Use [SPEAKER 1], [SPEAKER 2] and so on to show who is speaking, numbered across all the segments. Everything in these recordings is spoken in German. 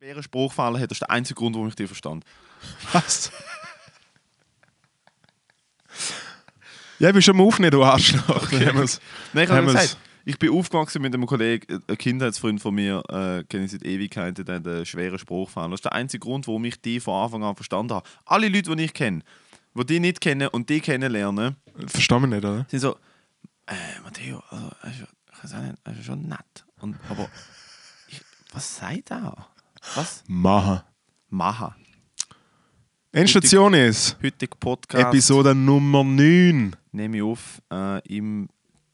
[SPEAKER 1] Wer einen Spruch gefallen hat, das ist der einzige Grund, warum ich dich verstand.
[SPEAKER 2] Was? ja, ich bin schon mal aufnehmen, du Arschloch. Nehmen wir's.
[SPEAKER 1] Nein, ich habe
[SPEAKER 2] Haben
[SPEAKER 1] gesagt, ich bin aufgewachsen mit einem Kollegen, äh, ein Kindheitsfreund von mir, äh, kenne ich seit Ewigkeiten, der hat einen schweren Spruch gefallen. Das ist der einzige Grund, warum ich die von Anfang an verstanden habe. Alle Leute, die ich kenne, die die nicht kennen und die kennenlernen,
[SPEAKER 2] Verstehen wir nicht, oder?
[SPEAKER 1] sind so, äh, Matteo, also, er ist ja- ich weiß auch nicht, er ist ja schon nett. Und, aber, ich, was sagt er? Was?
[SPEAKER 2] Machen.
[SPEAKER 1] Maha.
[SPEAKER 2] Endstation ist
[SPEAKER 1] Heutig Podcast
[SPEAKER 2] Episode Nummer 9.
[SPEAKER 1] nehme ich auf äh, im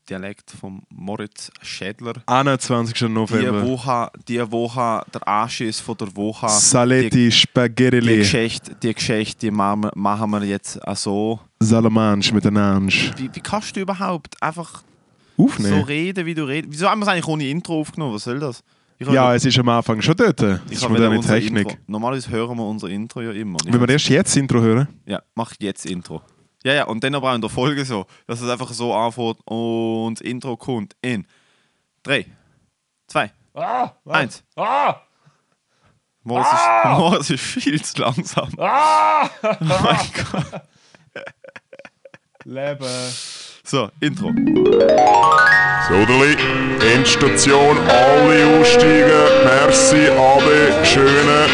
[SPEAKER 1] Dialekt von Moritz Schädler.
[SPEAKER 2] 21.
[SPEAKER 1] Die
[SPEAKER 2] November.
[SPEAKER 1] Woche, die Woche, der Arsch ist von der Woche.
[SPEAKER 2] Saletti
[SPEAKER 1] Die, die
[SPEAKER 2] Spaghetti.
[SPEAKER 1] Geschichte, die Geschichte, die machen wir- machen wir jetzt auch so.
[SPEAKER 2] Salamansch mit den Ansch.
[SPEAKER 1] Wie, wie kannst du überhaupt einfach so
[SPEAKER 2] Aufnehmen.
[SPEAKER 1] reden, wie du redest? Wieso haben wir es eigentlich ohne Intro aufgenommen? Was soll das? Ich habe-
[SPEAKER 2] Ja, es ist am Anfang schon dort. Das
[SPEAKER 1] ich
[SPEAKER 2] ist
[SPEAKER 1] habe wieder
[SPEAKER 2] moderne
[SPEAKER 1] unser
[SPEAKER 2] Technik.
[SPEAKER 1] Intro. Normalerweise hören wir unser Intro ja immer. Ich
[SPEAKER 2] Wenn wir erst jetzt das Intro hören.
[SPEAKER 1] Ja, mach jetzt Intro. Ja, ja, und dann aber auch in der Folge so, dass es einfach so anfängt und das Intro kommt in 3, 2, 1. Moritz, Ist, Moritz ist viel zu langsam. Oh
[SPEAKER 2] Leben.
[SPEAKER 1] So, Intro.
[SPEAKER 3] Soderli, Endstation, alle aussteigen, merci, Ade, schöne.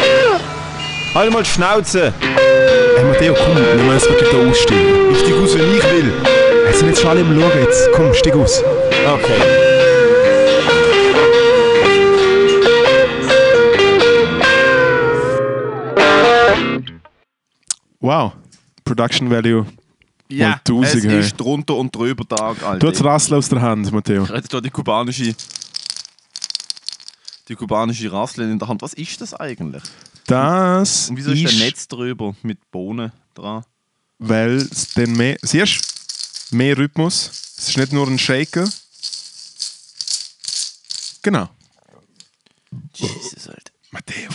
[SPEAKER 4] Halt mal die Schnauze!
[SPEAKER 2] Hey Matteo, komm, wir müssen jetzt wirklich da aussteigen. Ich steig aus, wenn ich will. Es sind jetzt schon alle im Schauen jetzt. Komm, steig aus.
[SPEAKER 4] Okay.
[SPEAKER 2] Wow. Production Value.
[SPEAKER 1] Ja,
[SPEAKER 2] Mal 1000,
[SPEAKER 1] es
[SPEAKER 2] hey.
[SPEAKER 1] ist drunter und drüber Tag,
[SPEAKER 2] Du hast
[SPEAKER 1] Alter.
[SPEAKER 2] Rassel aus der Hand, Matteo.
[SPEAKER 1] Ich habe jetzt da die kubanische... Die kubanische Rassel in der Hand. Was ist das eigentlich?
[SPEAKER 2] Das
[SPEAKER 1] Und wieso ist, ist ein Netz drüber mit Bohnen dran?
[SPEAKER 2] weil es dann mehr... Siehst du? Mehr Rhythmus. Es ist nicht nur ein Shaker. Genau.
[SPEAKER 1] Jesus, Alter.
[SPEAKER 2] Matteo.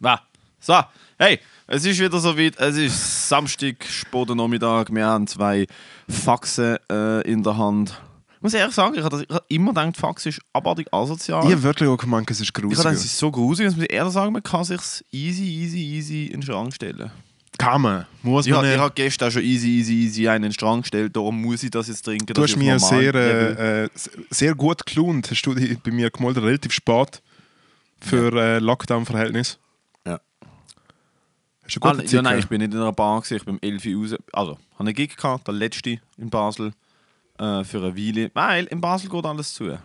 [SPEAKER 1] Wa? So, hey, es ist wieder soweit. Es ist Samstag, später Nachmittag. Wir haben zwei Faxen äh, in der Hand. Ich muss ehrlich sagen, ich habe das- ich habe immer gedacht, Fax ist abartig asozial.
[SPEAKER 2] Ich habe wirklich auch gemeint, es ist
[SPEAKER 1] ich habe
[SPEAKER 2] gruselig.
[SPEAKER 1] gedacht, es Ah. ist so gruselig, dass man eher sagen, man kann sich easy, easy, easy in den Schrank stellen.
[SPEAKER 2] Kann man. Muss
[SPEAKER 1] Ich,
[SPEAKER 2] man
[SPEAKER 1] habe- ich
[SPEAKER 2] nicht.
[SPEAKER 1] habe gestern auch schon easy, easy, easy einen in den Schrank gestellt, darum muss ich das jetzt trinken.
[SPEAKER 2] Du
[SPEAKER 1] dass
[SPEAKER 2] hast
[SPEAKER 1] ich auf
[SPEAKER 2] mir
[SPEAKER 1] normalen
[SPEAKER 2] sehr,
[SPEAKER 1] Level-
[SPEAKER 2] äh, äh, sehr gut gelohnt, hast du dich bei mir gemalt, relativ spät für äh, Lockdown-Verhältnis.
[SPEAKER 1] Ja.
[SPEAKER 2] Hast du
[SPEAKER 1] Ah,
[SPEAKER 2] gut
[SPEAKER 1] ja, nein, ich bin nicht in einer Bar, gewesen, ich bin um 11 Uhr raus. Also, habe einen Gig gehabt, der letzte in Basel, äh, für eine Weile. Weil in Basel geht alles zu.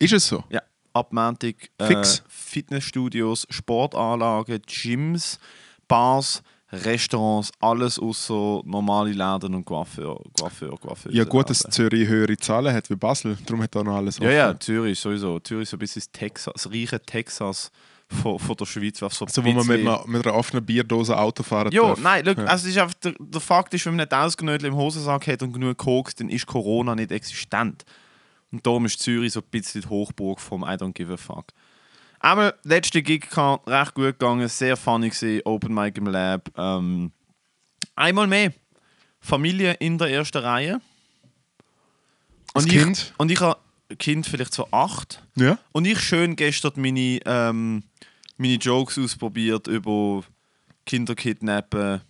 [SPEAKER 2] Ist es so?
[SPEAKER 1] Ja, ab Montag äh,
[SPEAKER 2] Fix.
[SPEAKER 1] Fitnessstudios, Sportanlagen, Gyms, Bars, Restaurants, alles außer normale Läden und Coiffeur. Coiffeur, Coiffeur
[SPEAKER 2] Ja, gut, dass Zürich höhere Zahlen hat wie Basel, darum hat da noch alles
[SPEAKER 1] äh, Ja, ja, Zürich sowieso. Zürich ist so ein bisschen das Texas, das reiche Texas von, von der Schweiz. Was so ein
[SPEAKER 2] So, Also, wo man mit
[SPEAKER 1] bisschen-
[SPEAKER 2] einer, mit einer offenen Bierdose Auto fahren
[SPEAKER 1] Jo,
[SPEAKER 2] darf.
[SPEAKER 1] nein, look, also es ist einfach der, der Fakt ist, wenn man nicht Ausgenödel im Hosensack hat und genug Koks, dann ist Corona nicht existent. Und darum ist Zürich so ein bisschen die Hochburg vom I don't give a fuck. Aber letzte Gig kam recht gut gegangen, sehr funny gewesen, Open Mic im Lab. Ähm, einmal mehr, Familie in der ersten Reihe.
[SPEAKER 2] Das
[SPEAKER 1] Und ich,
[SPEAKER 2] Kind?
[SPEAKER 1] und ich habe Kind vielleicht so acht.
[SPEAKER 2] Ja?
[SPEAKER 1] Und ich schön gestern meine, ähm, meine Jokes ausprobiert über Kinderkidnappen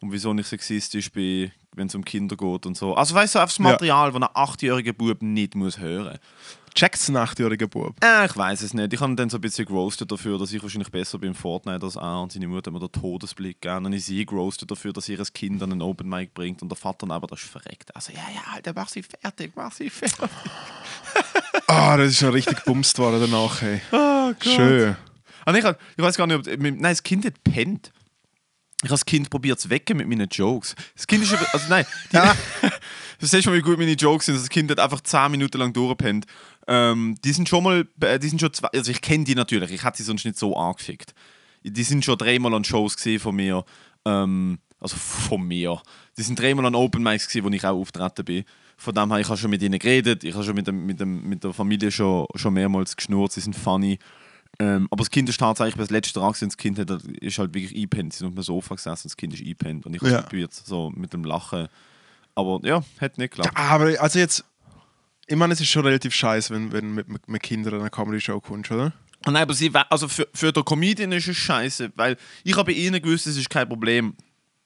[SPEAKER 1] und wieso ich sexistisch bin, wenn es um Kinder geht und so. Also weißt du, auf das Material, das ein achtjähriger Bub nicht muss hören.
[SPEAKER 2] Checkt's ein achtjähriger Bub.
[SPEAKER 1] Äh, ich weiß es nicht. Ich habe ihn dann so ein bisschen geroastet dafür, dass ich wahrscheinlich besser bin im Fortnite als er und seine Mutter hat mir den Todesblick gegeben. Und ich sie geroastet dafür, dass ihr das Kind an einen Open Mic bringt und der Vater aber das ist verreckt. Also ja, ja, Alter, mach sie fertig, mach sie fertig.
[SPEAKER 2] Ah, das ist schon richtig bumst worden danach, hey.
[SPEAKER 1] Ah,
[SPEAKER 2] Schön.
[SPEAKER 1] Und ich, hab- ich weiß gar nicht, ob. Nein, das Kind hat pennt. Ich habe das Kind probiert zu wecken mit meinen Jokes. Das Kind ist. über- Also nein. Die, du siehst schon, wie gut meine Jokes sind. Das Kind hat einfach 10 Minuten lang durchgepennt. Ähm, die sind schon mal. äh, Die sind schon zwei, also ich kenne die natürlich. Ich hatte sie sonst nicht so angefickt. Die sind schon dreimal an Shows gesehen von mir. Ähm, also von mir. Die sind dreimal an Open Mics gesehen, wo ich auch auftreten bin. Von dem her, ich habe schon mit ihnen geredet. Ich habe schon mit, dem, mit, dem, mit der Familie schon, schon mehrmals geschnurrt. Sie sind funny. Ähm, aber das Kind ist tatsächlich bei das letzte Tag, gewesen, das Kind hat, ist halt wirklich eingepennt. Sie sind auf dem Sofa gesessen und das Kind ist eingepennt. Und ich habe
[SPEAKER 2] Ja.
[SPEAKER 1] es probiert, so mit dem Lachen. Aber ja, hat nicht geklappt.
[SPEAKER 2] Aber also jetzt, ich meine, es ist schon relativ scheiße, wenn, wenn mit, mit, mit Kindern an eine Comedy-Show kommst, oder?
[SPEAKER 1] Und nein, aber sie, we- also für, für den Comedian ist es scheiße, weil ich habe bei ihnen gewusst, es ist kein Problem.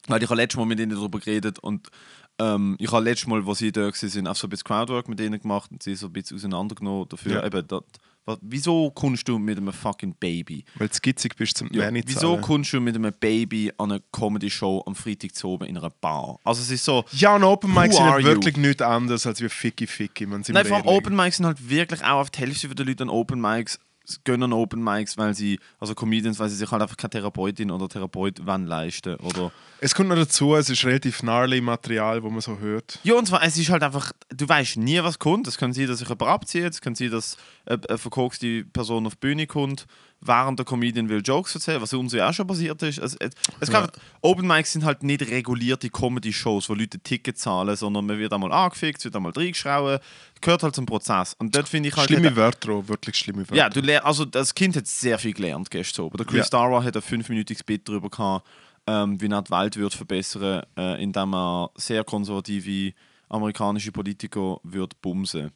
[SPEAKER 1] Weil ich habe letztes Mal mit ihnen darüber geredet und ähm, ich habe letztes Mal, wo sie da waren, auch so ein bisschen Crowdwork mit ihnen gemacht und sie so ein bisschen auseinandergenommen dafür.
[SPEAKER 2] Ja.
[SPEAKER 1] Eben, dat, wa- wieso kommst du mit einem fucking Baby?
[SPEAKER 2] Weil es gitzig bist zum
[SPEAKER 1] Ja,
[SPEAKER 2] Nanny
[SPEAKER 1] wieso
[SPEAKER 2] zahlen.
[SPEAKER 1] kommst du mit einem Baby an eine Comedy-Show am Freitag zu oben in einer Bar? Also es ist so...
[SPEAKER 2] Ja, und Open Mics
[SPEAKER 1] Who
[SPEAKER 2] sind
[SPEAKER 1] are you?
[SPEAKER 2] wirklich nichts anderes als wie Ficky Ficky. Man sind
[SPEAKER 1] Nein,
[SPEAKER 2] wir
[SPEAKER 1] vor allem
[SPEAKER 2] ehrlich.
[SPEAKER 1] Open Mics sind halt wirklich auch auf die Hälfte der Leute an Open Mics, s- gehen an Open Mics, weil sie, also Comedians, weil sie sich halt einfach keine Therapeutin oder Therapeut wollen leisten oder...
[SPEAKER 2] Es kommt noch dazu, es ist relativ gnarly Material, wo man so hört.
[SPEAKER 1] Ja, und zwar, es ist halt einfach, du weißt nie, was kommt. Es kann sein, dass sich jemand abzieht, es kann sein, dass eine, eine verkorkste Person auf die Bühne kommt, während der Comedian will Jokes erzählen, was uns ja auch schon passiert ist. Es, es, es kann, Open Mics sind halt nicht regulierte Comedy-Shows, wo Leute Tickets zahlen, sondern man wird einmal angefickt, wird einmal reingeschraubt, gehört halt zum Prozess. Und dort finde ich halt...
[SPEAKER 2] Schlimme Wörter, auch, wirklich schlimme Wörter.
[SPEAKER 1] Ja, du lernst, also das Kind hat sehr viel gelernt gestern oben. Der Chris
[SPEAKER 2] Ja.
[SPEAKER 1] Darrow hat ein fünfminütiges Bit darüber gehabt, ähm, wie er die Welt wird verbessern äh, indem er sehr konservative amerikanische Politiker wird bumsen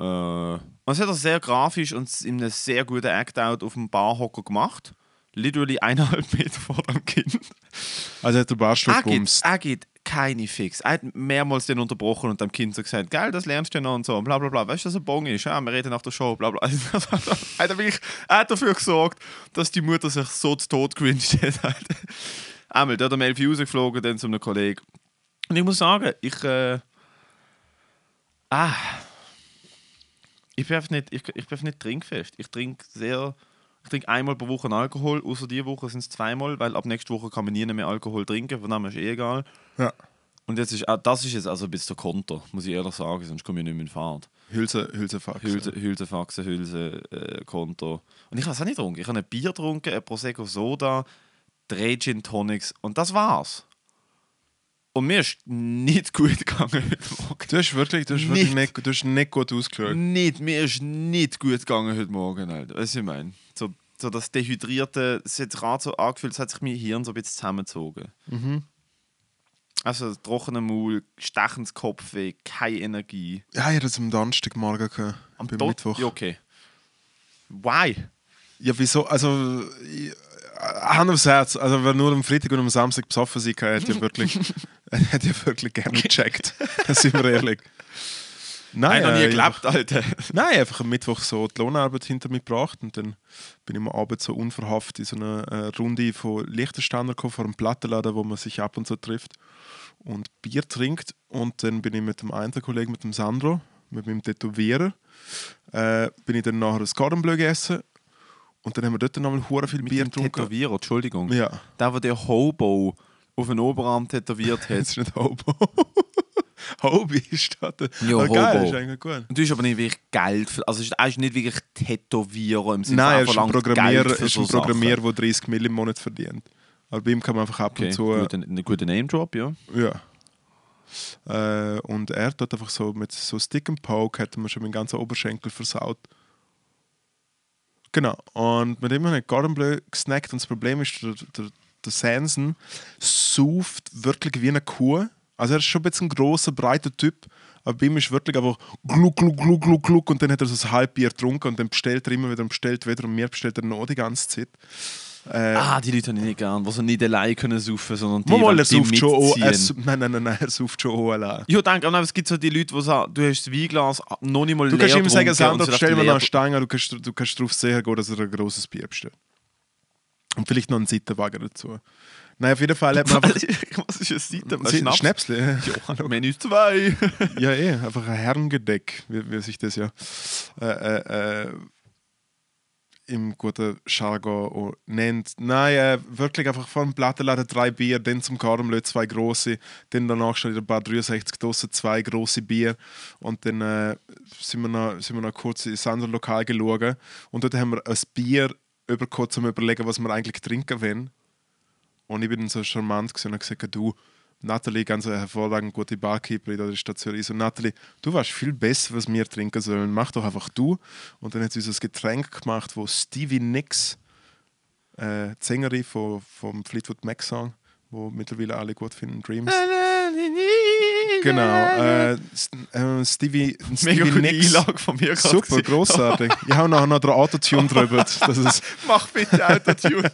[SPEAKER 1] äh, Und das hat er sehr grafisch und in einem sehr guten Act-Out auf dem Barhocker gemacht. Literally eineinhalb Meter vor dem Kind.
[SPEAKER 2] Also hat der Barstuhl
[SPEAKER 1] Er gibt,
[SPEAKER 2] gebumst.
[SPEAKER 1] er gibt keine Fix. Er hat mehrmals den unterbrochen und dem Kind so gesagt, geil, das lernst du ja noch und so, und bla bla bla. Weißt du, dass er Bong ist? Ja, wir reden nach der Show, bla bla. Also, er, hat wirklich, er hat dafür gesorgt, dass die Mutter sich so zu Tod gewünscht hat. Alter. Einmal, da hat er Melfi rausgeflogen, dann zu einem Kollegen. Und ich muss sagen, ich. Äh, ah. Ich bin einfach nicht, ich, ich bin einfach nicht trinkfest. Ich trinke sehr. Ich trinke einmal pro Woche Alkohol, außer diese Woche sind es zweimal, weil ab nächster Woche kann man nie mehr Alkohol trinken, von dem her ist eh egal.
[SPEAKER 2] Ja.
[SPEAKER 1] Und jetzt ist, auch das ist jetzt also ein bisschen der Konter, muss ich ehrlich sagen, sonst komme ich nicht mehr in Fahrt.
[SPEAKER 2] Hülse, Hülsefax.
[SPEAKER 1] Hülse, Hülsenfaxen, Hülsen, äh, Konter. Und ich habe es auch nicht getrunken. Ich habe ein Bier getrunken, ein Prosecco Soda, drei Gin Tonics und das war's. Und mir ist nicht gut gegangen heute Morgen.
[SPEAKER 2] Du hast wirklich, du hast
[SPEAKER 1] Nicht.
[SPEAKER 2] wirklich nicht, du hast nicht gut ausgeschaut.
[SPEAKER 1] Nicht, mir ist nicht gut gegangen heute Morgen, Alter. Weißt du, was ich meine? So, so das Dehydrierte, es hat sich gerade so angefühlt, es hat sich mein Hirn so ein bisschen zusammengezogen. Also trockener Maul, stechendes Kopfweh, keine Energie.
[SPEAKER 2] Ja, ich hatte es am Donnerstagmorgen gehabt. Am beim
[SPEAKER 1] Tot-
[SPEAKER 2] Mittwoch.
[SPEAKER 1] Ja, okay. Why?
[SPEAKER 2] Ja, wieso? Also, ich, Hand aufs Herz. Also, wenn nur am Freitag und am Samstag besoffen sein kann, hätte ich wirklich, hätte ich wirklich gerne gecheckt. Das sind wir ehrlich. Nein,
[SPEAKER 1] Einer
[SPEAKER 2] äh,
[SPEAKER 1] nie
[SPEAKER 2] ich-
[SPEAKER 1] gelebt, Alter.
[SPEAKER 2] Nein, einfach am Mittwoch so die Lohnarbeit hinter mir gebracht und dann bin ich am Abend so unverhafft in so einer äh, Runde von Liechtensteiner gekommen, vor einem Plattenladen, wo man sich ab und zu trifft und Bier trinkt und dann bin ich mit dem einen Kollegen, mit dem Sandro, mit meinem Tätowierer, äh, bin ich dann nachher ein Kartenbleu gegessen und dann haben wir dort nochmal hure viel Bier getrunken.
[SPEAKER 1] Tätowierer, Entschuldigung.
[SPEAKER 2] Ja,
[SPEAKER 1] Der, der den Hobo auf den Oberarm tätowiert hat.
[SPEAKER 2] jetzt ist nicht Hobo. Hobby ist das.
[SPEAKER 1] Ja,
[SPEAKER 2] Aber geil,
[SPEAKER 1] Hobo.
[SPEAKER 2] ist eigentlich gut.
[SPEAKER 1] Und du hast aber nicht wirklich Geld für. Also, er ist nicht wirklich Tätowierer im Sinne
[SPEAKER 2] Nein,
[SPEAKER 1] von,
[SPEAKER 2] er ist ein
[SPEAKER 1] verlangt Geld
[SPEAKER 2] Programmierer,
[SPEAKER 1] für
[SPEAKER 2] ist
[SPEAKER 1] so
[SPEAKER 2] ein
[SPEAKER 1] Sachen.
[SPEAKER 2] Programmierer der 30 Mill im Monat verdient. Aber bei ihm kann man einfach ab
[SPEAKER 1] Okay,
[SPEAKER 2] und zu.
[SPEAKER 1] guter, ein guter Name-Drop, ja.
[SPEAKER 2] Ja. Äh, und er hat einfach so mit so Stick and Poke hat man schon meinen ganzen Oberschenkel versaut. Genau. Und mit dem habe ich Gordon Bleu gesnackt und das Problem ist, der, der, der Sansen sauft wirklich wie eine Kuh. Also er ist schon ein bisschen ein großer, breiter Typ, aber bei ihm ist wirklich einfach gluck, gluck, gluck, gluck, gluck und dann hat er so das Halbbier getrunken und dann bestellt er immer wieder und bestellt wieder und mir bestellt er noch die ganze Zeit.
[SPEAKER 1] Ah, die Leute habe ich nicht gern, die so nicht allein können saufen, sondern die,
[SPEAKER 2] Mal, mal,
[SPEAKER 1] wenn
[SPEAKER 2] er
[SPEAKER 1] die
[SPEAKER 2] sauft schon auch, er,
[SPEAKER 1] mitziehen.
[SPEAKER 2] su- nein, nein, nein, nein, er sauft schon auch allein.
[SPEAKER 1] Ja, danke, aber nein, es gibt so die Leute, die sagen, du hast das Weinglas noch nicht mal
[SPEAKER 2] Du
[SPEAKER 1] leer
[SPEAKER 2] kannst ihm sagen,
[SPEAKER 1] getrunken und
[SPEAKER 2] Sandro,
[SPEAKER 1] sie
[SPEAKER 2] bestell mir
[SPEAKER 1] leer-
[SPEAKER 2] noch eine Stange, du kannst, du kannst darauf sicher gehen, dass er ein grosses Bier bestellt. Und vielleicht noch einen Seitenwagen dazu. Nein, auf jeden Fall hat man einfach...
[SPEAKER 1] Was ist eine Seite?
[SPEAKER 2] Sie-
[SPEAKER 1] Schnaps?
[SPEAKER 2] Schnäpsle.
[SPEAKER 1] Ja, Menü 2.
[SPEAKER 2] Ja, eh, einfach ein Herrengedeck, wie, wie sich das ja äh, äh, äh, im guten Jargon auch nennt. Nein, äh, wirklich einfach vom Plattenladen drei Bier, dann zum Karmlö zwei große, dann danach schon wieder ein paar 63 Dosen, zwei große Bier und dann äh, sind, wir noch, sind wir noch kurz ins andere Lokal geschaut und dort haben wir ein Bier übergekommen, um zu überlegen, was wir eigentlich trinken wollen. Und ich bin dann so charmant gewesen und habe gesagt, du, Natalie, ganz eine hervorragend gute Barkeeperin oder Station ist. Und Natalie, du weißt viel besser, was wir trinken sollen. Mach doch einfach du. Und dann hat sie uns ein Getränk gemacht, wo Stevie Nicks, äh, die Sängerin von, vom Fleetwood Mac Song, wo mittlerweile alle gut finden, Dreams. Genau. Äh, S- äh, Stevie,
[SPEAKER 1] Mega
[SPEAKER 2] Stevie
[SPEAKER 1] coole
[SPEAKER 2] Nicks.
[SPEAKER 1] Einlage von mir gerade
[SPEAKER 2] Super,
[SPEAKER 1] gewesen.
[SPEAKER 2] grossartig. Ich habe nachher noch den Autotune drüber. Das ist,
[SPEAKER 1] Mach bitte Autotune.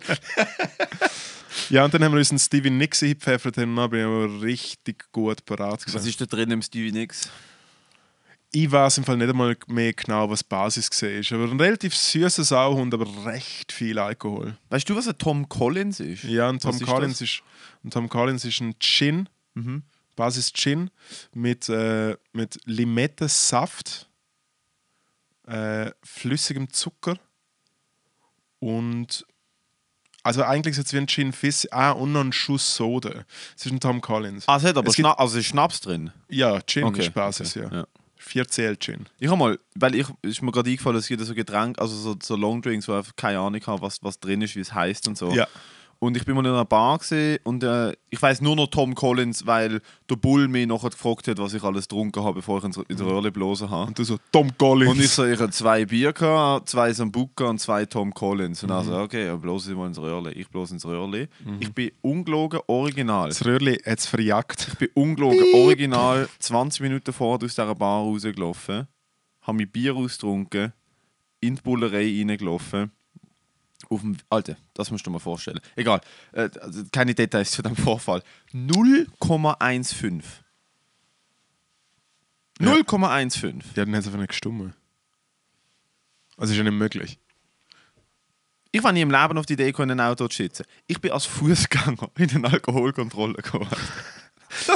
[SPEAKER 2] ja, und dann haben wir uns einen Stevie Nicks eingepfeffert und dann bin ich aber richtig gut parat
[SPEAKER 1] Was
[SPEAKER 2] gewesen.
[SPEAKER 1] ist da drin im Stevie Nicks?
[SPEAKER 2] Ich weiß im Fall nicht einmal mehr genau, was die Basis war. Aber ein relativ süßer Sauhund, aber recht viel Alkohol.
[SPEAKER 1] Weißt du, was ein Tom Collins ist?
[SPEAKER 2] Ja, und Tom,
[SPEAKER 1] Was ist
[SPEAKER 2] Collins
[SPEAKER 1] das? Mhm.
[SPEAKER 2] ist, und Tom Collins ist ein Gin, Basis Gin, mit, äh, mit Limettensaft, äh, flüssigem Zucker und. Also eigentlich ist es jetzt wie ein Gin Fizz, ah, und noch ein Schuss Soda. Es ist ein Tom Collins.
[SPEAKER 1] Ah, es hat aber
[SPEAKER 2] Es gibt-
[SPEAKER 1] Schna also es ist Schnaps drin.
[SPEAKER 2] Ja, Gin
[SPEAKER 1] Okay,
[SPEAKER 2] ist Basis,
[SPEAKER 1] okay,
[SPEAKER 2] ja.
[SPEAKER 1] ja.
[SPEAKER 2] 4CL Gin.
[SPEAKER 1] Ich habe mal, weil ich ist mir gerade eingefallen, es gibt so Getränke, also so, so Longdrinks, wo ich einfach keine Ahnung habe, was, was drin ist, wie es heißt und so.
[SPEAKER 2] Ja.
[SPEAKER 1] Und ich bin mal in einer Bar gesehen und äh, ich weiß nur noch Tom Collins, weil der Bull mich nachher gefragt hat, was ich alles getrunken habe, bevor ich ins, ins
[SPEAKER 2] Mhm.
[SPEAKER 1] Röhrli blasen habe.
[SPEAKER 2] Und du so, Tom Collins.
[SPEAKER 1] Und ich so, ich habe zwei Bier gehabt, zwei Sambuca und zwei Tom Collins. Und also, okay, ja, bloß ich mal ins Röhrli. Ich bloß ins Röhrli. Ich bin ungelogen original.
[SPEAKER 2] Das Röhrli hat es verjagt.
[SPEAKER 1] Ich bin ungelogen original 20 Minuten vorher aus dieser Bar rausgelaufen, habe mein Bier ausgetrunken, in die Bullerei reingelaufen. Auf dem, Alter, das musst du dir mal vorstellen. Egal, äh, also keine Details zu dem Vorfall. 0,15. 0,15.
[SPEAKER 2] Ja, dann hat es einfach nicht gestummen. Also ist ja nicht möglich.
[SPEAKER 1] Ich war nie im Leben auf die Idee, gekommen, ein Auto zu schützen. Ich bin als Fußgänger in eine Alkoholkontrolle gekommen.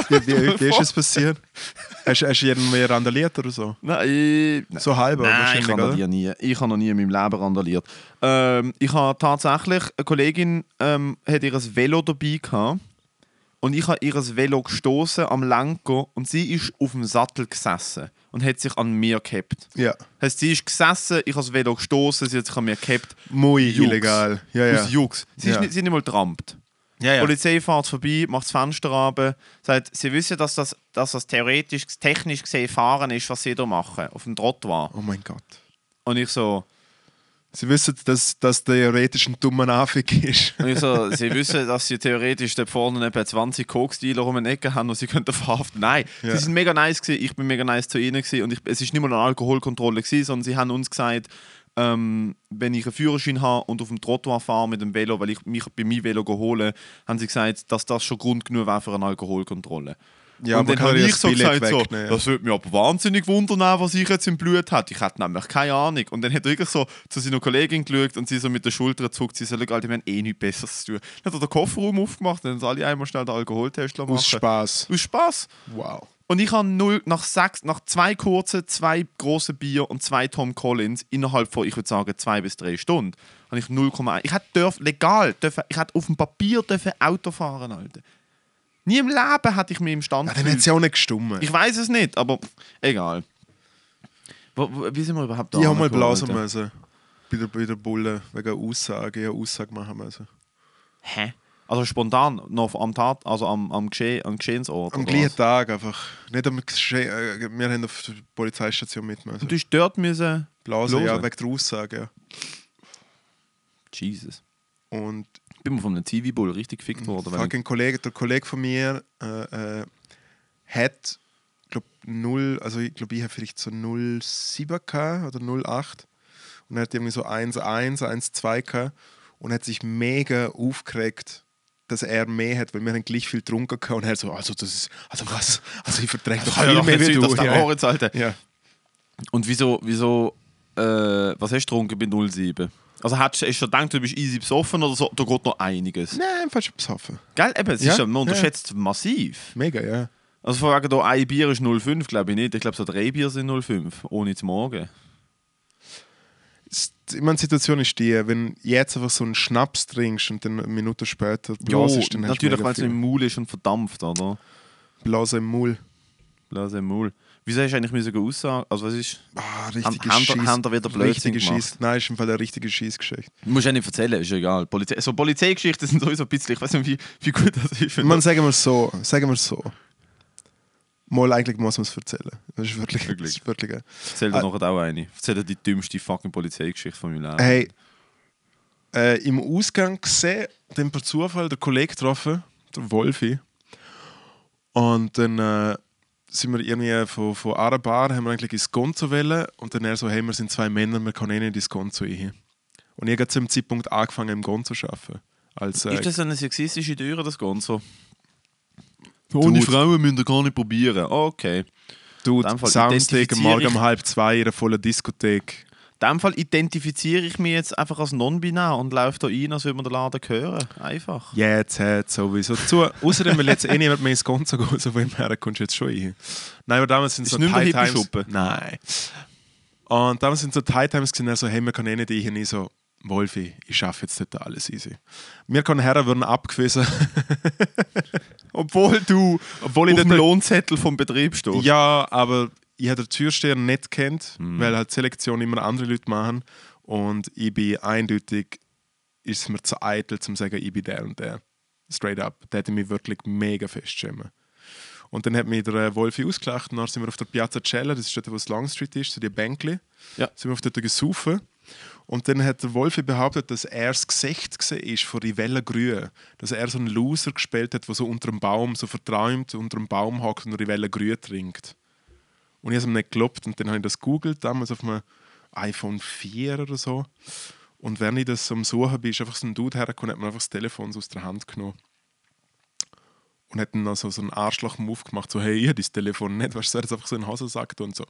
[SPEAKER 2] Wie, wie, wie ist
[SPEAKER 1] vor.
[SPEAKER 2] es passiert? hast, hast du jeden mehr randaliert oder so?
[SPEAKER 1] Nein, ich-
[SPEAKER 2] So halber
[SPEAKER 1] Nein,
[SPEAKER 2] wahrscheinlich,
[SPEAKER 1] ich
[SPEAKER 2] oder?
[SPEAKER 1] randaliere nie. Ich habe noch nie in meinem Leben randaliert. Ähm, ich habe tatsächlich, eine Kollegin ähm, hat ihr ein Velo dabei gehabt und ich habe ihr ein Velo gestoßen am Lenker und sie ist auf dem Sattel gesessen und hat sich an mir gehabt.
[SPEAKER 2] Ja.
[SPEAKER 1] Heißt, sie ist gesessen, ich habe das Velo gestoßen, sie hat sich an mir gehabt.
[SPEAKER 2] Mui
[SPEAKER 1] Jux.
[SPEAKER 2] illegal. Ja, ja.
[SPEAKER 1] Aus Jux. Sie,
[SPEAKER 2] Ja.
[SPEAKER 1] ist nicht, sie ist nicht mal trampt.
[SPEAKER 2] ja, ja.
[SPEAKER 1] Polizei fährt vorbei, macht das Fenster runter, sagt, sie wissen, dass das, dass das theoretisch, technisch gesehen Fahren ist, was sie da machen, auf dem Trottoir.
[SPEAKER 2] Oh mein Gott.
[SPEAKER 1] Und ich so,
[SPEAKER 2] Sie wissen, dass das theoretisch ein dummer Anfang ist.
[SPEAKER 1] und ich so sie wissen, dass sie theoretisch da vorne etwa 20 Koks-Dealer um die Ecke haben und sie könnten verhaften. Nein,
[SPEAKER 2] Ja.
[SPEAKER 1] sie sind mega nice gewesen, ich bin mega nice zu ihnen gewesen und ich, es ist nicht mal eine Alkoholkontrolle gewesen, sondern sie haben uns gesagt, ähm, wenn ich einen Führerschein habe und auf dem Trottoir fahre mit dem Velo, weil ich mich bei meinem Velo hole, haben sie gesagt, dass das schon Grund genug wäre für eine Alkoholkontrolle.
[SPEAKER 2] Ja,
[SPEAKER 1] und
[SPEAKER 2] man
[SPEAKER 1] dann
[SPEAKER 2] kann
[SPEAKER 1] habe
[SPEAKER 2] ja
[SPEAKER 1] ich
[SPEAKER 2] das
[SPEAKER 1] so
[SPEAKER 2] Billett
[SPEAKER 1] gesagt, so,
[SPEAKER 2] wegnehmen, ja.
[SPEAKER 1] das würde mich aber wahnsinnig wundern, was ich jetzt im Blut hat. Ich hatte nämlich keine Ahnung. Und dann hat er wirklich so zu seiner Kollegin geschaut und sie so mit der Schulter gezuckt, sie so, «Schau, Alter, wir haben eh nichts Besseres zu tun. Dann hat er den Kofferraum aufgemacht, dann haben sie alle einmal schnell den Alkoholtest machen.
[SPEAKER 2] Aus Spaß.
[SPEAKER 1] Aus Spaß.
[SPEAKER 2] Wow.
[SPEAKER 1] Und ich habe null, nach sechs, nach zwei kurzen, zwei grossen Bier und zwei Tom Collins innerhalb von, ich würde sagen, zwei bis drei Stunden, habe ich 0,1. Ich hätte dürfen, legal, dürfen, ich hätte auf dem Papier dürfen Auto fahren, Alter. Nie im Leben hätte ich mich im Stand
[SPEAKER 2] Ja, dann hat es
[SPEAKER 1] gefühlt.
[SPEAKER 2] ja auch nicht gestummen.
[SPEAKER 1] Ich weiß es nicht, aber egal. Wo, wo, wie sind wir überhaupt da?
[SPEAKER 2] Ich habe mal
[SPEAKER 1] angekommen,
[SPEAKER 2] blasen
[SPEAKER 1] Alter?
[SPEAKER 2] müssen. Bei der, bei der Bulle wegen Aussage. Ich habe Aussage machen müssen.
[SPEAKER 1] Hä? Also spontan, noch am Tat, also am, am, Gesche am Geschehensort.
[SPEAKER 2] Am
[SPEAKER 1] oder
[SPEAKER 2] gleichen
[SPEAKER 1] was?
[SPEAKER 2] Tag einfach. Nicht am Gesche äh, Wir haben auf der Polizeistation mit müssen.
[SPEAKER 1] Du hast dort müssen.
[SPEAKER 2] Blasen, ja,
[SPEAKER 1] blasen?
[SPEAKER 2] wegen der Aussage. Ja.
[SPEAKER 1] Jesus.
[SPEAKER 2] Und
[SPEAKER 1] Ich bin mal von einem TV-Bull richtig
[SPEAKER 2] Mhm.
[SPEAKER 1] gefickt worden. wenn ich-
[SPEAKER 2] fucking Kollege, der Kollege von mir äh, äh, hat, glaub, null, also ich glaube, ich habe vielleicht so 0,7 gehabt oder 0,8 und er hat irgendwie so 1,1, 1,2 gehabt und hat sich mega aufgeregt, dass er mehr hat, weil wir haben gleich viel getrunken gehabt und er so, also das ist, also was, also ich verträge doch
[SPEAKER 1] kann ja
[SPEAKER 2] viel
[SPEAKER 1] doch
[SPEAKER 2] mehr
[SPEAKER 1] nicht
[SPEAKER 2] wie
[SPEAKER 1] sein,
[SPEAKER 2] du.
[SPEAKER 1] dass der
[SPEAKER 2] Ja.
[SPEAKER 1] Moritz, Alter.
[SPEAKER 2] Ja.
[SPEAKER 1] Und wieso, wieso, äh, was hast du getrunken bei 07? Also hast du hast du schon gedacht, du bist easy besoffen oder so? Da geht noch einiges.
[SPEAKER 2] Nein, einfach schon besoffen.
[SPEAKER 1] Gell? Eben, es
[SPEAKER 2] Ja,
[SPEAKER 1] ist ja, man
[SPEAKER 2] ja.
[SPEAKER 1] unterschätzt massiv.
[SPEAKER 2] Mega, ja.
[SPEAKER 1] Also vor allem da ein Bier ist 05, glaube ich nicht. Ich glaube, so drei Bier sind 05, ohne zu morgen.
[SPEAKER 2] S- Ich meine, die Situation ist die, wenn jetzt einfach so einen Schnaps trinkst und dann eine Minute später
[SPEAKER 1] Jo,
[SPEAKER 2] blasest, dann hast du
[SPEAKER 1] natürlich,
[SPEAKER 2] mega
[SPEAKER 1] weil es
[SPEAKER 2] viel.
[SPEAKER 1] im Maul ist und verdampft, oder?
[SPEAKER 2] Blase im Maul.
[SPEAKER 1] Blase im Maul. Wieso hast du eigentlich müssen aussagen? Also was ist...
[SPEAKER 2] Ah, richtige
[SPEAKER 1] Haben-
[SPEAKER 2] Scheiß.
[SPEAKER 1] haben da wieder Blödsinn
[SPEAKER 2] Richtige
[SPEAKER 1] gemacht?
[SPEAKER 2] Scheiss- Nein, ist im Fall eine richtige Scheißgeschichte.
[SPEAKER 1] Du musst ja nicht erzählen, ist ja egal. Polizei, so Polizeigeschichten sind sowieso ein bisschen... Ich weiß nicht, wie, wie gut das ist. wenn
[SPEAKER 2] Man sagen wir es so, sagen wir es so. Mal eigentlich muss man es erzählen. Das ist wirklich. Das
[SPEAKER 1] Wirklich.
[SPEAKER 2] ist wirklich äh.
[SPEAKER 1] Erzähl dir nachher auch eine. Erzähl dir die dümmste fucking Polizeigeschichte von meinem Leben.
[SPEAKER 2] hey, äh, im Ausgang gesehen, dann per Zufall der Kollege getroffen, der Wolfi. Und dann äh, sind wir irgendwie von, von einer Bar, haben wir eigentlich ins Gonzo wollen und dann er so, hey, wir sind zwei Männer, wir können eh nicht ins Gonzo rein. Und ich habe zu dem Zeitpunkt angefangen, im Gonzo zu arbeiten. Als, äh,
[SPEAKER 1] Ist das eine sexistische Tür, das Ganze?
[SPEAKER 2] Dude.
[SPEAKER 1] Frauen müsst ihr gar nicht probieren. Ah, Okay.
[SPEAKER 2] Dude,
[SPEAKER 1] In dem Fall
[SPEAKER 2] Soundstick am Morgen um
[SPEAKER 1] identifiziere
[SPEAKER 2] halb zwei in einer vollen Diskothek.
[SPEAKER 1] In dem Fall identifiziere ich mich jetzt einfach als non-binar und laufe da rein, als würde man den Laden hören. Einfach.
[SPEAKER 2] Jetzt hat sowieso zu. Außerdem will jetzt eh niemand mehr ins Gonzo gehen, so wenn mehr kommst du jetzt schon rein. Nein, aber damals sind
[SPEAKER 1] Ist
[SPEAKER 2] so
[SPEAKER 1] nicht mehr
[SPEAKER 2] Thai Times.
[SPEAKER 1] Hippie-Schuppe?
[SPEAKER 2] Nein. Und damals sind so Thai Times gesehen, so, hey, wir können eh nicht rein. Ich so, Wolfi, ich schaffe jetzt nicht alles easy. Wir können Herren würden abgewiesen.
[SPEAKER 1] Obwohl du
[SPEAKER 2] Obwohl
[SPEAKER 1] auf
[SPEAKER 2] ich
[SPEAKER 1] dem
[SPEAKER 2] dort,
[SPEAKER 1] Lohnzettel vom Betrieb stehst.
[SPEAKER 2] Ja, aber ich habe den Türsteher nicht kennt,
[SPEAKER 1] Hm.
[SPEAKER 2] weil halt die Selektion immer andere Leute machen. Und ich bin eindeutig, ist es mir zu eitel, zum sagen, ich bin der und der. Straight up. Der hätte mich wirklich mega festschämen. Und dann hat mich der äh, Wolfi ausgelacht und dann sind wir auf der Piazza Cella, das ist dort, wo es Longstreet ist, so die Bänkli.
[SPEAKER 1] Ja.
[SPEAKER 2] Sind wir auf dort gesaufen. Und dann hat der Wolfi behauptet, dass er das Gesicht gewesen ist von Rivella Grün. Dass er so einen Loser gespielt hat, der so unter dem Baum, so verträumt, unter dem Baum hockt und Rivella Grün trinkt. Und ich habe es ihm nicht geglaubt. Und dann habe ich das googelt, damals auf einem iPhone 4 oder so. Und während ich das am Suchen bin, ist einfach so ein Dude hergekommen und hat mir einfach das Telefon so aus der Hand genommen. Und hat dann noch so, so einen Arschloch-Move gemacht, so, hey, ich habe dein Telefon nicht, weißt du, er hat es einfach so in den Hosensack getan und so.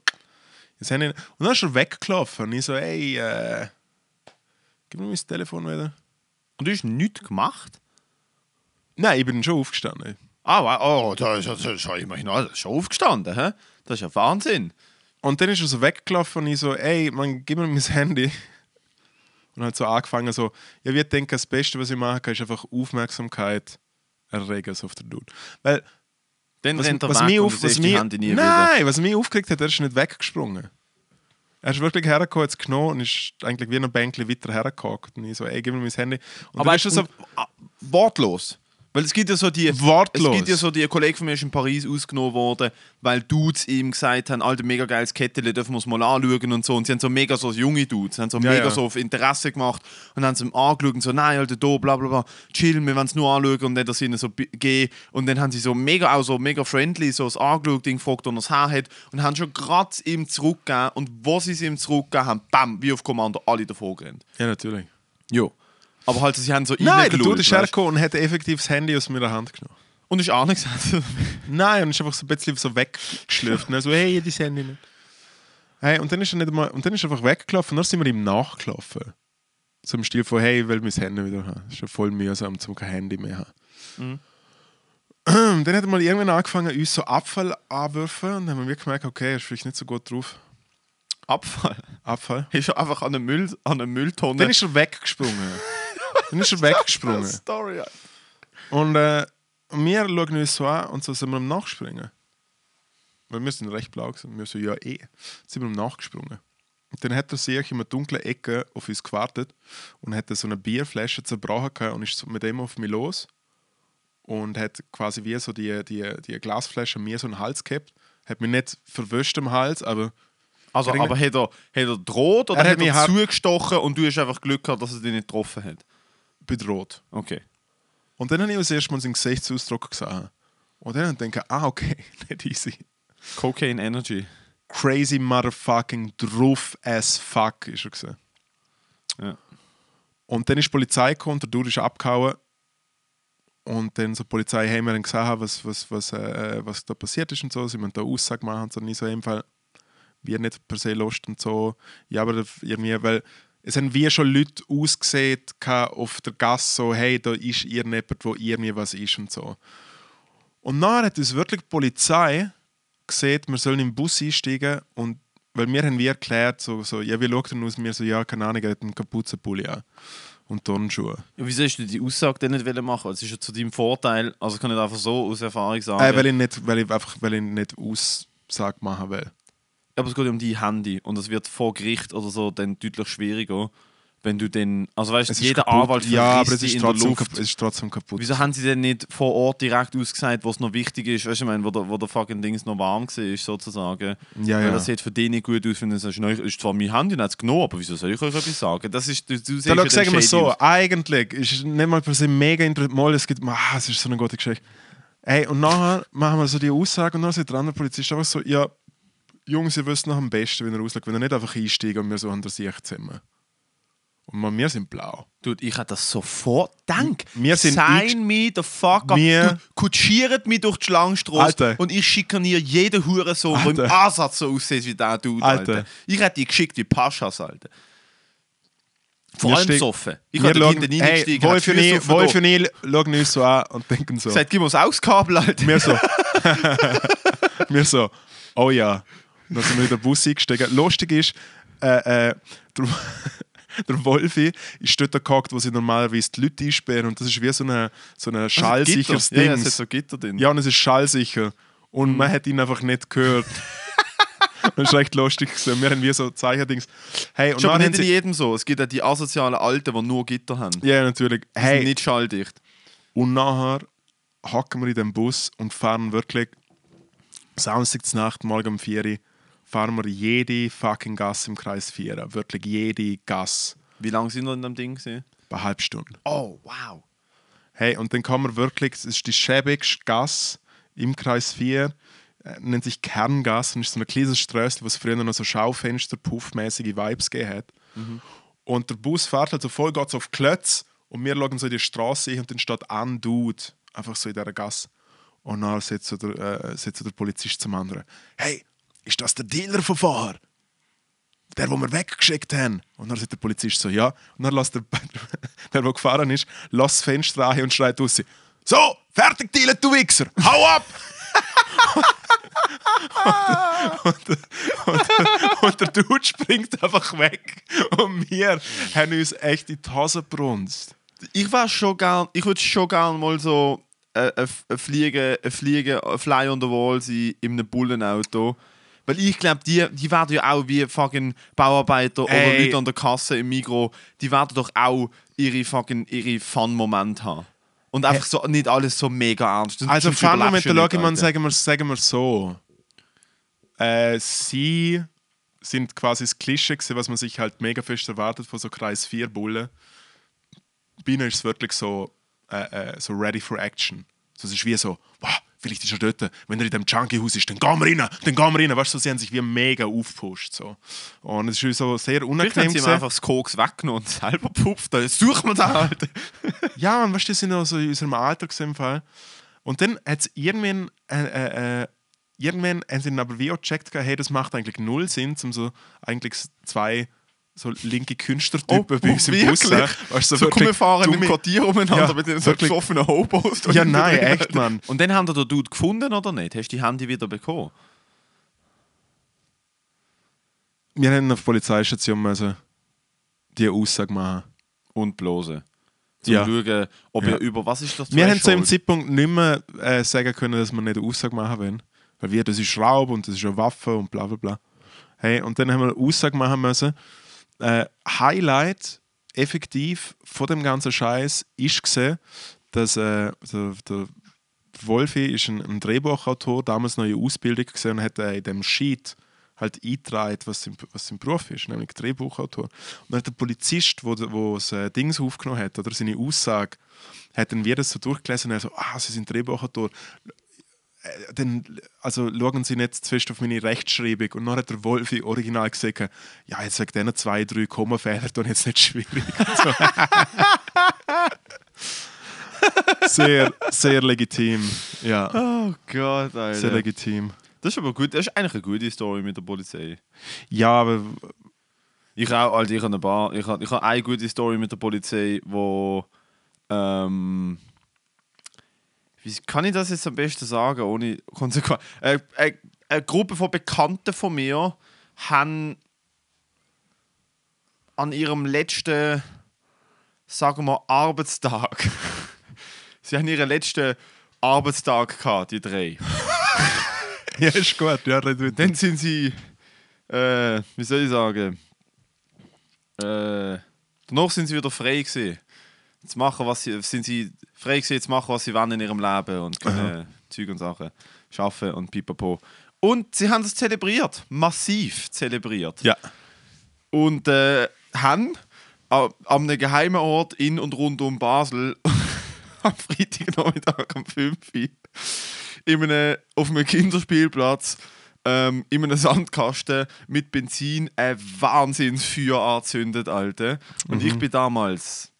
[SPEAKER 2] Jetzt hab ich, und dann ist er weggelaufen und ich so, hey, äh, gib mir mein Telefon wieder.
[SPEAKER 1] Und du hast nichts gemacht?
[SPEAKER 2] Nein, ich bin schon aufgestanden.
[SPEAKER 1] Ah, wa- oh, da ist, das ist ja immerhin alles schon aufgestanden. Hä? Das ist ja Wahnsinn.
[SPEAKER 2] Und dann ist er so weggelaufen und ich so, ey, man, gib mir mein Handy. Und hat so angefangen, so, ja, wir denken, das Beste, was ich machen kann, ist einfach Aufmerksamkeit erregen, so auf der Dude. Weil,
[SPEAKER 1] Dann
[SPEAKER 2] was,
[SPEAKER 1] rennt er
[SPEAKER 2] was
[SPEAKER 1] weg
[SPEAKER 2] mich
[SPEAKER 1] und
[SPEAKER 2] auf,
[SPEAKER 1] du
[SPEAKER 2] was
[SPEAKER 1] siehst
[SPEAKER 2] mich,
[SPEAKER 1] die Hände nie wieder.
[SPEAKER 2] Nein, was mich aufgeregt hat, er ist nicht weggesprungen. Er ist wirklich hergekommen, hat es genommen und ist eigentlich wie ein Bänkchen weiter hergehockt. Und ich so, ey, gib mir mein Handy. Und
[SPEAKER 1] Aber
[SPEAKER 2] dann
[SPEAKER 1] weißt du, so ah, wortlos. Weil es gibt ja so die.
[SPEAKER 2] Wortlos.
[SPEAKER 1] Es gibt ja so die, ein Kollege von mir ist in Paris ausgenommen worden, weil Dudes ihm gesagt haben: Alter, mega geiles Kettele, dürfen wir es mal anschauen und so. Und sie haben so mega so junge Dudes, haben so
[SPEAKER 2] Ja,
[SPEAKER 1] mega
[SPEAKER 2] ja.
[SPEAKER 1] so auf Interesse gemacht und haben es ihm angeschaut und so: Nein, Alter, da, bla, bla, bla, chillen, wir wollen es nur anschauen. Und dann hat er sie ihnen so bi- gegeben. Und dann haben sie so mega, auch so mega friendly, so es angeschaut, ihn gefragt, ob er es her hat. Und haben schon gerade ihm zurückgegeben. Und wo sie es ihm zurückgegeben haben, bam, wie auf Kommando, alle davor gerannt.
[SPEAKER 2] ja, natürlich.
[SPEAKER 1] Jo. Aber halt, sie haben so
[SPEAKER 2] Nein, der
[SPEAKER 1] reingeschaut,
[SPEAKER 2] Dude
[SPEAKER 1] weißt
[SPEAKER 2] ist hergekommen und hat effektiv das Handy aus meiner Hand genommen.
[SPEAKER 1] du. Und ist auch nichts.
[SPEAKER 2] Nein, und ist einfach so ein bisschen so weggeschlürft. Ne? So, hey, das Handy nicht. Hey, und dann ist er nicht mal, und dann ist er einfach weggelaufen, und dann sind wir ihm nachgelaufen. So im Stil von, hey, ich will mein Handy wieder haben. Ist ja voll mühsam, zum kein Handy mehr haben. Dann hat er mal irgendwann angefangen, uns so Abfall anwerfen und dann haben wir gemerkt, okay, er ist vielleicht nicht so gut drauf.
[SPEAKER 1] Abfall.
[SPEAKER 2] Abfall.
[SPEAKER 1] Ist einfach an eine, Müll, an eine Mülltonne.
[SPEAKER 2] Dann ist er weggesprungen. dann ist er weggesprungen.
[SPEAKER 1] Story.
[SPEAKER 2] Und äh, wir schauen uns so an und so sind wir am Nachspringen. Weil wir sind recht blau gewesen. Wir so, ja eh. Sind wir am Nachgesprungen. Und dann hat er sich in einer dunklen Ecke auf uns gewartet und hat so eine Bierflasche zerbrochen gehabt und ist so mit dem auf mich los und hat quasi wie so die, die, die Glasflasche mir so einen Hals gehabt. Hat mich nicht verwischt am Hals, aber
[SPEAKER 1] Also,
[SPEAKER 2] Kriegen-
[SPEAKER 1] aber hat er, hat er droht oder
[SPEAKER 2] Er hat
[SPEAKER 1] hat,
[SPEAKER 2] mich
[SPEAKER 1] er
[SPEAKER 2] hart-
[SPEAKER 1] zugestochen und du hast einfach Glück gehabt, dass er dich nicht getroffen hat?
[SPEAKER 2] bedroht.
[SPEAKER 1] Okay.
[SPEAKER 2] Und dann habe ich das erste Mal seinen Gesichtsausdruck gesehen. Und dann habe ich gedacht, ah, okay, nicht easy.
[SPEAKER 1] Cocaine Energy.
[SPEAKER 2] crazy motherfucking drauf as fuck ist er gewesen.
[SPEAKER 1] Ja.
[SPEAKER 2] Und dann ist die Polizei gekommen, der Dude ist abgehauen. Und dann so die Polizei, hey, wir haben gesehen, was, was, was, äh, was da passiert ist und so. Sie müssen da Aussage machen und so. Und ich so, im Fall, wir nicht per se Lust und so. Ja, aber irgendwie, weil es haben wie schon Leute ausgesehen gehabt auf der Gasse, so, hey, da ist irgendjemand, wo irgendwie was ist und so. Und nachher hat uns wirklich die Polizei gesehen, wir sollen im Bus einsteigen und weil wir haben wie erklärt, so, so ja, wie schaut denn aus? Wir so, ja, keine Ahnung, er hat einen Kapuzenpulli an und Turnschuhe.
[SPEAKER 1] Ja, wieso hast du die Aussage denn nicht wollen machen? Es ist ja zu deinem Vorteil. Also, ich kann nicht einfach so aus Erfahrung sagen.
[SPEAKER 2] Äh, weil, ich nicht, weil ich einfach weil ich nicht Aussage machen will.
[SPEAKER 1] Aber es geht ja um die Handy und das wird vor Gericht oder so dann deutlich schwieriger, wenn du dann. Also, weißt du,
[SPEAKER 2] Es ist
[SPEAKER 1] jeder
[SPEAKER 2] kaputt.
[SPEAKER 1] Anwalt
[SPEAKER 2] ja,
[SPEAKER 1] verreist
[SPEAKER 2] aber es
[SPEAKER 1] dich
[SPEAKER 2] ist,
[SPEAKER 1] in der
[SPEAKER 2] trotzdem,
[SPEAKER 1] Luft.
[SPEAKER 2] kap- es ist trotzdem kaputt.
[SPEAKER 1] Wieso haben sie denn nicht vor Ort direkt ausgesagt, was noch wichtig ist? Weißt du, ich meine, wo der, wo der fucking Dings noch warm war, sozusagen.
[SPEAKER 2] Ja,
[SPEAKER 1] Weil
[SPEAKER 2] ja.
[SPEAKER 1] das sieht für dich nicht gut aus, wenn du sagst, nein, ist zwar mein Handy, hat es genommen, aber wieso soll ich euch etwas sagen? Das ist, du, du siehst
[SPEAKER 2] Da
[SPEAKER 1] ja
[SPEAKER 2] schau, sagen
[SPEAKER 1] shady
[SPEAKER 2] wir so,
[SPEAKER 1] aus.
[SPEAKER 2] eigentlich ist es nicht mal per se mega interessant. Mal, es gibt, ah, es ist so eine gute Geschichte. Hey, und nachher machen wir so die Aussage und dann sagt der andere Polizist einfach so, ja, Jungs, ihr wisst noch am besten, wenn ihr auslegt, wenn ihr nicht einfach einsteigt und wir so an der Sicht zusammen. Und man, wir sind blau.
[SPEAKER 1] Dude, ich hätte das sofort gedacht.
[SPEAKER 2] Wir sind
[SPEAKER 1] Sign me the fuck up.
[SPEAKER 2] Wir-
[SPEAKER 1] Dude, kutschiert mich durch die Schlangenstraße
[SPEAKER 2] Alter.
[SPEAKER 1] und ich schikaniere jeden Hurensohn, der im
[SPEAKER 2] Alter.
[SPEAKER 1] Ansatz so aussieht wie der Dude, Alter.
[SPEAKER 2] Alter.
[SPEAKER 1] Ich hätte die geschickt wie Paschas, Alter. Vor
[SPEAKER 2] Wir
[SPEAKER 1] allem
[SPEAKER 2] ste-
[SPEAKER 1] besoffen. Ich
[SPEAKER 2] wir
[SPEAKER 1] hätte
[SPEAKER 2] schauen-
[SPEAKER 1] hinten
[SPEAKER 2] hey,
[SPEAKER 1] reingestiegen.
[SPEAKER 2] Wolf und ich, Wolf und
[SPEAKER 1] Ich
[SPEAKER 2] ich schauen uns so an und denken so.
[SPEAKER 1] gesagt, gib uns auch das Kabel, Alter.
[SPEAKER 2] Wir so. wir so. Oh ja. Und dann sind wir in den Bus eingestiegen. Lustig ist, äh, äh, der, der Wolfi ist dort gehackt, wo sie normalerweise die Leute einsperren. Und das ist wie so ein so eine schallsicheres
[SPEAKER 1] Gitter. Also Ja,
[SPEAKER 2] Ding.
[SPEAKER 1] ja, es hat so Gitter drin.
[SPEAKER 2] Ja, und es ist schallsicher. Und man hat ihn einfach nicht gehört. das ist recht lustig. gewesen. Wir haben wie so Zeichendings. Hey, und
[SPEAKER 1] Ist aber
[SPEAKER 2] dann haben
[SPEAKER 1] nicht in
[SPEAKER 2] sie.
[SPEAKER 1] jedem so. Es gibt ja die asozialen Alten, die nur Gitter haben.
[SPEAKER 2] Ja, natürlich.
[SPEAKER 1] Die sind
[SPEAKER 2] Hey,
[SPEAKER 1] nicht schalldicht.
[SPEAKER 2] Und nachher hocken wir in den Bus und fahren wirklich Samstag zur Nacht, morgen um 4 Uhr, fahren wir jede fucking Gasse im Kreis 4. Wirklich jede Gasse.
[SPEAKER 1] Wie lange sind wir in dem Ding? Gewesen?
[SPEAKER 2] Eine halbe Stunde.
[SPEAKER 1] Oh, wow.
[SPEAKER 2] Hey, und dann kommen wir wirklich, es ist die schäbigste Gasse im Kreis 4, äh, nennt sich Kerngasse und ist so eine kleine Straße, wo es früher noch so Schaufenster, puffmäßige Vibes gegeben hat.
[SPEAKER 1] Mhm.
[SPEAKER 2] Und der Bus fährt halt so voll, geht so auf Klötz und wir schauen so in die Straße ein und dann steht ein Dude, einfach so in dieser Gasse. Und dann sagt so der, äh, sagt so der Polizist zum anderen: Hey, ist das der Dealer von vorher? der, den wir weggeschickt haben. Und dann sagt der Polizist so, ja. Und dann lässt der, der, der gefahren ist, lässt das Fenster an und schreit raus, so, fertig dealen, du Wichser, hau ab! und, und, und, und der Dude springt einfach weg. Und wir haben uns echt in die Hose brunst.
[SPEAKER 1] Ich war schon gern, ich würde schon gern mal so äh, äh, äh, fliegen, äh, fliegen, äh, fly on the wall sein in einem Bullenauto. Weil ich glaube, die, die werden ja auch wie fucking Bauarbeiter oder
[SPEAKER 2] Ey.
[SPEAKER 1] Leute an der Kasse im Migro, die werden doch auch ihre fucking ihre Fun-Momente haben. Und einfach so nicht alles so mega ernst. Sonst-
[SPEAKER 2] Also
[SPEAKER 1] sonst
[SPEAKER 2] Fun
[SPEAKER 1] überlebst
[SPEAKER 2] Moment,
[SPEAKER 1] du nicht,
[SPEAKER 2] schauen wir,
[SPEAKER 1] Alter.
[SPEAKER 2] sagen wir, sagen wir so. Äh, sie sind quasi das Klischee, gewesen, was man sich halt mega fest erwartet von so Kreis 4 Bullen. Bei ihnen ist es wirklich so, äh, äh, so ready for action. So, es ist wie so, wow, vielleicht ist er dort, wenn er in dem Junkie-Haus ist, dann gehen wir rein, dann gehen wir rein. Weißt du, so, sie haben sich wie mega aufgepusht. So. Und es ist uns so sehr
[SPEAKER 1] Vielleicht haben
[SPEAKER 2] unangenehm.
[SPEAKER 1] sie ihm
[SPEAKER 2] gewesen.
[SPEAKER 1] einfach das Koks weggenommen und selber pupft. Jetzt suchen wir da halt.
[SPEAKER 2] Ja, man, weißt du, die sind auch so in unserem Alter gewesen im Fall. Und dann hat es irgendwann, äh, äh, äh, irgendwann haben sie dann aber wie auch gecheckt, gehabt, hey, das macht eigentlich null Sinn, um so eigentlich s- zwei so linke Künstlertypen bei uns im Bus. äh, Weißt du,
[SPEAKER 1] Oh, so komm, wir
[SPEAKER 2] wirklich,
[SPEAKER 1] fahren
[SPEAKER 2] du
[SPEAKER 1] im
[SPEAKER 2] mi-
[SPEAKER 1] Quartier umeinander
[SPEAKER 2] Ja,
[SPEAKER 1] mit den so
[SPEAKER 2] wirklich.
[SPEAKER 1] besoffenen Hobos.
[SPEAKER 2] Ja, nein, echt, Mann.
[SPEAKER 1] Und dann haben wir den Dude gefunden, oder nicht? Hast du die Handy wieder bekommen?
[SPEAKER 2] Wir haben auf der Polizeistation müssen die Aussage machen.
[SPEAKER 1] Und bloße. Zum
[SPEAKER 2] Ja.
[SPEAKER 1] schauen, ob
[SPEAKER 2] Ja.
[SPEAKER 1] ihr über was ist das
[SPEAKER 2] Wir haben zu dem
[SPEAKER 1] Threshold?
[SPEAKER 2] Zeitpunkt nicht mehr äh, sagen können, dass wir nicht eine Aussage machen wollen. Weil wir, das ist Raub und das ist eine Waffe und bla bla bla. Hey, und dann haben wir eine Aussage machen müssen. Äh, Highlight effektiv von dem ganzen Scheiß ist gesehen, dass äh, der, der Wolfi ist ein, ein Drehbuchautor, damals neue Ausbildung gesehen und hat äh, in dem Sheet halt eingetragen, was sein, was sein Beruf ist, nämlich Drehbuchautor. Und dann hat der Polizist, wo, wo das äh, Dings aufgenommen hat, oder seine Aussage, hat dann wir das so durchgelesen und er so, ah, Sie sind Drehbuchautor. Äh, Dann, also schauen Sie nicht zuerst auf meine Rechtschreibung. Und dann hat der Wolfi original gesagt, ja, jetzt wegen diesen zwei, drei Kommafehler tun jetzt nicht schwierig. So. sehr, sehr legitim. Ja,
[SPEAKER 1] Oh Gott, Alter.
[SPEAKER 2] sehr legitim.
[SPEAKER 1] das ist aber gut. Das ist eigentlich eine gute Story mit der Polizei.
[SPEAKER 2] Ja, aber
[SPEAKER 1] Ich auch, Alter, ich habe ein paar. Ich habe ich hab eine gute Story mit der Polizei, wo. Ähm, wie kann ich das jetzt am besten sagen, ohne Konsequenz? Äh, äh, eine Gruppe von Bekannten von mir haben an ihrem letzten, sagen wir, Arbeitstag. Sie haben ihren letzten Arbeitstag gehabt, die drei.
[SPEAKER 2] ja, ist gut. Ja, red weiter.
[SPEAKER 1] Dann sind sie, äh, wie soll ich sagen, äh, danach sind sie wieder frei gewesen. Zu machen, was sie, sind sie frei gewesen, zu machen, was sie wollen in ihrem Leben und können Zeug und Sachen schaffen und pipapo. Und sie haben es zelebriert, massiv zelebriert.
[SPEAKER 2] ja.
[SPEAKER 1] Und äh, haben am einem geheimen Ort in und rund um Basel am Freitagnachmittag um 5 Uhr in einem, auf einem Kinderspielplatz ähm, in einem Sandkasten mit Benzin ein Wahnsinnsfeuer anzündet, Alter. Und ich bin damals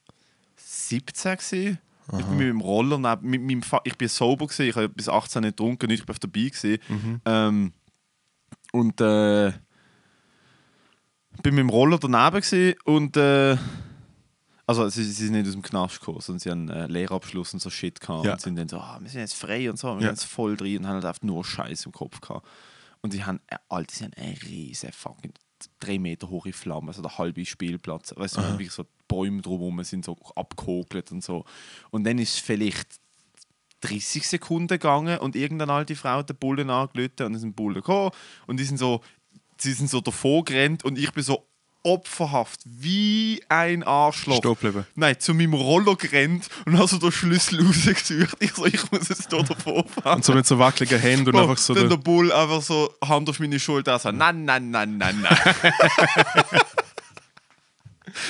[SPEAKER 1] 17 gewesen. Ich bin mit dem Roller, neben, mit meinem Fa ich bin sober gewesen, ich habe bis 18 nicht getrunken, nicht, ich bin auf dabei gewesen. Ähm, und äh, bin mit dem Roller daneben gewesen und äh, also sie, sie sind nicht aus dem Knast gekommen, sondern sie haben einen Lehrabschluss und so Shit gehabt
[SPEAKER 2] Ja.
[SPEAKER 1] und sind dann so, ah, wir sind jetzt frei und so, wir
[SPEAKER 2] Ja.
[SPEAKER 1] sind jetzt voll drin und haben halt einfach nur Scheiß im Kopf gehabt. Und sie haben, äh, Alter, sie haben eine riesen fucking drei Meter hohe Flamme, also der halbe Spielplatz, weißt du, wirklich so die Bäume drumherum sind so abgehokelt und so. Und dann ist vielleicht 30 Sekunden gegangen und irgendeine alte Frau hat den Bullen angelötet und es sind Bullen gekommen und die sind so, sie sind so davor gerannt und ich bin so opferhaft wie ein Arschloch.
[SPEAKER 2] Stopp bleiben.
[SPEAKER 1] Nein, zu meinem Roller gerannt und habe so den Schlüssel rausgesucht. Ich so, ich muss jetzt hier davor fahren.
[SPEAKER 2] Und so mit so wackeligen Händen und
[SPEAKER 1] Bro,
[SPEAKER 2] einfach so.
[SPEAKER 1] dann der
[SPEAKER 2] Der,
[SPEAKER 1] Bull einfach so Hand auf meine Schulter und sagt, nein, nein, nein, nein, nein.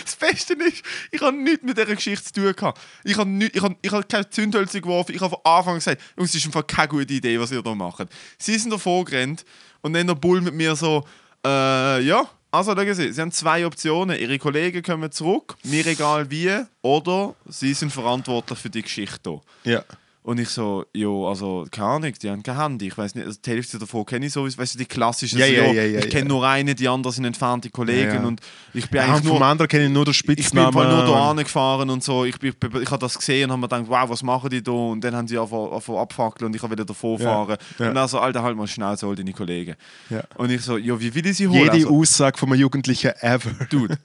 [SPEAKER 1] Das Beste ist, ich habe nichts mit dieser Geschichte zu tun gehabt. Ich habe, nicht, ich habe, ich habe keine Zündhölzer geworfen. Ich habe von Anfang an gesagt, Jungs, es ist im Fall keine gute Idee, was ihr da macht. Sie sind davor gerannt und dann der Bull mit mir so, äh, ja, also schauen Sie, Sie haben zwei Optionen. Ihre Kollegen kommen zurück, mir egal wie, oder Sie sind verantwortlich für die Geschichte hier.
[SPEAKER 2] ja.
[SPEAKER 1] Und ich so, jo, also keine Ahnung, die haben kein Handy. Ich weiß nicht, also die Hälfte davon kenne ich sowieso, weißt du, die klassischen.
[SPEAKER 2] Ja,
[SPEAKER 1] so,
[SPEAKER 2] ja,
[SPEAKER 1] jo,
[SPEAKER 2] ja, ja,
[SPEAKER 1] ich kenne
[SPEAKER 2] ja.
[SPEAKER 1] nur einen, die anderen sind entfernte Kollegen
[SPEAKER 2] Ja, ja.
[SPEAKER 1] und ich bin
[SPEAKER 2] ja
[SPEAKER 1] eigentlich
[SPEAKER 2] und vom
[SPEAKER 1] nur.
[SPEAKER 2] anderen kenne ich nur den
[SPEAKER 1] Ich bin im
[SPEAKER 2] Spitznamen.
[SPEAKER 1] Fall nur da angefahren und so. Ich, bin- ich, bin- ich habe das gesehen und habe mir gedacht, wow, was machen die da? Und dann haben sie einfach, einfach abfackeln und ich habe wieder davor
[SPEAKER 2] Ja,
[SPEAKER 1] fahren.
[SPEAKER 2] ja.
[SPEAKER 1] Und dann so, Alter, halt mal schnell, so hol deine Kollegen.
[SPEAKER 2] Ja.
[SPEAKER 1] Und ich so, jo, wie will ich sie holen?
[SPEAKER 2] Jede
[SPEAKER 1] Also-
[SPEAKER 2] Aussage von einem Jugendlichen ever.
[SPEAKER 1] Dude.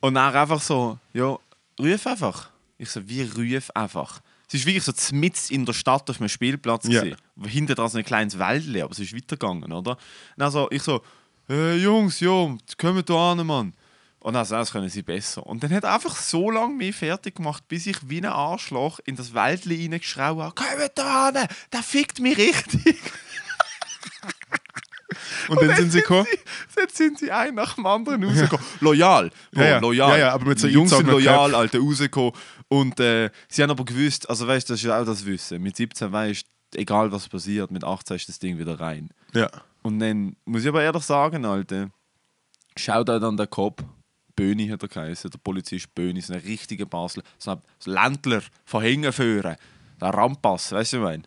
[SPEAKER 1] Und dann einfach so, ja, ruf einfach. Ich so, wie ruf einfach? Es ist wirklich so mitten in der Stadt auf einem Spielplatz
[SPEAKER 2] Ja.
[SPEAKER 1] gewesen. Hinter dran so ein kleines Wäldchen, aber es ist weitergegangen, oder? Dann so, ich so, hey, Jungs, jo, kommt da an, Mann. Und dann so, das können sie besser. Und dann hat er einfach so lange mich fertig gemacht, bis ich wie ein Arschloch in das Wäldchen reingeschraubt habe, kommt da an, der fickt mich richtig.
[SPEAKER 2] Und dann sind sie
[SPEAKER 1] Dann
[SPEAKER 2] gekommen.
[SPEAKER 1] Dann sind sie ein nach dem anderen rausgekommen. Loyal. Bro,
[SPEAKER 2] Ja, ja.
[SPEAKER 1] loyal.
[SPEAKER 2] Ja, ja, aber mit so
[SPEAKER 1] Die Jungs sind
[SPEAKER 2] eingezogenen
[SPEAKER 1] loyal, Alter, rausgekommen. Und äh, sie haben aber gewusst, also weißt du, das ist ja auch das Wissen. Mit 17 weißt du, egal was passiert, mit 18 ist das Ding wieder rein.
[SPEAKER 2] Ja.
[SPEAKER 1] Und dann muss ich aber ehrlich sagen, Alter, schaut halt an den Kopf. Böni hat er geheißen, der Polizist Böni, so ein richtiger Basler, so ein Ländler von hinten führen. Der Rampass, weißt du, was ich meine?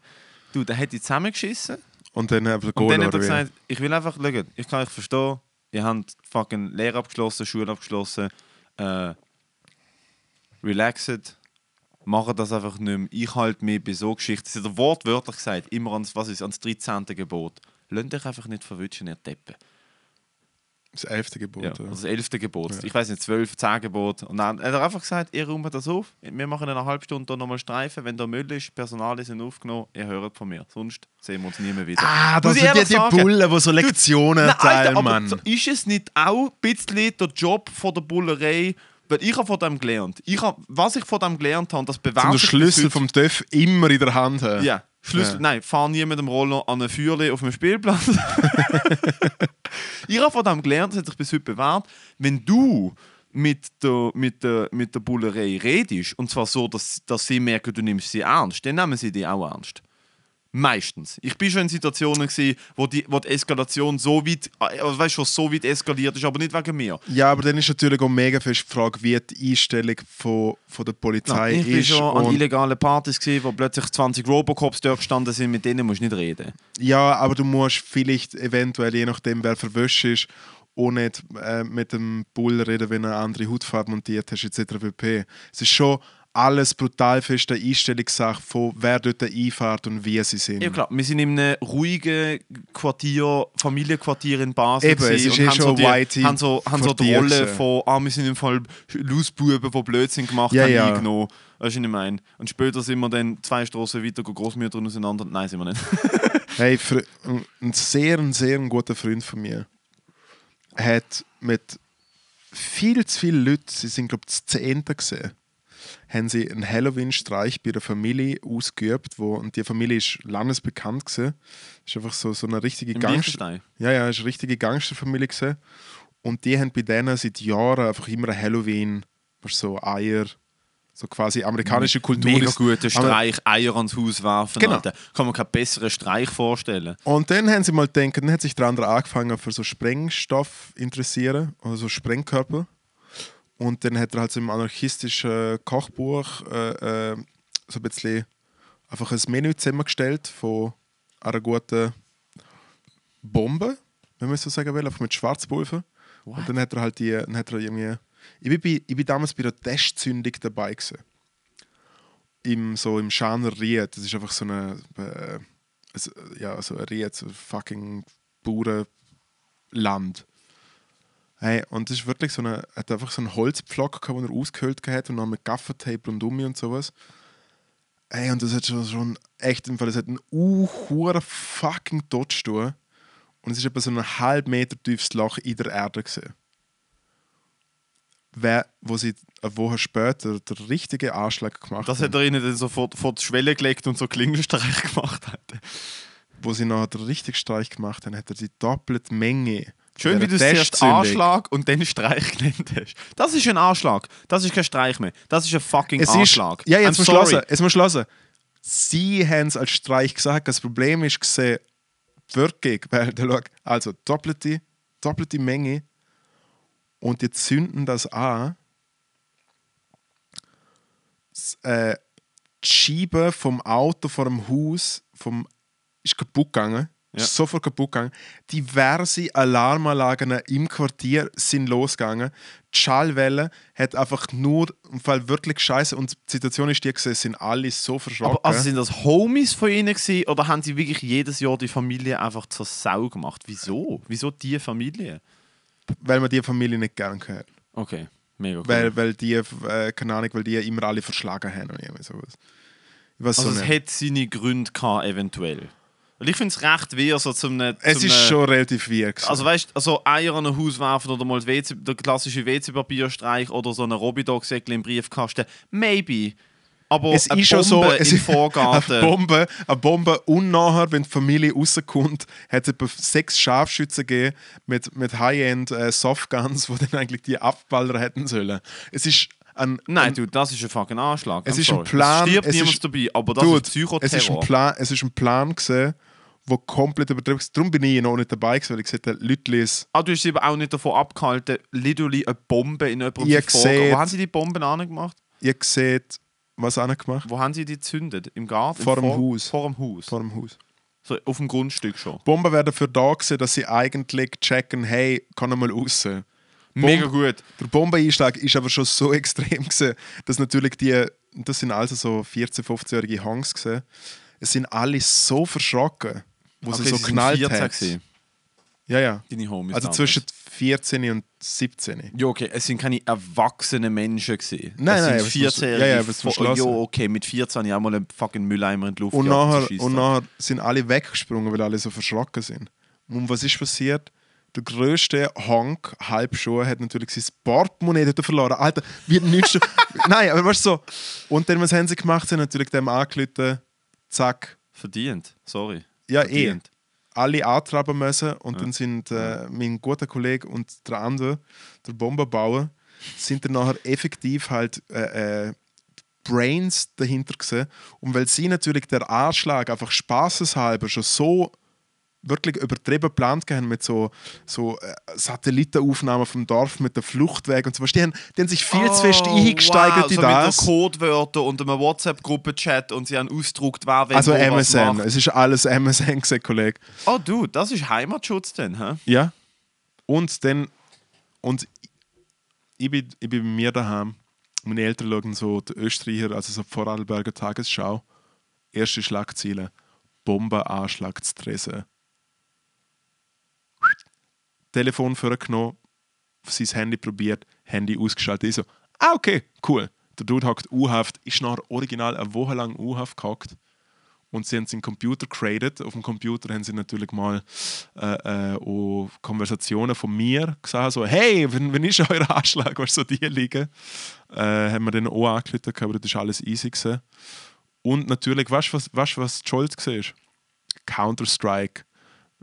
[SPEAKER 1] Du, der hat die zusammengeschissen.
[SPEAKER 2] Und dann einfach
[SPEAKER 1] Und
[SPEAKER 2] Goal
[SPEAKER 1] dann hat er
[SPEAKER 2] oder wie?
[SPEAKER 1] gesagt, ich will einfach, schaut, ich kann euch verstehen, ihr habt fucking Lehre abgeschlossen, Schule abgeschlossen, äh, relaxed, macht das einfach nicht mehr. Ich halte mich bei so Geschichten, das hat er wortwörtlich gesagt, immer ans, was ist, ans 13. Gebot. Lasst euch einfach nicht verwünschen, ihr Deppen.
[SPEAKER 2] Das elfte Gebot.
[SPEAKER 1] Ja,
[SPEAKER 2] Ja.
[SPEAKER 1] also das 11. Gebot. Ich weiß nicht, 12, 10 Gebot. Und dann hat er einfach gesagt, ihr räumt das auf, wir machen in einer halben Stunde hier nochmal Streifen, wenn da Müll ist, Personal sind aufgenommen, ihr hört von mir. Sonst sehen wir uns nie mehr wieder.
[SPEAKER 2] Ah, das
[SPEAKER 1] Muss ich
[SPEAKER 2] sind ja
[SPEAKER 1] ehrlich
[SPEAKER 2] die
[SPEAKER 1] sagen.
[SPEAKER 2] Bullen, die so Lektionen
[SPEAKER 1] Nein, Alter,
[SPEAKER 2] teilen,
[SPEAKER 1] aber
[SPEAKER 2] Mann.
[SPEAKER 1] so ist es nicht auch ein bisschen der Job von der Bullerei? Weil ich habe von dem gelernt. Ich habe, was ich von dem gelernt habe, das bewährt
[SPEAKER 2] Und den
[SPEAKER 1] sich bis
[SPEAKER 2] Schlüssel
[SPEAKER 1] heute.
[SPEAKER 2] vom Töff immer in der Hand haben.
[SPEAKER 1] Ja, Schlüssel.
[SPEAKER 2] Ja.
[SPEAKER 1] Nein, fahr nie mit dem Roller an einen Feuerli auf dem Spielplatz. ich habe von dem gelernt, das hat sich bis heute bewährt. Wenn du mit der, mit der, mit der Bullerei redest, und zwar so, dass, dass sie merken, du nimmst sie ernst, dann nehmen sie dich auch ernst. Meistens. Ich bin schon in Situationen, gewesen, wo, die, wo die Eskalation so weit, also weißt, schon so weit eskaliert ist, aber nicht wegen mir.
[SPEAKER 2] Ja, aber dann ist natürlich auch mega fest die Frage, wie die Einstellung von, von der Polizei
[SPEAKER 1] ich
[SPEAKER 2] ist.
[SPEAKER 1] bin schon an
[SPEAKER 2] und-
[SPEAKER 1] illegalen Partys, gewesen, wo plötzlich 20 Robocops dort gestanden sind, mit denen musst du nicht reden.
[SPEAKER 2] ja, aber du musst vielleicht eventuell, je nachdem, wer verwischt ist, auch nicht äh, mit dem Bull reden, wenn er eine andere Hautfarbe montiert hast, etc. pp. Es ist schon alles brutal fest eine Einstellungssache von wer dort einfährt und wie sie sind.
[SPEAKER 1] Ja klar, wir sind in einem ruhigen Quartier, Familienquartier in Basel
[SPEAKER 2] Eben, es
[SPEAKER 1] gewesen
[SPEAKER 2] ist
[SPEAKER 1] und
[SPEAKER 2] eh
[SPEAKER 1] haben
[SPEAKER 2] schon
[SPEAKER 1] so die,
[SPEAKER 2] ein whitey
[SPEAKER 1] haben so, haben so die
[SPEAKER 2] Quartier
[SPEAKER 1] Rolle
[SPEAKER 2] gewesen.
[SPEAKER 1] von, ah, wir sind im Fall Lausbuben, die Blödsinn gemacht
[SPEAKER 2] Ja,
[SPEAKER 1] haben,
[SPEAKER 2] ja.
[SPEAKER 1] eingenommen. Weißt du, was ich meine? Und später sind wir dann zwei Straßen weiter, gehen Großmütter auseinander. Nein, sind wir nicht.
[SPEAKER 2] Hey, Fr- ein ein sehr, ein sehr guter Freund von mir hat mit viel zu vielen Leuten, sie sind glaube ich das Zehnte gesehen, haben sie einen Halloween-Streich bei einer Familie ausgeübt, wo, und die Familie ist landesbekannt gewesen. Ist einfach so, so eine richtige
[SPEAKER 1] Im
[SPEAKER 2] Gangster.
[SPEAKER 1] Liechtenstein?
[SPEAKER 2] Ja, ja, ist eine richtige Gangsterfamilie gewesen. Und die haben bei denen seit Jahren einfach immer ein Halloween, weißt du, so Eier, So quasi amerikanische Kultur.
[SPEAKER 1] Mega
[SPEAKER 2] ist-
[SPEAKER 1] guter
[SPEAKER 2] Amer-
[SPEAKER 1] Streich, Eier ans Haus werfen.
[SPEAKER 2] Genau.
[SPEAKER 1] Alter. Kann man keinen besseren Streich vorstellen.
[SPEAKER 2] Und dann haben sie mal gedacht, dann hat sich der andere angefangen für so Sprengstoff interessieren, also so Sprengkörper. Und dann hat er halt so im anarchistischen Kochbuch äh, äh, so ein bisschen einfach ein Menü zusammengestellt von einer guten Bombe, wenn man es so sagen will, einfach mit Schwarzpulver. Und dann hat er halt die, dann hat er irgendwie, ich bin, bei- ich bin damals bei der Testzündung dabei gewesen im, so im Schaner Ried. Das ist einfach so eine, äh, es- ja, so ein Ried, so ein fucking Bauernland. Hey, und das ist wirklich so eine, hat einfach so einen Holzpflock gehabt, den er ausgehöhlt hat und dann mit Gaffertape und Dummi und sowas. Ey, und das hat schon, schon echt im Fall, das hat einen uhuren fucking Todstuhl. Und es ist etwa so ein halb Meter tiefes Loch in der Erde gesehen wer, wo sie eine Woche später den richtigen Anschlag gemacht
[SPEAKER 1] Das
[SPEAKER 2] haben,
[SPEAKER 1] hat er ihnen dann sofort vor die Schwelle gelegt und so Klingelstreich gemacht. Alter.
[SPEAKER 2] wo sie noch den richtigen Streich gemacht haben, hat er die doppelte Menge.
[SPEAKER 1] Schön, wie du es
[SPEAKER 2] dieser
[SPEAKER 1] zuerst
[SPEAKER 2] Testzündung-
[SPEAKER 1] Anschlag und dann Streich genannt hast. Das ist ein Anschlag. Das ist kein Streich mehr. Das ist ein fucking
[SPEAKER 2] Es ist,
[SPEAKER 1] Anschlag.
[SPEAKER 2] ja,
[SPEAKER 1] I'm
[SPEAKER 2] jetzt muss
[SPEAKER 1] sorry.
[SPEAKER 2] schlossen. Jetzt muss schlossen. Sie haben es als Streich gesagt. Das Problem ist gesehen, die Wirkung, weil der schau, also doppelte, doppelte Menge und die zünden das an. S- Äh, die Scheibe vom Auto vor dem Haus vom, ist kaputt gegangen.
[SPEAKER 1] Ja.
[SPEAKER 2] Ist sofort kaputt gegangen. Diverse Alarmanlagen im Quartier sind losgegangen. Die Schallwelle hat einfach nur im Fall wirklich scheiße. Und die Situation ist die, gewesen, es sind alle so verschrocken.
[SPEAKER 1] Aber also sind das Homies von ihnen gewesen, oder haben sie wirklich jedes Jahr die Familie einfach zur Sau gemacht? Wieso? Wieso die Familie?
[SPEAKER 2] weil man die Familie nicht gern hat.
[SPEAKER 1] Okay, mega cool.
[SPEAKER 2] Weil, weil die, äh, keine Ahnung, weil die immer alle verschlagen haben oder irgendwie sowas. Ich weiß
[SPEAKER 1] also
[SPEAKER 2] so
[SPEAKER 1] es
[SPEAKER 2] nicht.
[SPEAKER 1] hätte seine Gründe gehabt, eventuell. Und ich finde es recht weh, so zum
[SPEAKER 2] Es
[SPEAKER 1] zum äh,
[SPEAKER 2] ist schon relativ wirksam.
[SPEAKER 1] Also weißt also Eier an ein Haus werfen oder mal WC, der klassische WC-Papierstreich oder so eine Robidog-Säckchen im Briefkasten. Maybe. Aber
[SPEAKER 2] es
[SPEAKER 1] eine
[SPEAKER 2] ist schon
[SPEAKER 1] Bombe
[SPEAKER 2] so,
[SPEAKER 1] im
[SPEAKER 2] es ist eine
[SPEAKER 1] Vorgarten.
[SPEAKER 2] Bombe, eine Bombe und nachher, wenn die Familie rauskommt, hat es etwa sechs Scharfschützen gegeben mit, mit High-End äh, Softguns, die dann eigentlich die Abballer hätten sollen. Es ist ein,
[SPEAKER 1] Nein, du, das ist ein fucking Anschlag.
[SPEAKER 2] Es
[SPEAKER 1] I'm
[SPEAKER 2] ist ein
[SPEAKER 1] sorry.
[SPEAKER 2] Plan,
[SPEAKER 1] Es stirbt
[SPEAKER 2] es
[SPEAKER 1] niemand
[SPEAKER 2] ist-
[SPEAKER 1] dabei, aber das
[SPEAKER 2] Dude,
[SPEAKER 1] ist Psychoterror.
[SPEAKER 2] Es ist ein Plan, es ist ein Plan gewesen, wo komplett übertrieben ist. Darum bin ich ja noch nicht dabei gewesen, weil ich gesagt habe, Leute, lies-
[SPEAKER 1] Ah, du hast sie aber auch nicht davon abgehalten, literally eine Bombe in jemandem
[SPEAKER 2] Ich
[SPEAKER 1] zu folgen.
[SPEAKER 2] sehe-
[SPEAKER 1] Wo haben sie die Bomben angemacht?
[SPEAKER 2] ihr seht, was einer gemacht
[SPEAKER 1] Wo haben sie die gezündet? Im Garten?
[SPEAKER 2] Vor
[SPEAKER 1] Im
[SPEAKER 2] dem Haus.
[SPEAKER 1] Vor dem Haus.
[SPEAKER 2] vor dem Haus.
[SPEAKER 1] so, auf dem Grundstück schon.
[SPEAKER 2] Bomben wäre dafür da gewesen, dass sie eigentlich checken, hey, kann er mal raus.
[SPEAKER 1] Mega gut.
[SPEAKER 2] Der Bombeneinschlag ist aber schon so extrem gewesen, dass natürlich die, das sind also so 14, 15-jährige Hangs gewesen, es sind alle so verschrocken, wo sie so
[SPEAKER 1] sind
[SPEAKER 2] knallt
[SPEAKER 1] 14
[SPEAKER 2] hat.
[SPEAKER 1] gewesen,
[SPEAKER 2] Ja, ja.
[SPEAKER 1] Deine Homies.
[SPEAKER 2] Also
[SPEAKER 1] damals.
[SPEAKER 2] zwischen 14 und 17.
[SPEAKER 1] Ja, okay, es sind keine erwachsenen Menschen gewesen.
[SPEAKER 2] Nein,
[SPEAKER 1] es
[SPEAKER 2] nein, aber
[SPEAKER 1] sind
[SPEAKER 2] es muss-
[SPEAKER 1] 14
[SPEAKER 2] ja, ja, aber es muss
[SPEAKER 1] Ja,
[SPEAKER 2] geschlossen.
[SPEAKER 1] okay, mit 14 habe ich auch mal einen fucking Mülleimer in die Luft
[SPEAKER 2] Und,
[SPEAKER 1] gejagt, zu
[SPEAKER 2] nachher,
[SPEAKER 1] schiessen.
[SPEAKER 2] und nachher sind alle weggesprungen, weil alle so verschrocken sind. Und was ist passiert? Der grösste Hank, Halbschuhe, hat natürlich sein Portemonnaie dort verloren. Alter, wie nichts. Nein, aber weißt du so. Und dann, was haben sie gemacht? Sie haben natürlich dem angelötet, zack,
[SPEAKER 1] Verdient, sorry.
[SPEAKER 2] ja, eh.
[SPEAKER 1] Verdient.
[SPEAKER 2] Alle antreiben müssen und dann sind äh, mein guter Kollege und der andere, der Bomberbauer, sind dann nachher effektiv halt äh, äh, Brains dahinter gesehen. Und weil sie natürlich der Anschlag einfach spaßeshalber schon so wirklich übertrieben geplant haben mit so, so äh, Satellitenaufnahmen vom Dorf mit der Fluchtweg und so was. Die haben, die haben sich viel zu fest
[SPEAKER 1] Oh,
[SPEAKER 2] eingesteigert
[SPEAKER 1] wow,
[SPEAKER 2] in
[SPEAKER 1] so
[SPEAKER 2] das.
[SPEAKER 1] Mit so Codewörtern und einem WhatsApp-Gruppen-Chat und sie haben ausgedruckt, wer wenn
[SPEAKER 2] also
[SPEAKER 1] wo was
[SPEAKER 2] MSN,
[SPEAKER 1] macht.
[SPEAKER 2] es ist alles MSN gesehen, Kollege.
[SPEAKER 1] Oh, du, das ist Heimatschutz denn, hä?
[SPEAKER 2] Ja. Und dann, und ich bin, ich bin bei mir daheim. Meine Eltern schauen so die Österreicher, also so die Vorarlberger Tagesschau. Erste Schlagziele: Bombenanschlag zu Dresden. Telefon vorgenommen, sein Handy probiert, Handy ausgeschaltet. Ich so, ah, okay, cool. Der Dude hockt U-Haft, ist nachher original eine Woche lang U-Haft gehockt und sie haben seinen Computer created. Auf dem Computer haben sie natürlich mal äh, äh, auch Konversationen von mir gesehen, so «Hey, wenn, wenn ist euer Anschlag, was so die liegen?» äh, haben wir dann auch angerufen, aber das war alles easy. Gewesen. Und natürlich, weißt du, was, weißt, du, was die Schuld war? Counter-Strike.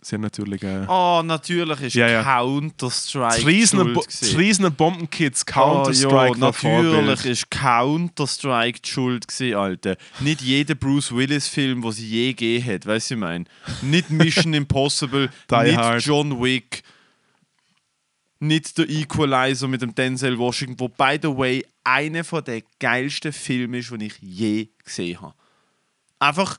[SPEAKER 2] Sie haben natürlich. Äh,
[SPEAKER 1] Oh, natürlich ist
[SPEAKER 2] Ja, ja.
[SPEAKER 1] Counter-Strike.
[SPEAKER 2] das Riesene,
[SPEAKER 1] schuld
[SPEAKER 2] Bo
[SPEAKER 1] gewesen.
[SPEAKER 2] das Riesene Bombenkids Counter-Strike
[SPEAKER 1] oh, Ah, ja,
[SPEAKER 2] war
[SPEAKER 1] natürlich
[SPEAKER 2] Vorbild.
[SPEAKER 1] ist Counter-Strike die schuld gewesen, Alter. Nicht jeder Bruce Willis-Film, den sie je gegeben hat, weißt du, ich meine. Nicht Mission Impossible,
[SPEAKER 2] Die
[SPEAKER 1] nicht
[SPEAKER 2] Hard.
[SPEAKER 1] John Wick, nicht der Equalizer mit dem Denzel Washington, wo, by the way, einer von der geilsten Filme ist, den ich je gesehen habe. Einfach,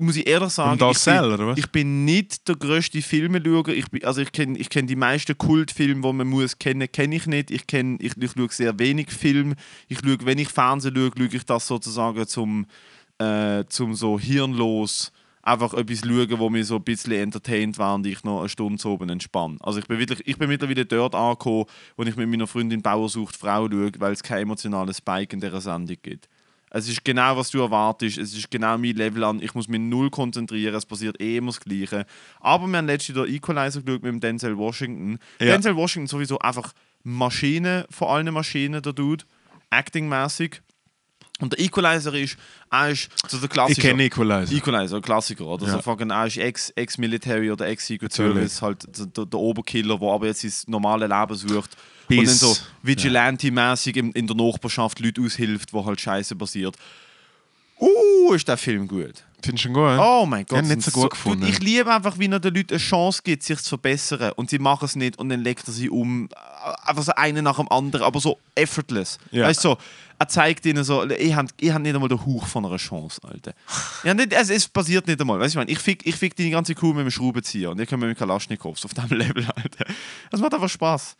[SPEAKER 1] muss ich ehrlich sagen,
[SPEAKER 2] Und das
[SPEAKER 1] ich,
[SPEAKER 2] Sell,
[SPEAKER 1] bin,
[SPEAKER 2] oder was?
[SPEAKER 1] ich bin nicht der grösste Filmeschauer. Ich bin, also ich kenne ich kenn die meisten Kultfilme, die man muss kennen, kenne ich nicht. Ich, kenn, ich, ich schaue sehr wenig Film. Ich schaue, wenn ich Fernsehen schaue, schaue ich das sozusagen zum, äh, zum so hirnlos einfach etwas schauen, wo mir so ein bisschen entertaint war und ich noch eine Stunde so oben entspanne. Also ich bin, wirklich, ich bin mittlerweile dort angekommen, wo ich mit meiner Freundin Bauer sucht Frau schaue, weil es keinen emotionalen Spike in dieser Sendung gibt. Es ist genau, was du erwartest. Es ist genau mein Level an. Ich muss mich null konzentrieren. Es passiert eh immer das Gleiche. Aber wir haben letztens den Equalizer geschaut mit dem Denzel Washington.
[SPEAKER 2] Ja.
[SPEAKER 1] Denzel Washington sowieso einfach Maschine, vor allem Maschine, der Dude. Acting-mäßig. Und der Equalizer ist, er ist so der
[SPEAKER 2] Ich
[SPEAKER 1] klassische.
[SPEAKER 2] kenne Equalizer.
[SPEAKER 1] Equalizer, ein Klassiker, oder?
[SPEAKER 2] Ja.
[SPEAKER 1] So fucking auch ist Ex- Ex-Military oder Ex-Secret
[SPEAKER 2] Natürlich.
[SPEAKER 1] Service, halt so der, der Oberkiller, der aber jetzt sein normales Leben sucht. und
[SPEAKER 2] Bis-
[SPEAKER 1] dann so Vigilante-mäßig in, in der Nachbarschaft Leute aushilft, wo halt Scheiße passiert. Uh, ist der Film gut.
[SPEAKER 2] Findest du ihn gut?
[SPEAKER 1] Oh mein Gott.
[SPEAKER 2] Ich habe nicht so
[SPEAKER 1] sind
[SPEAKER 2] gut gefunden.
[SPEAKER 1] Dude, ich liebe einfach, wie er den Leuten eine Chance gibt, sich zu verbessern. Und sie machen es nicht und dann legt er sie um. Einfach so einen nach dem anderen, aber so effortless.
[SPEAKER 2] Ja.
[SPEAKER 1] Weißt du, so, er zeigt ihnen so, ich habe ich hab nicht einmal den Hauch von einer Chance, Alter. Ja, nicht, also es passiert nicht einmal. Weißt du, ich, meine, ich fick, ich fick die ganze Kuh mit dem Schraubenzieher und ihr könnt mit dem Kalaschnikows auf diesem Level, Alter. Das macht einfach Spaß.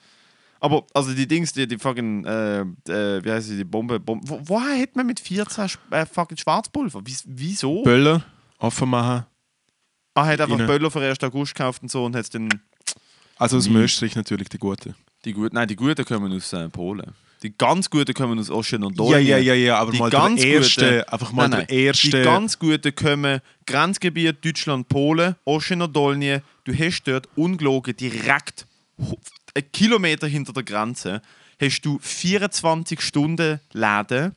[SPEAKER 1] Aber, also die Dings, die, die fucking, äh, äh, wie heißt sie, die Bombe, Bombe. Wo, woher hat man mit 14 Sch- äh, fucking Schwarzpulver? Wies- Wieso?
[SPEAKER 2] Böller, offen machen.
[SPEAKER 1] Ah, hat einfach
[SPEAKER 2] Rein.
[SPEAKER 1] Böller für 1. August gekauft und so und hat dann.
[SPEAKER 2] Also aus dem Österreich natürlich die gute.
[SPEAKER 1] Die gut, nein, die guten kommen aus äh, Polen. Die ganz guten kommen aus
[SPEAKER 2] Ja,
[SPEAKER 1] Oschenondorien.
[SPEAKER 2] ja, ja, ja, aber
[SPEAKER 1] Die
[SPEAKER 2] mal
[SPEAKER 1] ganz
[SPEAKER 2] der erste,
[SPEAKER 1] guten-
[SPEAKER 2] einfach mal
[SPEAKER 1] Nein,
[SPEAKER 2] der erste.
[SPEAKER 1] Die ganz guten kommen Grenzgebiet Deutschland, Polen, Oschenondolnie. Du hast dort ungelogen direkt ho- einen Kilometer hinter der Grenze hast du 24 Stunden Läden,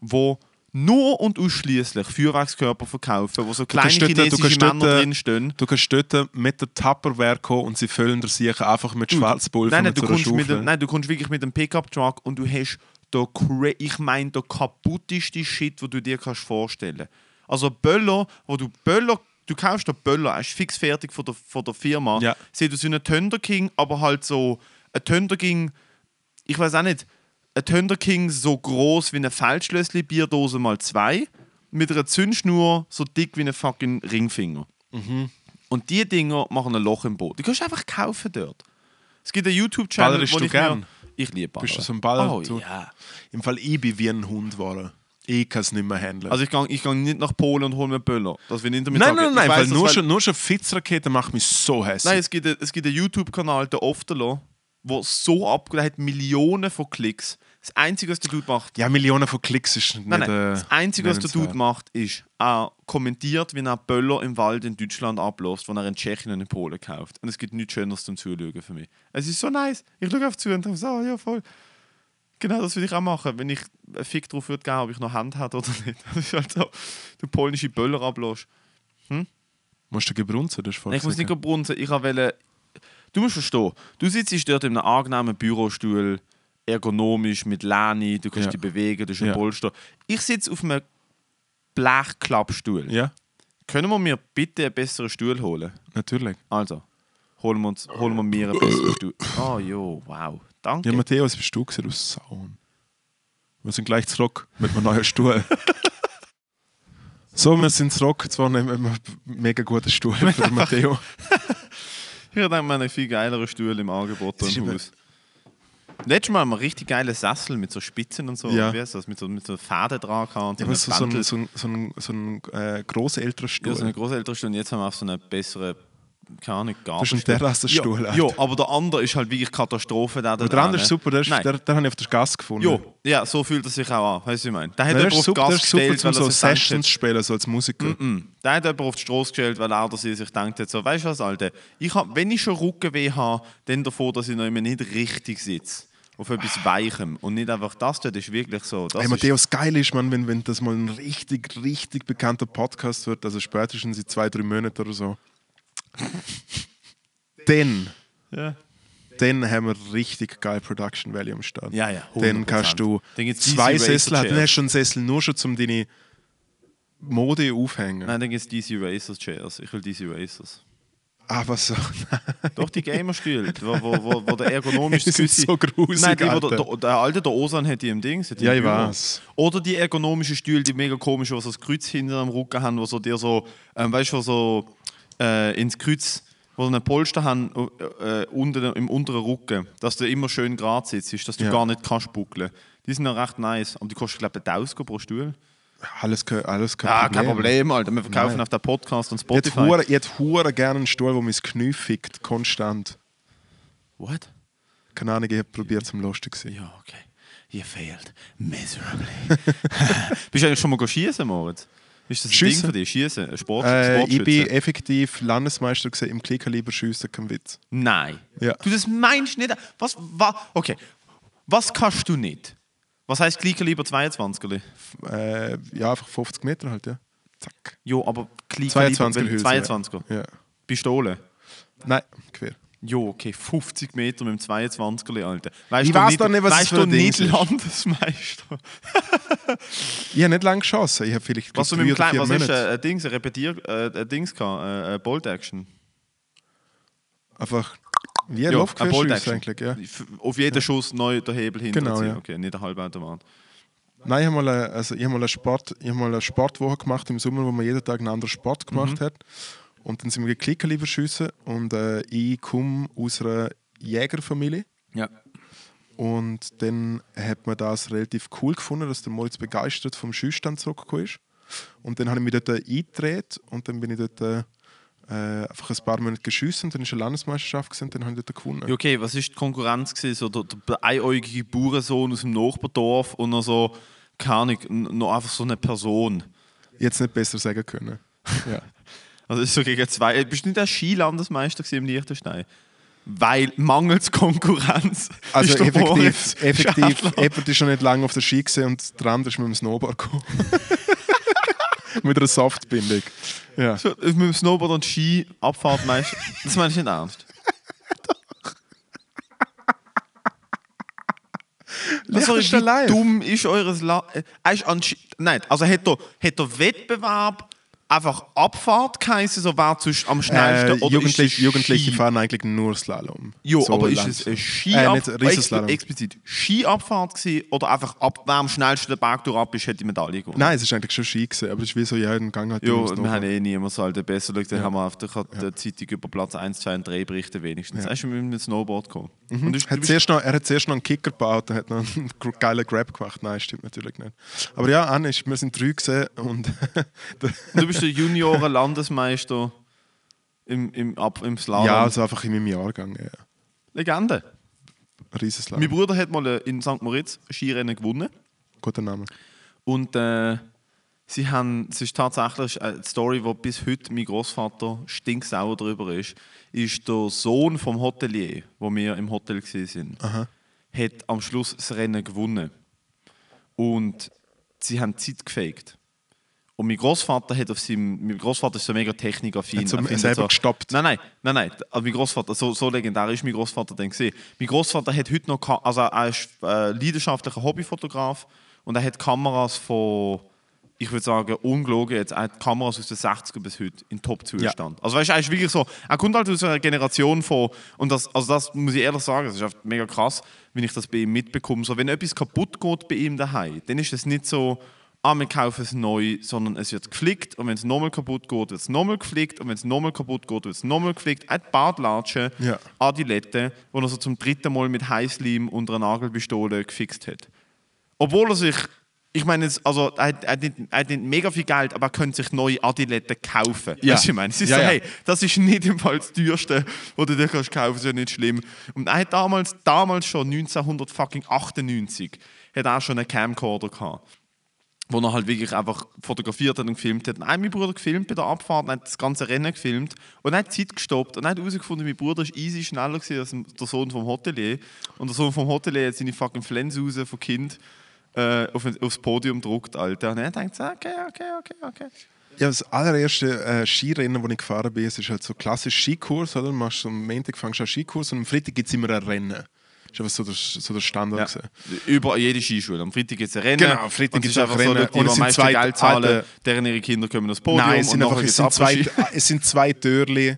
[SPEAKER 1] wo nur und ausschließlich Feuerwerkskörper verkaufen, wo so kleine
[SPEAKER 2] kannst dort- du
[SPEAKER 1] chinesische
[SPEAKER 2] kannst dort,
[SPEAKER 1] Männer
[SPEAKER 2] äh,
[SPEAKER 1] drinstehen.
[SPEAKER 2] Du kannst dort mit der Tupperware kommen und sie füllen dir sicher einfach mit Schwarzpulver
[SPEAKER 1] Nein, nein, du
[SPEAKER 2] mit so einer
[SPEAKER 1] kommst mit
[SPEAKER 2] Schaufel.
[SPEAKER 1] dem, nein, du kommst wirklich mit dem Pickup-Truck und du hast den, cra- ich meine, den kaputteste Shit, den du dir kannst vorstellen Also Böller, wo du Böller, du kaufst den Böller, er ist fix fertig von der, von der Firma.
[SPEAKER 2] Ja.
[SPEAKER 1] Sieht aus wie ein Thunder King, aber halt so, ein Thunder King, ich weiß auch nicht, ein Thunder King so groß wie eine Feldschlössli Bierdose mal zwei, mit einer Zündschnur so dick wie ein fucking Ringfinger. Und die Dinger machen ein Loch im Boot. Die kannst du einfach kaufen dort. Es gibt einen YouTube-Channel,
[SPEAKER 2] Ballerst
[SPEAKER 1] wo
[SPEAKER 2] du
[SPEAKER 1] ich
[SPEAKER 2] gern?
[SPEAKER 1] mir... Ich liebe Ballern.
[SPEAKER 2] Bist du so ein Baller?
[SPEAKER 1] Oh,
[SPEAKER 2] Du-
[SPEAKER 1] ja.
[SPEAKER 2] Im Fall, ich bin wie ein Hund geworden. Ich kann es nicht mehr handeln.
[SPEAKER 1] Also ich gehe ich gang nicht nach Polen und hole mir Böller. Das will ich damit
[SPEAKER 2] nein,
[SPEAKER 1] sagen.
[SPEAKER 2] nein,
[SPEAKER 1] Ich
[SPEAKER 2] nein,
[SPEAKER 1] weiss
[SPEAKER 2] weil
[SPEAKER 1] das,
[SPEAKER 2] nur schon, nur schon Fitzraketen macht mich so hässlich.
[SPEAKER 1] Nein, es gibt, es gibt einen YouTube-Kanal, der Oftelo, wo so abgeleitet hat, Millionen von Klicks. Das Einzige, was der Dude macht,
[SPEAKER 2] ja, Millionen von Klicks ist nicht
[SPEAKER 1] Nein, nein.
[SPEAKER 2] äh,
[SPEAKER 1] Das Einzige, was der Dude
[SPEAKER 2] nennenswert.
[SPEAKER 1] macht, ist, er kommentiert, wie er Böller im Wald in Deutschland ablässt, wenn er in Tschechien und in Polen kauft. Und es gibt nichts Schöneres zum Zuschauen für mich. Es ist so nice. Ich schaue auf zu und denke so, ah, ja, voll. Genau das würde ich auch machen, wenn ich einen Fick drauf würde geben, ob ich noch Hand habe oder nicht. Das ist halt so, du polnische Böller ablässt.
[SPEAKER 2] Musst du gebrunzen, das ist voll
[SPEAKER 1] Nein, ich muss nicht
[SPEAKER 2] sicher.
[SPEAKER 1] brunzen, ich wollte... Du musst verstehen, du sitzt dort in einem angenehmen Bürostuhl, ergonomisch, mit Lehne, du kannst
[SPEAKER 2] Ja.
[SPEAKER 1] dich bewegen, du hast einen
[SPEAKER 2] Ja.
[SPEAKER 1] Polster. Ich sitze auf einem Blechklappstuhl.
[SPEAKER 2] Ja,
[SPEAKER 1] Können wir mir bitte einen besseren Stuhl holen?
[SPEAKER 2] natürlich.
[SPEAKER 1] Also, holen wir, uns, holen wir mir einen besseren Stuhl. Oh jo, wow, danke.
[SPEAKER 2] Ja, Matthäus, bist du gesehen, du Saun. Wir sind gleich zurück mit einem neuen Stuhl. so, wir sind zurück. Zwar nehmen wir einen mega guten Stuhl für den Matteo.
[SPEAKER 1] ich denke, wir haben einen viel geileren Stuhl im Angebot
[SPEAKER 2] ist
[SPEAKER 1] hier im
[SPEAKER 2] immer-
[SPEAKER 1] Haus. Letztes Mal haben wir einen richtig geile Sessel mit so Spitzen und so.
[SPEAKER 2] Ja.
[SPEAKER 1] Wie heißt das? Mit so, mit so Fäden dran gehabt und
[SPEAKER 2] Aber
[SPEAKER 1] so
[SPEAKER 2] so,
[SPEAKER 1] einem
[SPEAKER 2] Also so ein,
[SPEAKER 1] Bändel.
[SPEAKER 2] so ein, so ein, so ein äh, großer älterer Stuhl.
[SPEAKER 1] Ja, so eine Großelternstunde. Jetzt haben wir auf so eine bessere, keine Ahnung, Garten.
[SPEAKER 2] Das ist ein Terrassenstuhl,
[SPEAKER 1] Ja,
[SPEAKER 2] Alter.
[SPEAKER 1] ja, aber der andere ist halt wirklich Katastrophe. Der, da
[SPEAKER 2] der
[SPEAKER 1] dran,
[SPEAKER 2] andere
[SPEAKER 1] ne?
[SPEAKER 2] ist super, der, ist,
[SPEAKER 1] Nein.
[SPEAKER 2] der, der habe ich auf der Gasse gefunden.
[SPEAKER 1] ja, ja, so fühlt er sich auch an. Weißt du, was ich meine? Der hat
[SPEAKER 2] Weil der
[SPEAKER 1] jemand
[SPEAKER 2] ist
[SPEAKER 1] auf die
[SPEAKER 2] super, der
[SPEAKER 1] Gas
[SPEAKER 2] ist super
[SPEAKER 1] gestellt,
[SPEAKER 2] zum
[SPEAKER 1] weil er
[SPEAKER 2] so
[SPEAKER 1] sich denkt
[SPEAKER 2] Sessions
[SPEAKER 1] hat-
[SPEAKER 2] spielen, so als Musiker.
[SPEAKER 1] Mm. Der hat jemand auf die Straße gestellt, weil er oder sie sich denkt hat, so, weißt du was, Alter, ich hab, wenn ich schon Rückenweh habe, dann davor, dass ich noch immer nicht richtig sitze. Auf etwas Weichem. Und nicht einfach das dort ist wirklich so. Das
[SPEAKER 2] Ah. Hey,
[SPEAKER 1] ist-
[SPEAKER 2] Matthäus, geil ist, man, wenn, wenn das mal ein richtig, richtig bekannter Podcast wird, also spätestens in zwei, drei Monaten oder so, Dann,
[SPEAKER 1] Ja,
[SPEAKER 2] dann haben wir richtig geil Production Value am Start.
[SPEAKER 1] ja. ja
[SPEAKER 2] Dann kannst du
[SPEAKER 1] Dann gibt's
[SPEAKER 2] zwei
[SPEAKER 1] Easy Razor
[SPEAKER 2] Sessel haben. Dann
[SPEAKER 1] Chairs.
[SPEAKER 2] hast du schon einen Sessel nur schon, um deine Mode aufhängen.
[SPEAKER 1] Nein, dann gibt es DC Racers Chairs. Ich will DC Racers.
[SPEAKER 2] Aber Ah, so.
[SPEAKER 1] Doch, die Gamerstühle, wo, wo, wo, wo der ergonomische
[SPEAKER 2] Die sind so grusig,
[SPEAKER 1] Nein, die, wo
[SPEAKER 2] Alter.
[SPEAKER 1] der, der, der alte, der Osan, hat die im Ding. hat die
[SPEAKER 2] Ja,
[SPEAKER 1] im
[SPEAKER 2] ich
[SPEAKER 1] Büro.
[SPEAKER 2] weiß.
[SPEAKER 1] Oder die ergonomischen Stühle, die mega komisch, wo so das Kreuz hinten am Rücken haben, wo so dir so, ähm, weißt du, wo so äh, ins Kreuz, wo so einen Polster haben äh, äh, unten, im unteren Rücken, dass du immer schön gerade sitzt, dass du
[SPEAKER 2] Ja.
[SPEAKER 1] gar nicht kannst buckeln. Die sind noch recht nice, aber die kosten, glaube ich, 1000 pro Stuhl.
[SPEAKER 2] Alles, ke- alles kein
[SPEAKER 1] Ah, kein Problem, Alter. Wir verkaufen
[SPEAKER 2] Nein.
[SPEAKER 1] auf der Podcast und
[SPEAKER 2] Jetzt
[SPEAKER 1] Spotify.
[SPEAKER 2] hure, jetzt hure gerne einen Stuhl, wo mein Knie fickt, konstant.
[SPEAKER 1] What?
[SPEAKER 2] Keine Ahnung, ich habe probiert, zum lustig zu sein.
[SPEAKER 1] Ja, okay. You failed miserably. Bist du eigentlich schon mal schießen, Moritz? Ist das ein
[SPEAKER 2] Schiessen?
[SPEAKER 1] Ding für dich? Schießen? Sport,
[SPEAKER 2] Äh, ich
[SPEAKER 1] Sportschütze?
[SPEAKER 2] bin effektiv Landesmeister gewesen im Klickerliber schiessen, kein Witz.
[SPEAKER 1] Nein.
[SPEAKER 2] Ja.
[SPEAKER 1] Du das meinst nicht. Was, was, okay. Was kannst du nicht? Was heißt Kleinkaliber 22?
[SPEAKER 2] Äh, ja, einfach 50 Meter halt, ja. Zack.
[SPEAKER 1] Jo, aber
[SPEAKER 2] 22er
[SPEAKER 1] Kleinkaliber
[SPEAKER 2] Hülse.
[SPEAKER 1] 22er.
[SPEAKER 2] Ja.
[SPEAKER 1] Pistole.
[SPEAKER 2] Nein, quer.
[SPEAKER 1] Jo, okay, 50 Meter mit dem 22er, Alter. Weißt
[SPEAKER 2] Ich
[SPEAKER 1] du
[SPEAKER 2] weiß
[SPEAKER 1] nicht,
[SPEAKER 2] doch nicht, was es
[SPEAKER 1] weißt
[SPEAKER 2] für
[SPEAKER 1] du
[SPEAKER 2] ein Ding
[SPEAKER 1] nicht
[SPEAKER 2] ist.
[SPEAKER 1] Landesmeister?
[SPEAKER 2] Ich habe nicht lange geschossen. Ich habe vielleicht
[SPEAKER 1] Was du
[SPEAKER 2] drei
[SPEAKER 1] mit dem
[SPEAKER 2] oder
[SPEAKER 1] kleinen,
[SPEAKER 2] vier
[SPEAKER 1] was ist
[SPEAKER 2] Monate.
[SPEAKER 1] äh, ein Dings, ein Repetier, äh, ein Dings gehabt, äh, äh, Bolt Action?
[SPEAKER 2] Einfach wie ein
[SPEAKER 1] Ja,
[SPEAKER 2] Luftgewehr
[SPEAKER 1] ein Bolt
[SPEAKER 2] schiessen
[SPEAKER 1] Action.
[SPEAKER 2] eigentlich, ja.
[SPEAKER 1] F- Auf jeden Schuss neu der Hebel hinten.
[SPEAKER 2] Genau,
[SPEAKER 1] ziehen.
[SPEAKER 2] ja.
[SPEAKER 1] Okay, nicht der Halbautomat.
[SPEAKER 2] Nein, ich habe mal, eine, also ich hab mal, eine Sport, ich hab mal eine Sportwoche gemacht im Sommer, wo man jeden Tag einen anderen Sport
[SPEAKER 1] Mhm.
[SPEAKER 2] gemacht hat. Und dann sind wir geklickerliber schiessen und äh, ich komme aus einer Jägerfamilie.
[SPEAKER 1] Ja.
[SPEAKER 2] Und dann hat man das relativ cool gefunden, dass der Moritz begeistert vom Schießstand zurückgekommen ist. Und dann habe ich mich dort äh, eingedreht und dann bin ich dort äh, äh, einfach ein paar Monate geschossen. Dann ist eine Landesmeisterschaft gewesen, und dann habe ich dort gewonnen.
[SPEAKER 1] Ja, Okay, was ist die Konkurrenz gewesen? So der, der einäugige Bauernsohn aus dem Nachbardorf und noch so, keine Ahnung, n- noch einfach so eine Person.
[SPEAKER 2] Jetzt nicht besser sagen können. ja.
[SPEAKER 1] Also ist so gegen zwei. Bist du nicht der Skilandesmeister gewesen im Liechtenstein? Weil mangels Konkurrenz.
[SPEAKER 2] Also
[SPEAKER 1] ist der
[SPEAKER 2] effektiv,
[SPEAKER 1] Moritz
[SPEAKER 2] effektiv,
[SPEAKER 1] Schädler.
[SPEAKER 2] jemand ist schon nicht lange auf der Ski gewesen und der andere ist mit dem Snowboard gekommen. mit einer Softbindung. Ja.
[SPEAKER 1] So, Mit dem Snowboard und Ski Abfahrt meinst du? Das meinst du nicht ernst? Also,
[SPEAKER 2] Liechtenstein
[SPEAKER 1] wie
[SPEAKER 2] live.
[SPEAKER 1] dumm ist eures äh, Land? Nein, also hätte er, hat er Wettbewerb einfach Abfahrt geheißen, so war es am
[SPEAKER 2] Äh,
[SPEAKER 1] schnellsten? oder ist es
[SPEAKER 2] Jugendliche, Jugendliche
[SPEAKER 1] Ski?
[SPEAKER 2] fahren eigentlich nur Slalom.
[SPEAKER 1] Jo,
[SPEAKER 2] So
[SPEAKER 1] aber ist
[SPEAKER 2] langsam.
[SPEAKER 1] es ein
[SPEAKER 2] Äh,
[SPEAKER 1] Skiab
[SPEAKER 2] nicht
[SPEAKER 1] exp
[SPEAKER 2] Riesenslalom.
[SPEAKER 1] explizit Skiabfahrt gewesen, oder einfach ab, wer am schnellsten den Berg durchab ist, hat die Medaille gewonnen?
[SPEAKER 2] Nein, es ist eigentlich schon Ski gewesen, aber es ist wie so, ja, den Gang hat
[SPEAKER 1] Ja,
[SPEAKER 2] jemand
[SPEAKER 1] wir
[SPEAKER 2] noch.
[SPEAKER 1] haben eh niemals so alte besser geschaut. Dann haben wir auf der Kat- der Zeitung über Platz 1, 2 und 3 berichten wenigstens. Ja. Hast du mit dem Snowboard gekommen? Und du, du
[SPEAKER 2] Mhm. Hat
[SPEAKER 1] bist,
[SPEAKER 2] zuerst noch, er hat zuerst noch einen Kicker gebaut und hat noch einen gr- geilen Grab gemacht. Nein, stimmt natürlich nicht. Aber ja, Anisch, wir sind drei gesehen und der-
[SPEAKER 1] du bist der Junioren-Landesmeister im, im, Ab- im Slalom.
[SPEAKER 2] ja, also einfach in meinem Jahrgang. Ja.
[SPEAKER 1] Legende.
[SPEAKER 2] Ein Riesenslalom.
[SPEAKER 1] Mein Bruder hat mal äh, in St. Moritz ein Skirennen gewonnen.
[SPEAKER 2] Guter Name.
[SPEAKER 1] Und äh, sie haben, es ist tatsächlich eine Story, wo bis heute mein Großvater stinksauer drüber ist, ist der Sohn vom Hotelier, wo wir im Hotel gesehen sind, hat am Schluss das Rennen gewonnen. Und sie haben die Zeit gefaked. Und mein Großvater hat auf seinem, mein Großvater ist so mega technikaffin.
[SPEAKER 2] Hat so
[SPEAKER 1] Er findet
[SPEAKER 2] selber gestoppt?
[SPEAKER 1] Nein, nein, nein, nein. Also mein Großvater, so, so legendär ist mein Großvater dann gesehen. Mein Großvater hat heute noch, Ka- also er ist äh, leidenschaftlicher Hobbyfotograf und er hat Kameras von, ich würde sagen, ungelogen jetzt, er hat Kameras aus den 60er bis heute in Top-Zustand. Also weißt du, er ist wirklich so, er kommt halt aus einer Generation von, und das, also das muss ich ehrlich sagen, das ist einfach mega krass, wenn ich das bei ihm mitbekomme. So, wenn etwas kaputt geht bei ihm daheim, dann ist es nicht so, ah, wir kaufen es neu, sondern es wird geflickt und wenn es nochmal kaputt geht, wird es nochmal geflickt und wenn es nochmal kaputt geht, wird es nochmal geflickt. Ein Badlatschen
[SPEAKER 2] Ja.
[SPEAKER 1] an die Lette, wo er so zum dritten Mal mit Heißleim und einer Nagelpistole gefixt hat. Obwohl er sich, ich meine, jetzt, also, er, hat- er, hat nicht, er hat nicht mega viel Geld, aber er könnte sich neue Adiletten kaufen.
[SPEAKER 2] Ja.
[SPEAKER 1] Weißt du, ich meine, es ist
[SPEAKER 2] Ja,
[SPEAKER 1] so,
[SPEAKER 2] ja.
[SPEAKER 1] hey, das ist nicht im Fall das teuerste, was du dir kannst kaufen, ist ja nicht schlimm. Und er hat damals, damals schon 1998 hat er schon einen Camcorder gehabt wo er halt wirklich einfach fotografiert hat und gefilmt hat. Und auch mein Bruder gefilmt bei der Abfahrt, und hat das ganze Rennen gefilmt und hat die Zeit gestoppt und hat herausgefunden, mein Bruder ist easy schneller gewesen als der Sohn vom Hotelier. Und der Sohn vom Hotelier hat seine fucking Flensuse von Kind äh, auf, aufs Podium gedruckt, Alter. Und er denkt, okay, okay, okay, okay.
[SPEAKER 2] Ja, das allererste äh, Skirennen, das ich gefahren bin, es ist halt so klassisch Skikurs, oder? Du machst am Montag fängst du an Skikurs und am Freitag gibt es immer ein Rennen. Ist einfach so der, so der Standard.
[SPEAKER 1] Ja.
[SPEAKER 2] gewesen.
[SPEAKER 1] Über jede Skischule. Am Freitag gibt es ein Rennen.
[SPEAKER 2] Genau, am Freitag
[SPEAKER 1] Und es
[SPEAKER 2] gibt's
[SPEAKER 1] ist einfach
[SPEAKER 2] auch
[SPEAKER 1] so,
[SPEAKER 2] Rennen.
[SPEAKER 1] die, die
[SPEAKER 2] Und es
[SPEAKER 1] am
[SPEAKER 2] sind
[SPEAKER 1] meisten
[SPEAKER 2] zwei
[SPEAKER 1] Geld zahlen,
[SPEAKER 2] alte-
[SPEAKER 1] deren ihre Kinder kommen aufs Podium.
[SPEAKER 2] Nein, es
[SPEAKER 1] und
[SPEAKER 2] sind, einfach,
[SPEAKER 1] nachher
[SPEAKER 2] es, sind
[SPEAKER 1] gibt's
[SPEAKER 2] zwei,
[SPEAKER 1] Abschied.
[SPEAKER 2] es sind zwei Türli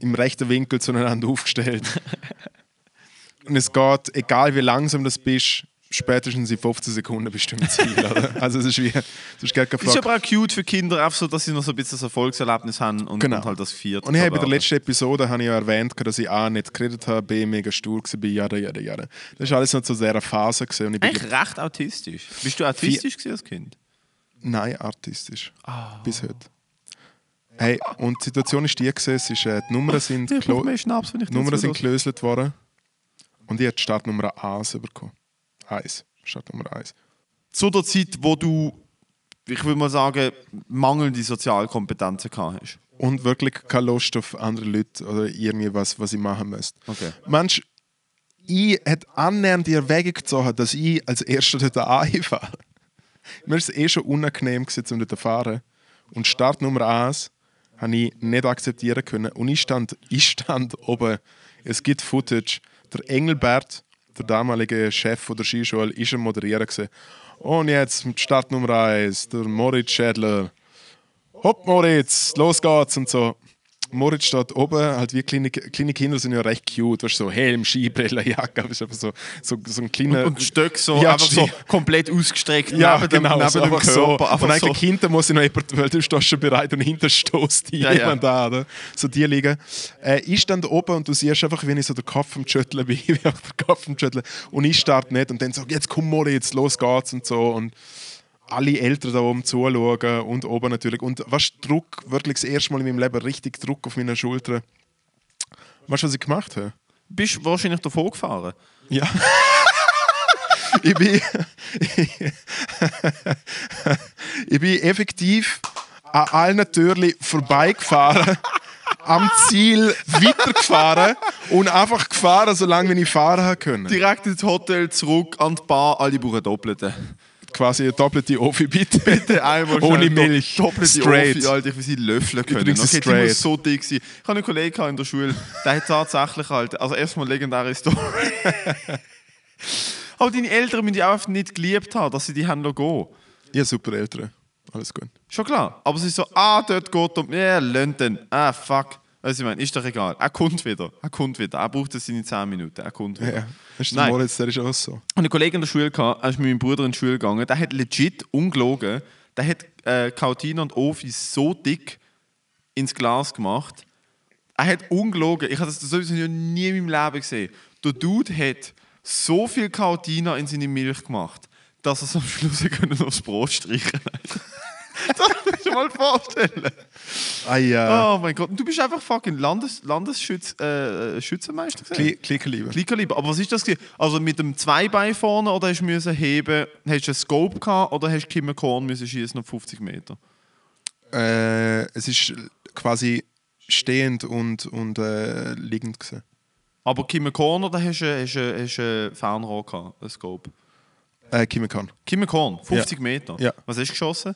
[SPEAKER 2] im rechten Winkel zueinander aufgestellt. Und es geht, egal wie langsam das bist, spätestens in 15 Sekunden bist du im Ziel. Oder? Also es ist wie, es ist gar keine
[SPEAKER 1] Es ist
[SPEAKER 2] Frage.
[SPEAKER 1] aber auch cute für Kinder, einfach so, dass sie noch so ein bisschen das Erfolgserlebnis haben und,
[SPEAKER 2] Genau.
[SPEAKER 1] und halt das viert.
[SPEAKER 2] Und ich habe in der
[SPEAKER 1] verwerten.
[SPEAKER 2] letzten Episode habe ich ja erwähnt, dass ich A nicht geredet habe, B mega stur war, jada, jada, jada. Das war alles noch zu dieser Phase. Gewesen. Und ich bin
[SPEAKER 1] Eigentlich recht autistisch. Bist du autistisch gewesen als Kind?
[SPEAKER 2] Nein, artistisch. Bis heute. Hey, und die Situation ist die, gewesen, es ist, äh, die Nummern sind,
[SPEAKER 1] Ich brauche
[SPEAKER 2] gelo-
[SPEAKER 1] mehr Schnaps, wenn ich
[SPEAKER 2] die Nummern
[SPEAKER 1] das
[SPEAKER 2] sind
[SPEAKER 1] wieder-
[SPEAKER 2] gelöselt worden. Und ich habe die Startnummer 1 bekommen. 1. Startnummer 1.
[SPEAKER 1] Zu der Zeit, wo du, ich würde mal sagen, mangelnde Sozialkompetenzen gehabt hast.
[SPEAKER 2] Und wirklich keine Lust auf andere Leute oder irgendwie was, was ich machen müsste.
[SPEAKER 1] Okay.
[SPEAKER 2] Mensch, ich hätte annähernd die Erwägung gezogen, dass ich als Erster dort einfahre. Mir war es eh schon unangenehm, gewesen, um dort zu fahren. Und Start Nummer 1 habe ich nicht akzeptieren können. Und ich stand, ich stand oben. Es gibt Footage. Der Engelbert, der damalige Chef von der Skischule, ist am Moderieren. Gewesen. Und jetzt mit Start Nummer 1, der Moritz Schädler. Hopp Moritz, los geht's und so. Moritz steht oben, halt wie kleine, kleine Kinder sind ja recht cute, weißt du, so Helm, Skibrille, Jacke, weißt du, einfach so, so, so ein kleiner...
[SPEAKER 1] Und Stöcke so
[SPEAKER 2] Ja,
[SPEAKER 1] einfach so
[SPEAKER 2] stimmt.
[SPEAKER 1] Äh, komplett ausgestreckt
[SPEAKER 2] Ja,
[SPEAKER 1] neben dem,
[SPEAKER 2] genau,
[SPEAKER 1] neben
[SPEAKER 2] so,
[SPEAKER 1] dem
[SPEAKER 2] einfach
[SPEAKER 1] Körper.
[SPEAKER 2] so.
[SPEAKER 1] einfach
[SPEAKER 2] und eigentlich
[SPEAKER 1] so.
[SPEAKER 2] hinter muss ich noch jemand, weil du stehst schon bereit und hinter stoßt die
[SPEAKER 1] Ja, ja.
[SPEAKER 2] jemand an, oder? So die liegen. Äh, ich stand oben und du siehst einfach, wenn ich so den Kopf am Schütteln bin, wie auf den Kopf am Schütteln. Und ich starte nicht und dann so, jetzt komm Moritz, los geht's und so. Und alle Eltern da oben zuschauen und oben natürlich. Und was Druck, wirklich das erste Mal in meinem Leben richtig Druck auf meinen Schultern. Weißt du, was ich gemacht habe?
[SPEAKER 1] Bist du wahrscheinlich davor gefahren?
[SPEAKER 2] Ja. ich bin. ich bin effektiv an allen Türen vorbeigefahren, am Ziel weitergefahren und einfach gefahren, solange ich fahren habe können.
[SPEAKER 1] Direkt ins Hotel, zurück an die Bar, alle brauchen Doppelte.
[SPEAKER 2] quasi eine doppelte Offi, bitte.
[SPEAKER 1] Bitte einmal
[SPEAKER 2] Ohne
[SPEAKER 1] schnell do-
[SPEAKER 2] Milch.
[SPEAKER 1] Doppelt
[SPEAKER 2] Straight.
[SPEAKER 1] straight. Die Offi, Alter, ich will sie löffeln können.
[SPEAKER 2] trinke sie
[SPEAKER 1] Okay, die
[SPEAKER 2] straight.
[SPEAKER 1] muss so dick sein. Ich habe einen Kollegen gehabt in der Schule, der hat tatsächlich halt, also erstmal legendäre Story. Aber deine Eltern müssen dich auch einfach nicht geliebt haben, dass sie die haben lassen gehen.
[SPEAKER 2] Ja, super Eltern. Alles gut.
[SPEAKER 1] Schon klar. Aber es ist so, ah, dort geht um, ja, yeah, lönnt den. Ah, fuck. Also ich meine, ist doch egal. Er kommt wieder. Er kommt wieder. Er braucht jetzt seine 10 Minuten. Er kommt wieder.
[SPEAKER 2] Ja. Hast du
[SPEAKER 1] Nein.
[SPEAKER 2] den Moritz, der ist auch so.
[SPEAKER 1] Und ein Kollege in der Schule gehabt, er ist mit meinem Bruder in die Schule gegangen, der hat legit ungelogen, der hat äh, Kautina und Ofi so dick ins Glas gemacht. Er hat ungelogen, ich habe das sowieso noch nie in meinem Leben gesehen. Der Dude hat so viel Kautina in seine Milch gemacht, dass er es am Schluss können aufs Brot streichen konnte. Das kannst du dir mal vorstellen.
[SPEAKER 2] Ah ja.
[SPEAKER 1] Oh mein Gott, und du bist einfach fucking Landes, Landesschützenmeister. Äh, Schützenmeister gewesen?
[SPEAKER 2] Kli- Klickerliebe.
[SPEAKER 1] Klickerliebe. Aber was ist das? gewesen? Also mit dem Zweibein vorne oder hast du müssen heben, hast du einen Scope gehabt oder hast du Kim Korn müssen schießen auf 50 Meter?
[SPEAKER 2] Äh, es ist quasi stehend und, und äh, liegend gesehen.
[SPEAKER 1] Aber Kim Korn oder hast du hast du- hast du ein Fernrohr gehabt, ein Scope?
[SPEAKER 2] Äh, Kimi Kahn.
[SPEAKER 1] Kim Korn, 50 Meter.
[SPEAKER 2] Ja.
[SPEAKER 1] Was hast du geschossen?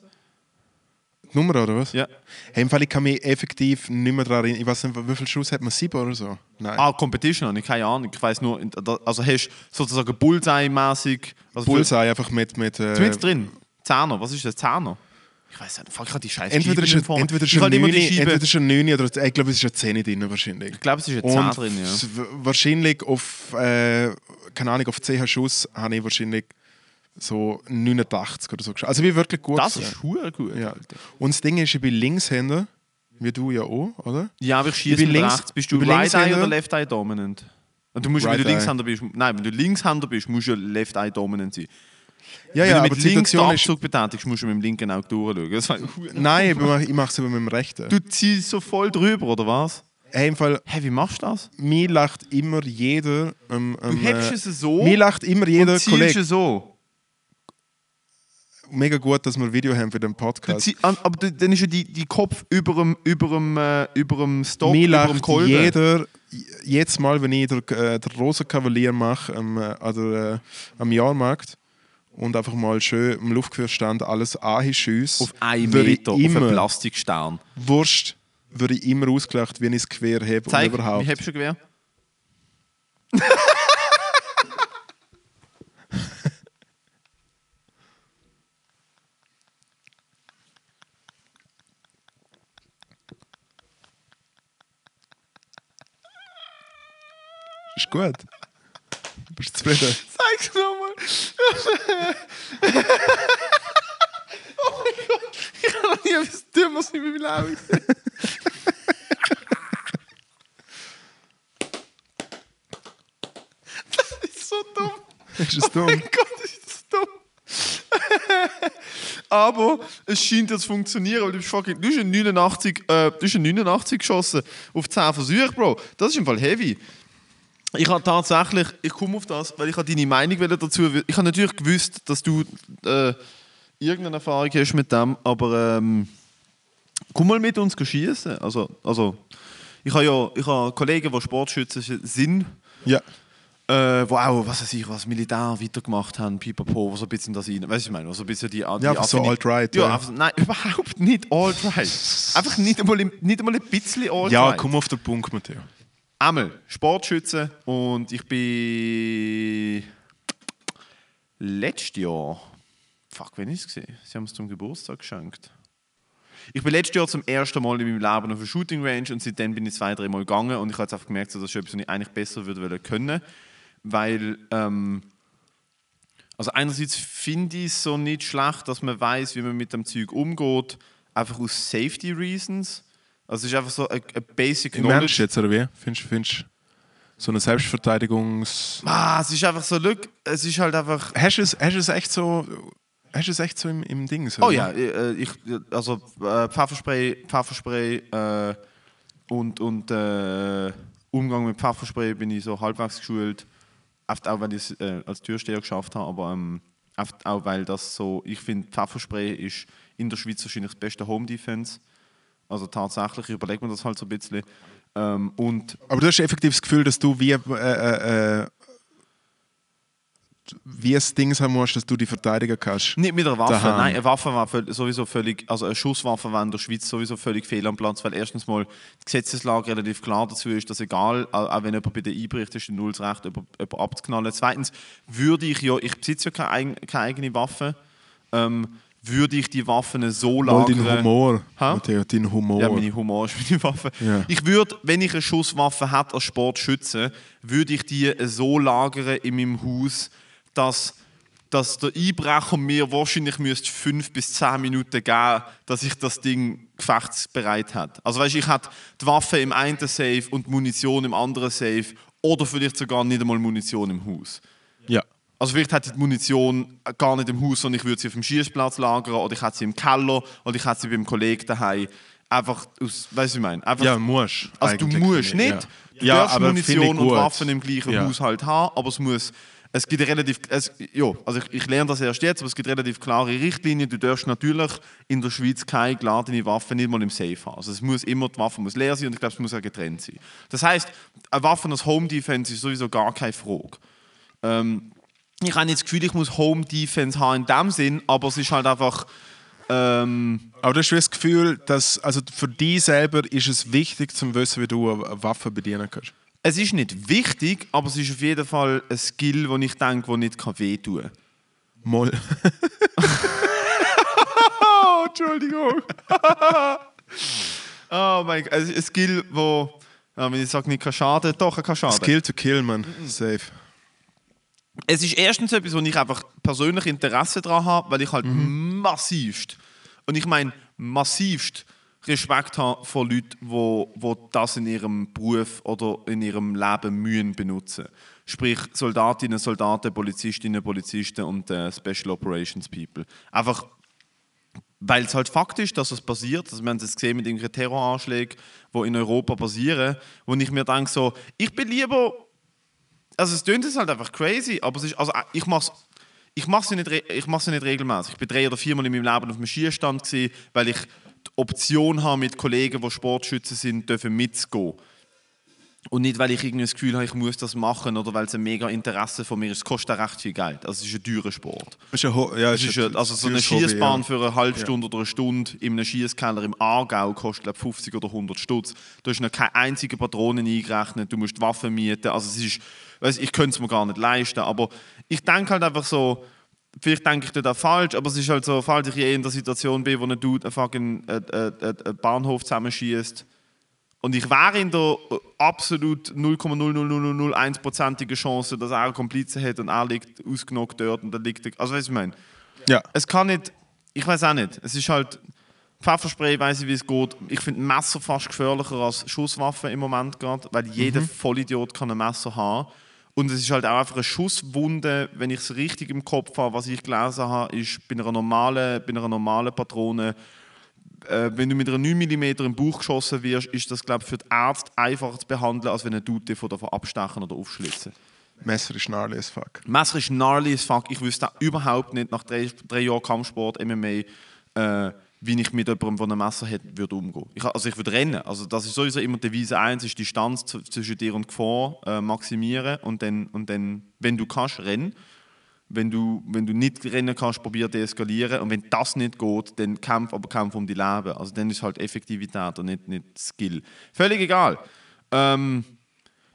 [SPEAKER 2] Die Nummer oder was?
[SPEAKER 1] Ja.
[SPEAKER 2] Hey, Im Fall, ich kann mich effektiv nicht mehr daran erinnern. Ich weiß nicht, wie viele Schuss hat man? Sieben oder so? Nein.
[SPEAKER 1] Ah, Competition, habe ich keine Ahnung. Ich weiß nur, in- da- also hast du sozusagen Bullseye-mäßig. Also
[SPEAKER 2] Bullseye einfach mit. mit, äh,
[SPEAKER 1] für- Mit drin. Zehner, was ist das? Zehner? Ich weiß nicht, fuck, ich habe die scheiße
[SPEAKER 2] Entweder ist
[SPEAKER 1] Scheibe
[SPEAKER 2] ein,
[SPEAKER 1] vorne.
[SPEAKER 2] entweder ist
[SPEAKER 1] Ich
[SPEAKER 2] ein
[SPEAKER 1] habe immer die
[SPEAKER 2] Neuni,
[SPEAKER 1] Scheibe-
[SPEAKER 2] entweder ist ein Neuni oder ich glaube, es ist ein Zehni drin wahrscheinlich. Ich
[SPEAKER 1] glaube, es ist ein Zehn drin, ja.
[SPEAKER 2] Wahrscheinlich auf, äh, keine Ahnung, auf 10 Schuss habe ich wahrscheinlich so 89 oder so geschossen. Also, wie wirklich gut.
[SPEAKER 1] Das
[SPEAKER 2] gewesen.
[SPEAKER 1] ist hure gut.
[SPEAKER 2] ja. Und das Ding ist, ich bin Linkshänder, wie du ja auch, oder?
[SPEAKER 1] Ja, aber ich
[SPEAKER 2] Ich
[SPEAKER 1] schieße
[SPEAKER 2] bin
[SPEAKER 1] mit
[SPEAKER 2] links-
[SPEAKER 1] rechts. Bist du
[SPEAKER 2] ich bin
[SPEAKER 1] Right Eye
[SPEAKER 2] Linkshänder.
[SPEAKER 1] oder Left Eye Dominant? Und du musst,
[SPEAKER 2] Right
[SPEAKER 1] wenn du
[SPEAKER 2] Eye.
[SPEAKER 1] Linkshänder bist, nein, wenn du Linkshänder bist, musst du ja Left Eye Dominant sein.
[SPEAKER 2] Ja,
[SPEAKER 1] wenn
[SPEAKER 2] ja,
[SPEAKER 1] du
[SPEAKER 2] aber
[SPEAKER 1] mit
[SPEAKER 2] die
[SPEAKER 1] links den
[SPEAKER 2] Situation ist.
[SPEAKER 1] Abzug betätigst, musst du mit dem linken Auge durchschauen. Das war, du
[SPEAKER 2] Nein, ich mach- ich mache es über mit dem Rechten.
[SPEAKER 1] ziehst so voll drüber, oder was?
[SPEAKER 2] Hey, im Fall,
[SPEAKER 1] Hey, wie machst du das?
[SPEAKER 2] mir lacht immer jeder. Ähm, ähm,
[SPEAKER 1] hebst
[SPEAKER 2] äh,
[SPEAKER 1] es so
[SPEAKER 2] Mir lacht immer jeder
[SPEAKER 1] Ziehst du
[SPEAKER 2] Kollege.
[SPEAKER 1] so?
[SPEAKER 2] Mega gut, dass wir ein Video haben für den
[SPEAKER 1] Du
[SPEAKER 2] Podcast.
[SPEAKER 1] zieh, an- aber du- dann ist ja die, die Kopf über dem, über dem, äh, über dem Stock,
[SPEAKER 2] Mir
[SPEAKER 1] über dem
[SPEAKER 2] lacht
[SPEAKER 1] Kolben.
[SPEAKER 2] jeder, j- jedes Mal, wenn ich den, äh, den Rosa Kavalier mache ähm, äh, an der, äh, am Jahrmarkt und einfach mal schön im Luftgewehrstand alles anschiessen.
[SPEAKER 1] Auf einen
[SPEAKER 2] Würde ich
[SPEAKER 1] Meter, auf einen
[SPEAKER 2] immer,
[SPEAKER 1] Plastikstern.
[SPEAKER 2] Wurst, würde ich immer ausgelacht, wenn ich es quer hebe
[SPEAKER 1] Zeig,
[SPEAKER 2] und überhaupt.
[SPEAKER 1] wie hebst du Gewehr?
[SPEAKER 2] Ist gut. Bist du zufrieden?
[SPEAKER 1] Zeig's nochmal. oh mein Gott, ich habe noch nie etwas Dümmeres in meinem Leben gesehen. Das ist so dumm.
[SPEAKER 2] Ist es dumm?
[SPEAKER 1] Mein Gott, ist das dumm. Aber es scheint ja zu funktionieren, weil du bist fucking. Du hast einen 89, äh, du hast einen 89 geschossen auf 10 Versuche, Bro. Das ist im Fall heavy. Ich habe tatsächlich, ich komme auf das, weil ich habe deine Meinung wollte dazu. Ich habe natürlich gewusst, dass du äh, irgendeine Erfahrung hast mit dem, aber ähm, komm mal mit uns schießen. Also, also, ich habe ja ich habe Kollegen, die Sportschützen sind
[SPEAKER 2] Ja.
[SPEAKER 1] äh, wo auch, was weiß ich, was Militär weitergemacht haben, pipapo, was so ein bisschen das rein, weißt du, ich meine, was so ein bisschen die, die
[SPEAKER 2] einfach so
[SPEAKER 1] Affini-
[SPEAKER 2] alt-right,
[SPEAKER 1] Ja,
[SPEAKER 2] ja.
[SPEAKER 1] einfach, nein, überhaupt nicht alt-right. einfach nicht einmal, im- nicht einmal ein bisschen alt-right.
[SPEAKER 2] Ja, komm auf den Punkt, Matteo.
[SPEAKER 1] Einmal Sportschütze und ich bin letztes Jahr. Fuck, wen ist es gesehen? Sie haben es zum Geburtstag geschenkt. Ich bin letztes Jahr zum ersten Mal in meinem Leben auf eine Shooting Range und seitdem bin ich zwei, drei Mal gegangen und ich habe jetzt einfach gemerkt, so, das ist etwas, was ich eigentlich besser würde wollen können, weil ähm, also einerseits finde ich es so nicht schlecht, dass man weiß, wie man mit dem Zeug umgeht, einfach aus Safety Reasons. Also es ist einfach so ein ein Basic
[SPEAKER 2] Im
[SPEAKER 1] Knowledge.
[SPEAKER 2] Mensch jetzt, oder wie? Findest du findest, du so eine Selbstverteidigungs...
[SPEAKER 1] Ah, es ist einfach so Glück. Es ist halt einfach.
[SPEAKER 2] Hast du es, hast du es echt so... Hast du es echt so im, im Ding? So,
[SPEAKER 1] Oh ja, äh, ich, also äh, Pfefferspray, Pfefferspray äh, und, und äh, Umgang mit Pfefferspray bin ich so halbwegs geschult. Oft auch, weil ich es äh, als Türsteher geschafft habe, aber ähm, oft auch, weil das so, ich finde, Pfefferspray ist in der Schweiz wahrscheinlich das beste Home Defense. Also tatsächlich überlegt man das halt so ein bisschen. Ähm, und
[SPEAKER 2] Aber du hast effektiv das Gefühl, dass du wie... Äh, äh, äh, wie es Dings haben musst, dass du die verteidigen kannst.
[SPEAKER 1] Nicht mit einer Waffe,
[SPEAKER 2] Daheim.
[SPEAKER 1] nein, eine Waffe war völ- sowieso völlig, also eine Schusswaffe war in der Schweiz sowieso völlig fehl am Platz, weil erstens mal die Gesetzeslage relativ klar dazu ist, dass egal, auch auch wenn jemand bei dir einbricht, ist ein Nulls Recht, jemand, jemand abzuknallen. Zweitens würde ich ja, ich besitze ja keine, eig- keine eigene Waffe, ähm, würde ich die Waffen so
[SPEAKER 2] Mal
[SPEAKER 1] lagern...
[SPEAKER 2] dein Humor,
[SPEAKER 1] Ha?
[SPEAKER 2] Matteo, dein Humor.
[SPEAKER 1] Ja, meine Humor ist meine Waffe.
[SPEAKER 2] Ja.
[SPEAKER 1] Ich würde, wenn ich eine Schusswaffe hätte als Sportschütze, würde ich die so lagern in meinem Haus, dass, dass der Einbrecher mir wahrscheinlich müsste fünf bis zehn Minuten geben dass ich das Ding gefechtsbereit hat. Also weißt, du, ich hätte die Waffe im einen Safe und die Munition im anderen Safe oder vielleicht sogar nicht einmal Munition im Haus.
[SPEAKER 2] ja.
[SPEAKER 1] Also vielleicht hätte ich die Munition gar nicht im Haus, sondern ich würde sie auf dem Schießplatz lagern oder ich hätte sie im Keller oder ich hätte sie beim Kollegen daheim. Einfach aus, weißt du, was ich meine? Einfach,
[SPEAKER 2] Ja, musst.
[SPEAKER 1] also du
[SPEAKER 2] eigentlich.
[SPEAKER 1] musst nicht.
[SPEAKER 2] Ja,
[SPEAKER 1] Du
[SPEAKER 2] ja
[SPEAKER 1] darfst
[SPEAKER 2] aber finde ich
[SPEAKER 1] Munition und
[SPEAKER 2] gut.
[SPEAKER 1] Waffen im gleichen
[SPEAKER 2] Ja.
[SPEAKER 1] Haushalt haben, aber es muss, es gibt relativ, es, ja, also ich, ich lerne das erst jetzt, aber es gibt relativ klare Richtlinien. Du darfst natürlich in der Schweiz keine geladene Waffe nicht mal im Safe haben. Also es muss immer, die Waffe muss leer sein und ich glaube, es muss auch getrennt sein. Das heißt, eine Waffe als Home Defense ist sowieso gar keine Frage Ähm, ich habe nicht das Gefühl, ich muss Home Defense haben in dem Sinn, aber es ist halt einfach. Ähm,
[SPEAKER 2] Aber du hast das Gefühl, dass also für dich selber ist es wichtig zu wissen, wie du eine Waffe bedienen kannst.
[SPEAKER 1] es ist nicht wichtig, aber es ist auf jeden Fall ein Skill, wo ich denke, wo nicht kann wehtun kann.
[SPEAKER 2] Moll.
[SPEAKER 1] Oh, Entschuldigung. oh mein Gott, es ist ein Skill, wo. Ja, wenn ich sage, nicht kann schaden, doch, er kann schaden.
[SPEAKER 2] Skill to kill, man. Safe.
[SPEAKER 1] Es ist erstens etwas, wo ich einfach persönlich Interesse daran habe, weil ich halt massivst, und ich meine massivst Respekt habe vor Leuten, wo, wo das in ihrem Beruf oder in ihrem Leben mühen benutzen. Sprich Soldatinnen, Soldaten, Polizistinnen, Polizisten und äh, Special Operations People. Einfach weil es halt Fakt ist, dass es passiert. Also wir haben es jetzt gesehen mit irgendwelchen Terroranschlägen, die in Europa passieren, wo ich mir denke so, ich bin lieber also es tönt jetzt halt einfach crazy, aber es ist, also äh, ich mach's, ich mach's ja nicht, re- ich mach's ja nicht regelmäßig. Ich bin drei oder viermal in meinem Leben auf dem Schierstand gewesen, weil ich die Option habe mit Kollegen, die Sportschützen sind, dürfen mitzugehen. Und nicht, weil ich irgendwie das Gefühl habe, ich muss das machen oder weil es ein mega Interesse von mir ist. Es kostet auch recht viel Geld. Also es ist ein teurer Sport.
[SPEAKER 2] Das ist ein Ho- ja,
[SPEAKER 1] Es ist
[SPEAKER 2] ein-
[SPEAKER 1] ein, also so eine
[SPEAKER 2] teures Hobby, ja.
[SPEAKER 1] Schießbahn für eine halbe Stunde oder eine Stunde in einem Schießkeller im Aargau kostet glaub, 50 oder 100 Stutz. Da ist noch keine einzige Patrone eingerechnet, du musst Waffen mieten. Also es ist, weiss, ich könnte es mir gar nicht leisten, aber ich denke halt einfach so, vielleicht denke ich dort auch falsch, aber es ist halt so, falls ich je in der Situation bin, wo ein Dude einen fucking äh, äh, äh, äh, Bahnhof zusammenschießt und ich wäre in der äh, absolut 0,00001%igen Chance, dass er einen Komplizen hat und er liegt ausgenockt dort und dann liegt er, also weißt du, was ich meine?
[SPEAKER 2] Ja.
[SPEAKER 1] es kann nicht, ich weiß auch nicht. Es ist halt Pfefferspray, weiß ich, wie es geht. Ich finde Messer fast gefährlicher als Schusswaffen im Moment gerade, weil jeder Vollidiot kann ein Messer haben. Und es ist halt auch einfach eine Schusswunde, wenn ich es richtig im Kopf habe, was ich gelesen habe, ist bei einer normalen, bei einer normalen Patrone, äh, wenn du mit einer 9 mm im Bauch geschossen wirst, ist das, glaube ich, für den Arzt einfacher zu behandeln, als wenn ein Dude dich von davon abstechen oder aufschlitzen.
[SPEAKER 2] Messer ist gnarly as fuck.
[SPEAKER 1] Messer ist gnarly as fuck. Ich wüsste auch überhaupt nicht nach drei, drei Jahren Kampfsport, MMA, äh, wie ich mit jemandem, der ein Messer hat, würde umgehen. Ich, also ich würde rennen. Also das ist sowieso immer die Devise 1, ist die Distanz zu- zwischen dir und Gefahr äh, maximieren und dann, und dann, wenn du kannst, rennen. Wenn du, wenn du nicht rennen kannst, probier deeskalieren. Und wenn das nicht geht, dann kämpf, aber kämpf um die Leben. Also dann ist halt Effektivität und nicht, nicht Skill. Völlig egal. Ähm,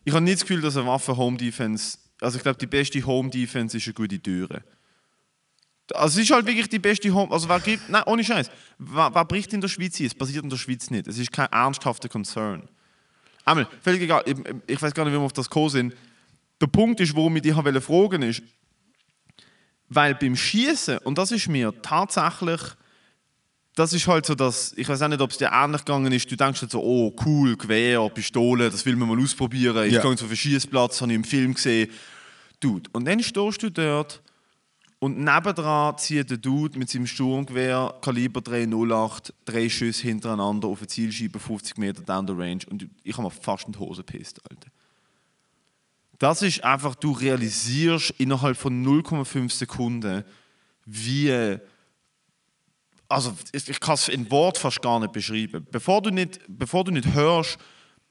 [SPEAKER 1] ich habe nicht das Gefühl, dass eine Waffe Home Defense. Also ich glaube, die beste Home Defense ist eine gute Türe. Also es ist halt wirklich die beste Home. Also wer gibt. Nein, ohne Scheiß. Wer, wer bricht in der Schweiz ein? Es passiert in der Schweiz nicht. Es ist kein ernsthafter Concern. Einmal, völlig egal. Ich, ich weiß gar nicht, wie wir auf das gekommen sind. Der Punkt ist, warum ich dich fragen wollte, ist, weil beim Schießen, und das ist mir tatsächlich das ist halt so, dass ich weiß auch nicht, ob es dir ähnlich gegangen ist. Du denkst halt so, oh cool, Gewehr, Pistole, das will man mal ausprobieren. Ich
[SPEAKER 2] Ja.
[SPEAKER 1] gehe jetzt auf einen Schießplatz, habe ich im Film gesehen. Dude, und dann stehst du dort und nebendran zieht der Dude mit seinem Sturmgewehr Kaliber 308 drei Schüsse hintereinander auf eine Zielscheibe 50 Meter down the range und ich habe mir fast in die Hose gepisst, Alter. Das ist einfach, du realisierst innerhalb von 0,5 Sekunden, wie also ich, ich kann es in Wort fast gar nicht beschreiben. Bevor du nicht, bevor du nicht hörst,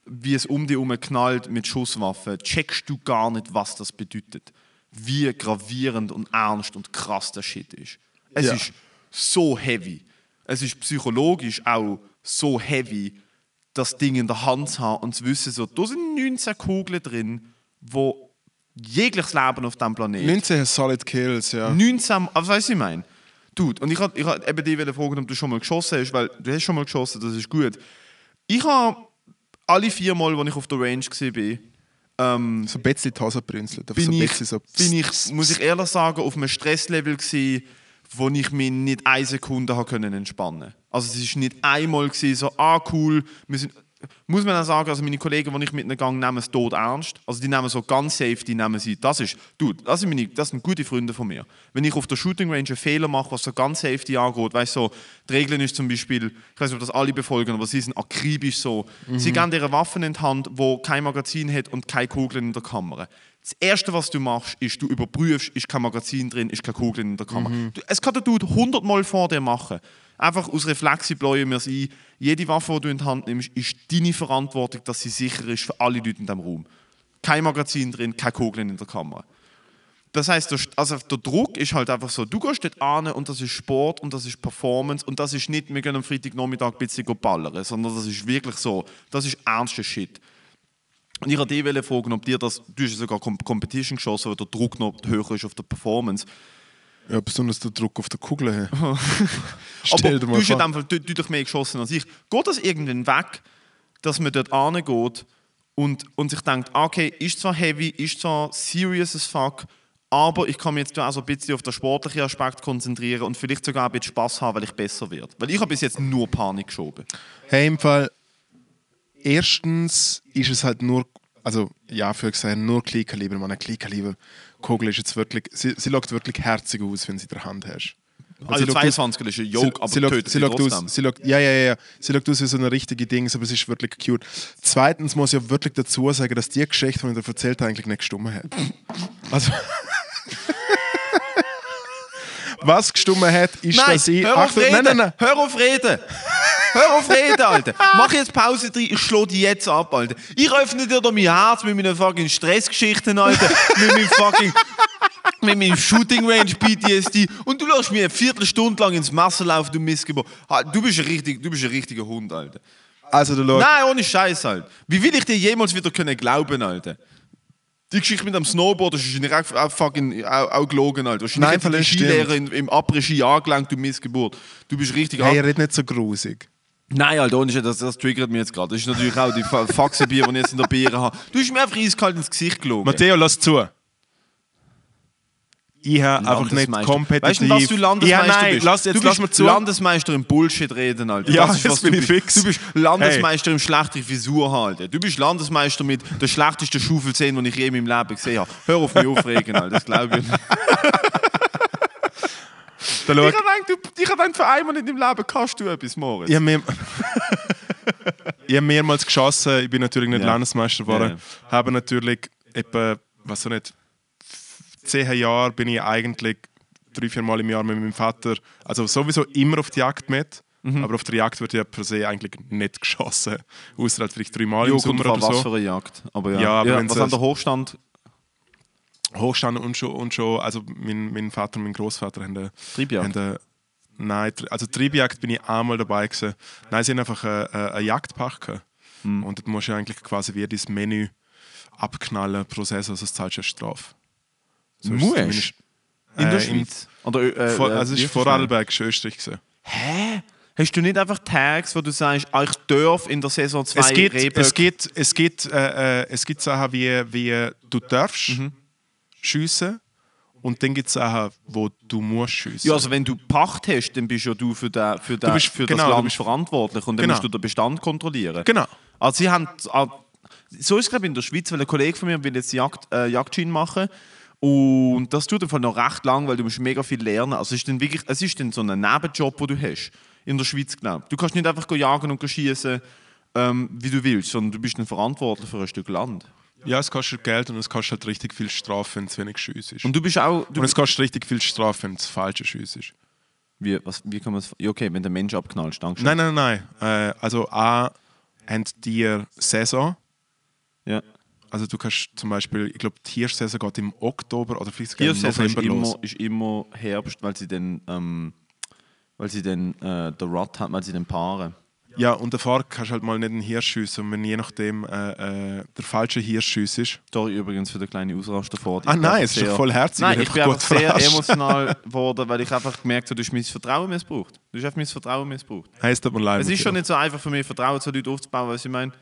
[SPEAKER 1] wie es um dich herum knallt mit Schusswaffen, checkst du gar nicht, was das bedeutet. Wie gravierend und ernst und krass der Shit ist. Es
[SPEAKER 2] Ja.
[SPEAKER 1] ist so heavy. Es ist psychologisch auch so heavy, das Ding in der Hand zu haben und zu wissen, so, da sind 19 Kugeln drin, wo jegliches Leben auf diesem Planeten
[SPEAKER 2] 19 solid kills, ja.
[SPEAKER 1] 19, also weißt du, was ich meine? Dude, und ich habe ich hab eben dich wollte fragen, ob du schon mal geschossen hast, weil du hast schon mal geschossen, das ist gut. Ich habe alle vier Mal, als ich auf der Range war,
[SPEAKER 2] So ein bisschen die Hose brünzelt.
[SPEAKER 1] bin
[SPEAKER 2] so ein
[SPEAKER 1] ich,
[SPEAKER 2] bisschen so.
[SPEAKER 1] bin ich, muss ich ehrlich sagen, auf einem Stresslevel gsi, wo ich mich nicht eine Sekunde habe können entspannen. Also es ist nicht einmal gsi, so ah cool, wir sind, muss man auch sagen, also meine Kollegen, die ich mit ihnen gang nehmen es tot ernst. Also die nehmen so ganz safe, die nehmen sie. Das ist, du, das sind meine, das sind gute Freunde von mir. Wenn ich auf der Shooting Range einen Fehler mache, was so ganz safety angeht, weißt du, so, die Regeln ist zum Beispiel, ich weiß nicht, ob das alle befolgen, aber sie sind akribisch so.
[SPEAKER 2] Mhm.
[SPEAKER 1] Sie geben dir Waffen in die Hand, wo kein Magazin hat und keine Kugeln in der Kamera. Das Erste, was du machst, ist, du überprüfst, ist kein Magazin drin, ist keine Kugel in der Kamera. Du, es kann der Dude hundertmal vor dir machen. Einfach aus Reflexi bläuen wir es ein. Jede Waffe, die du in die Hand nimmst, ist deine Verantwortung, dass sie sicher ist für alle Leute in diesem Raum. Kein Magazin drin, keine Kugeln in der Kamera. Das heißt, der, St- also der Druck ist halt einfach so, du gehst dort an und das ist Sport und das ist Performance und das ist nicht, wir gehen am Freitagnachmittag ein bisschen ballern, sondern das ist wirklich so, das ist ernster Shit. Und ich wollte dich wollte fragen, ob dir das, du hast ja sogar Com- Competition geschossen, weil der Druck noch höher ist auf der Performance.
[SPEAKER 2] Ja, besonders der Druck auf der Kugel. her. Stell dir
[SPEAKER 1] Aber
[SPEAKER 2] mal
[SPEAKER 1] du hast ja in
[SPEAKER 2] vor.
[SPEAKER 1] dem Fall deut- deutlich mehr geschossen als ich. Geht das irgendwann weg, dass man dort angeht und, und sich denkt, ah, okay, ist zwar heavy, ist zwar serious as fuck, aber ich kann mich jetzt auch so ein bisschen auf den sportlichen Aspekt konzentrieren und vielleicht sogar ein bisschen Spass haben, weil ich besser werde. Weil ich habe bis jetzt nur Panik geschoben.
[SPEAKER 2] Hey, im Fall, erstens ist es halt nur, also ja, für gesagt, nur Kleinkaliber, man, eine Kleinkaliber. Kugel ist jetzt wirklich, sie, sie schaut wirklich herzig aus, wenn sie in der Hand hast. Und
[SPEAKER 1] Also
[SPEAKER 2] sie schaut aus-
[SPEAKER 1] 22 ist ein Joke, aber
[SPEAKER 2] schaut-
[SPEAKER 1] tötet
[SPEAKER 2] sie
[SPEAKER 1] dich
[SPEAKER 2] schaut
[SPEAKER 1] trotzdem.
[SPEAKER 2] aus, sie schaut, ja, ja, ja, ja. Sie schaut aus wie so eine richtige Dings, aber es ist wirklich cute. Zweitens muss ich ja wirklich dazu sagen, dass die Geschichte, die ich dir erzählt habe, eigentlich nicht gestummen hat. Also. Was gestummen hat, ist,
[SPEAKER 1] Nein,
[SPEAKER 2] dass ich.
[SPEAKER 1] hör auf
[SPEAKER 2] Achtung,
[SPEAKER 1] reden!
[SPEAKER 2] nein, nein, nein.
[SPEAKER 1] Hör auf reden! Hör auf reden, Alter. Mach jetzt Pause drin, ich schlo die jetzt ab, Alter. Ich öffne dir doch mein Herz mit meinen fucking Stressgeschichten, Alter. mit meinem fucking... Mit meinem Shooting Range PTSD. Und du lässt mir eine Viertelstunde lang ins Messer laufen, du Missgeburt. Ha, Du bist ein, richtig, du bist ein richtiger Hund, Alter.
[SPEAKER 2] Also, du schaust.
[SPEAKER 1] Nein, ohne Scheiß halt. Wie will ich dir jemals wieder können glauben, Alter? Die Geschichte mit dem Snowboard, das ist wahrscheinlich auch, auch fucking auch, auch gelogen, Alter.
[SPEAKER 2] Nein,
[SPEAKER 1] Wahrscheinlich hat die
[SPEAKER 2] vielleicht
[SPEAKER 1] Skilehrer in, im Après-Ski angelangt, du Missgeburt. Du bist richtig...
[SPEAKER 2] Hey,
[SPEAKER 1] ab-
[SPEAKER 2] red nicht so grusig.
[SPEAKER 1] Nein, Alter, ohne Scheiß, das, das triggert mich jetzt gerade. Das ist natürlich auch die Fa- Faxenbier, die ich jetzt in der Biere habe. Du hast mir einfach eiskalt ins Gesicht gelogen.
[SPEAKER 2] Matteo, lass zu. Ich habe einfach nicht
[SPEAKER 1] Landesmeister.
[SPEAKER 2] kompetitiv...
[SPEAKER 1] Weißt du, was du Landesmeister
[SPEAKER 2] ja, nein,
[SPEAKER 1] bist?
[SPEAKER 2] Lass, jetzt
[SPEAKER 1] du
[SPEAKER 2] lass
[SPEAKER 1] bist
[SPEAKER 2] mir zu.
[SPEAKER 1] Landesmeister im Bullshit reden, Alter.
[SPEAKER 2] Ja,
[SPEAKER 1] das ist,
[SPEAKER 2] jetzt
[SPEAKER 1] was
[SPEAKER 2] bin
[SPEAKER 1] du
[SPEAKER 2] ich
[SPEAKER 1] bist.
[SPEAKER 2] fix.
[SPEAKER 1] Du bist Landesmeister im schlechten Frisur haben, Alter. Du bist Landesmeister mit der schlechtesten Schaufel 10, die ich je in meinem Leben gesehen habe. Hör auf mich aufregen, Alter. Das glaube ich nicht.
[SPEAKER 2] da schau.
[SPEAKER 1] Ich habe gedacht, für einmal in deinem Leben kannst du etwas, Moritz.
[SPEAKER 2] Ich habe mehr ich hab mehrmals geschossen, ich bin natürlich nicht
[SPEAKER 1] Ja.
[SPEAKER 2] Landesmeister geworden.
[SPEAKER 1] Ja,
[SPEAKER 2] Habe natürlich etwa, was auch nicht, zehn Jahre bin ich eigentlich drei, vier Mal im Jahr mit meinem Vater, also sowieso immer auf die Jagd mit.
[SPEAKER 1] Mhm.
[SPEAKER 2] Aber auf der Jagd wird ja per se eigentlich nicht geschossen. Außer halt vielleicht dreimal im
[SPEAKER 1] Jo, kommt
[SPEAKER 2] Sommer
[SPEAKER 1] drauf an,
[SPEAKER 2] oder
[SPEAKER 1] was
[SPEAKER 2] so.
[SPEAKER 1] für eine Jagd. Aber ja,
[SPEAKER 2] Ja, aber wenn's
[SPEAKER 1] was
[SPEAKER 2] so-
[SPEAKER 1] an der Hochstand
[SPEAKER 2] Hochstand und schon, und schon also mein, mein Vater und mein Großvater haben eine,
[SPEAKER 1] Triebjagd?
[SPEAKER 2] Haben eine, nein, Tri- also Triebjagd bin ich einmal dabei gewesen. Nein, sie haben einfach eine, eine, eine Jagdpark gehabt.
[SPEAKER 1] Hm.
[SPEAKER 2] Und dort musst du ja eigentlich quasi wie dein Menü abknallen pro Saison, also sonst zahlst du eine Strafe. So ist es
[SPEAKER 1] Musst?
[SPEAKER 2] zumindest-
[SPEAKER 1] in der
[SPEAKER 2] Äh, in-
[SPEAKER 1] Schweiz. An der Ö- äh,
[SPEAKER 2] Vor,
[SPEAKER 1] äh,
[SPEAKER 2] also es war vor
[SPEAKER 1] Liechtenstein.
[SPEAKER 2] Adelberg, ist Österreich. Gewesen.
[SPEAKER 1] Hä? Hast du nicht einfach Tags, wo du sagst, ah, ich darf in der Saison 2
[SPEAKER 2] es gibt, es gibt, es gibt, äh, äh, es gibt Sachen wie, wie du darfst
[SPEAKER 1] Mhm.
[SPEAKER 2] schiessen und dann gibt es Sachen, wo du musst schiessen.
[SPEAKER 1] Ja, also wenn du Pacht hast, dann bist ja du für, den, für, den,
[SPEAKER 2] bist-
[SPEAKER 1] für
[SPEAKER 2] genau,
[SPEAKER 1] das
[SPEAKER 2] du
[SPEAKER 1] Land
[SPEAKER 2] bist-
[SPEAKER 1] verantwortlich und dann
[SPEAKER 2] Genau.
[SPEAKER 1] musst du den Bestand kontrollieren.
[SPEAKER 2] Genau.
[SPEAKER 1] Also sie haben, ah, so ist es glaube ich in der Schweiz, weil ein Kollege von mir will jetzt Jagd, äh, Jagdschein machen und das tut einfach noch recht lang, weil du musst mega viel lernen. Also es ist dann wirklich, es ist dann so ein Nebenjob, den du hast in der Schweiz glaube ich. Du kannst nicht einfach go jagen und go schießen, ähm, wie du willst, sondern du bist dann verantwortlich für ein Stück Land.
[SPEAKER 2] Ja, es kostet Geld und es kostet halt richtig viel Strafe, wenn es wenig Schüsse ist.
[SPEAKER 1] Und
[SPEAKER 2] Und,
[SPEAKER 1] du bist auch, du,
[SPEAKER 2] es kostet richtig viel Strafe, wenn es falsche Schüsse ist.
[SPEAKER 1] wie, was, wie kann man es, ja, okay, wenn der Mensch abknallt, danke.
[SPEAKER 2] Nein, nein, nein. nein. Äh, also A, haben die Saison.
[SPEAKER 1] Ja.
[SPEAKER 2] Also du kannst zum Beispiel, ich glaube, die Hirschsaison geht im Oktober oder vielleicht sogar im
[SPEAKER 1] Biersaison ist
[SPEAKER 2] November los.
[SPEAKER 1] immer, ist immer Herbst, weil sie dann, ähm, weil sie dann äh, den Rot haben, weil sie dann paaren.
[SPEAKER 2] Ja, und davor kannst du halt mal nicht einen Hirsch schiessen. Und wenn je nachdem äh, äh, der falsche Hirsch schiesst ist.
[SPEAKER 1] Sorry übrigens für den kleinen Ausraster vor.
[SPEAKER 2] Ah, nein, es ist doch voll herzig,
[SPEAKER 1] Nein,
[SPEAKER 2] wenn
[SPEAKER 1] ich
[SPEAKER 2] du
[SPEAKER 1] bin
[SPEAKER 2] gut
[SPEAKER 1] einfach sehr
[SPEAKER 2] verarschst.
[SPEAKER 1] emotional geworden, weil ich einfach gemerkt habe, du hast mein Vertrauen missbraucht. Du hast einfach mein Vertrauen missbraucht.
[SPEAKER 2] Heißt aber leid.
[SPEAKER 1] Es ist schon nicht so einfach für mich, Vertrauen zu Leuten aufzubauen, was ich meine.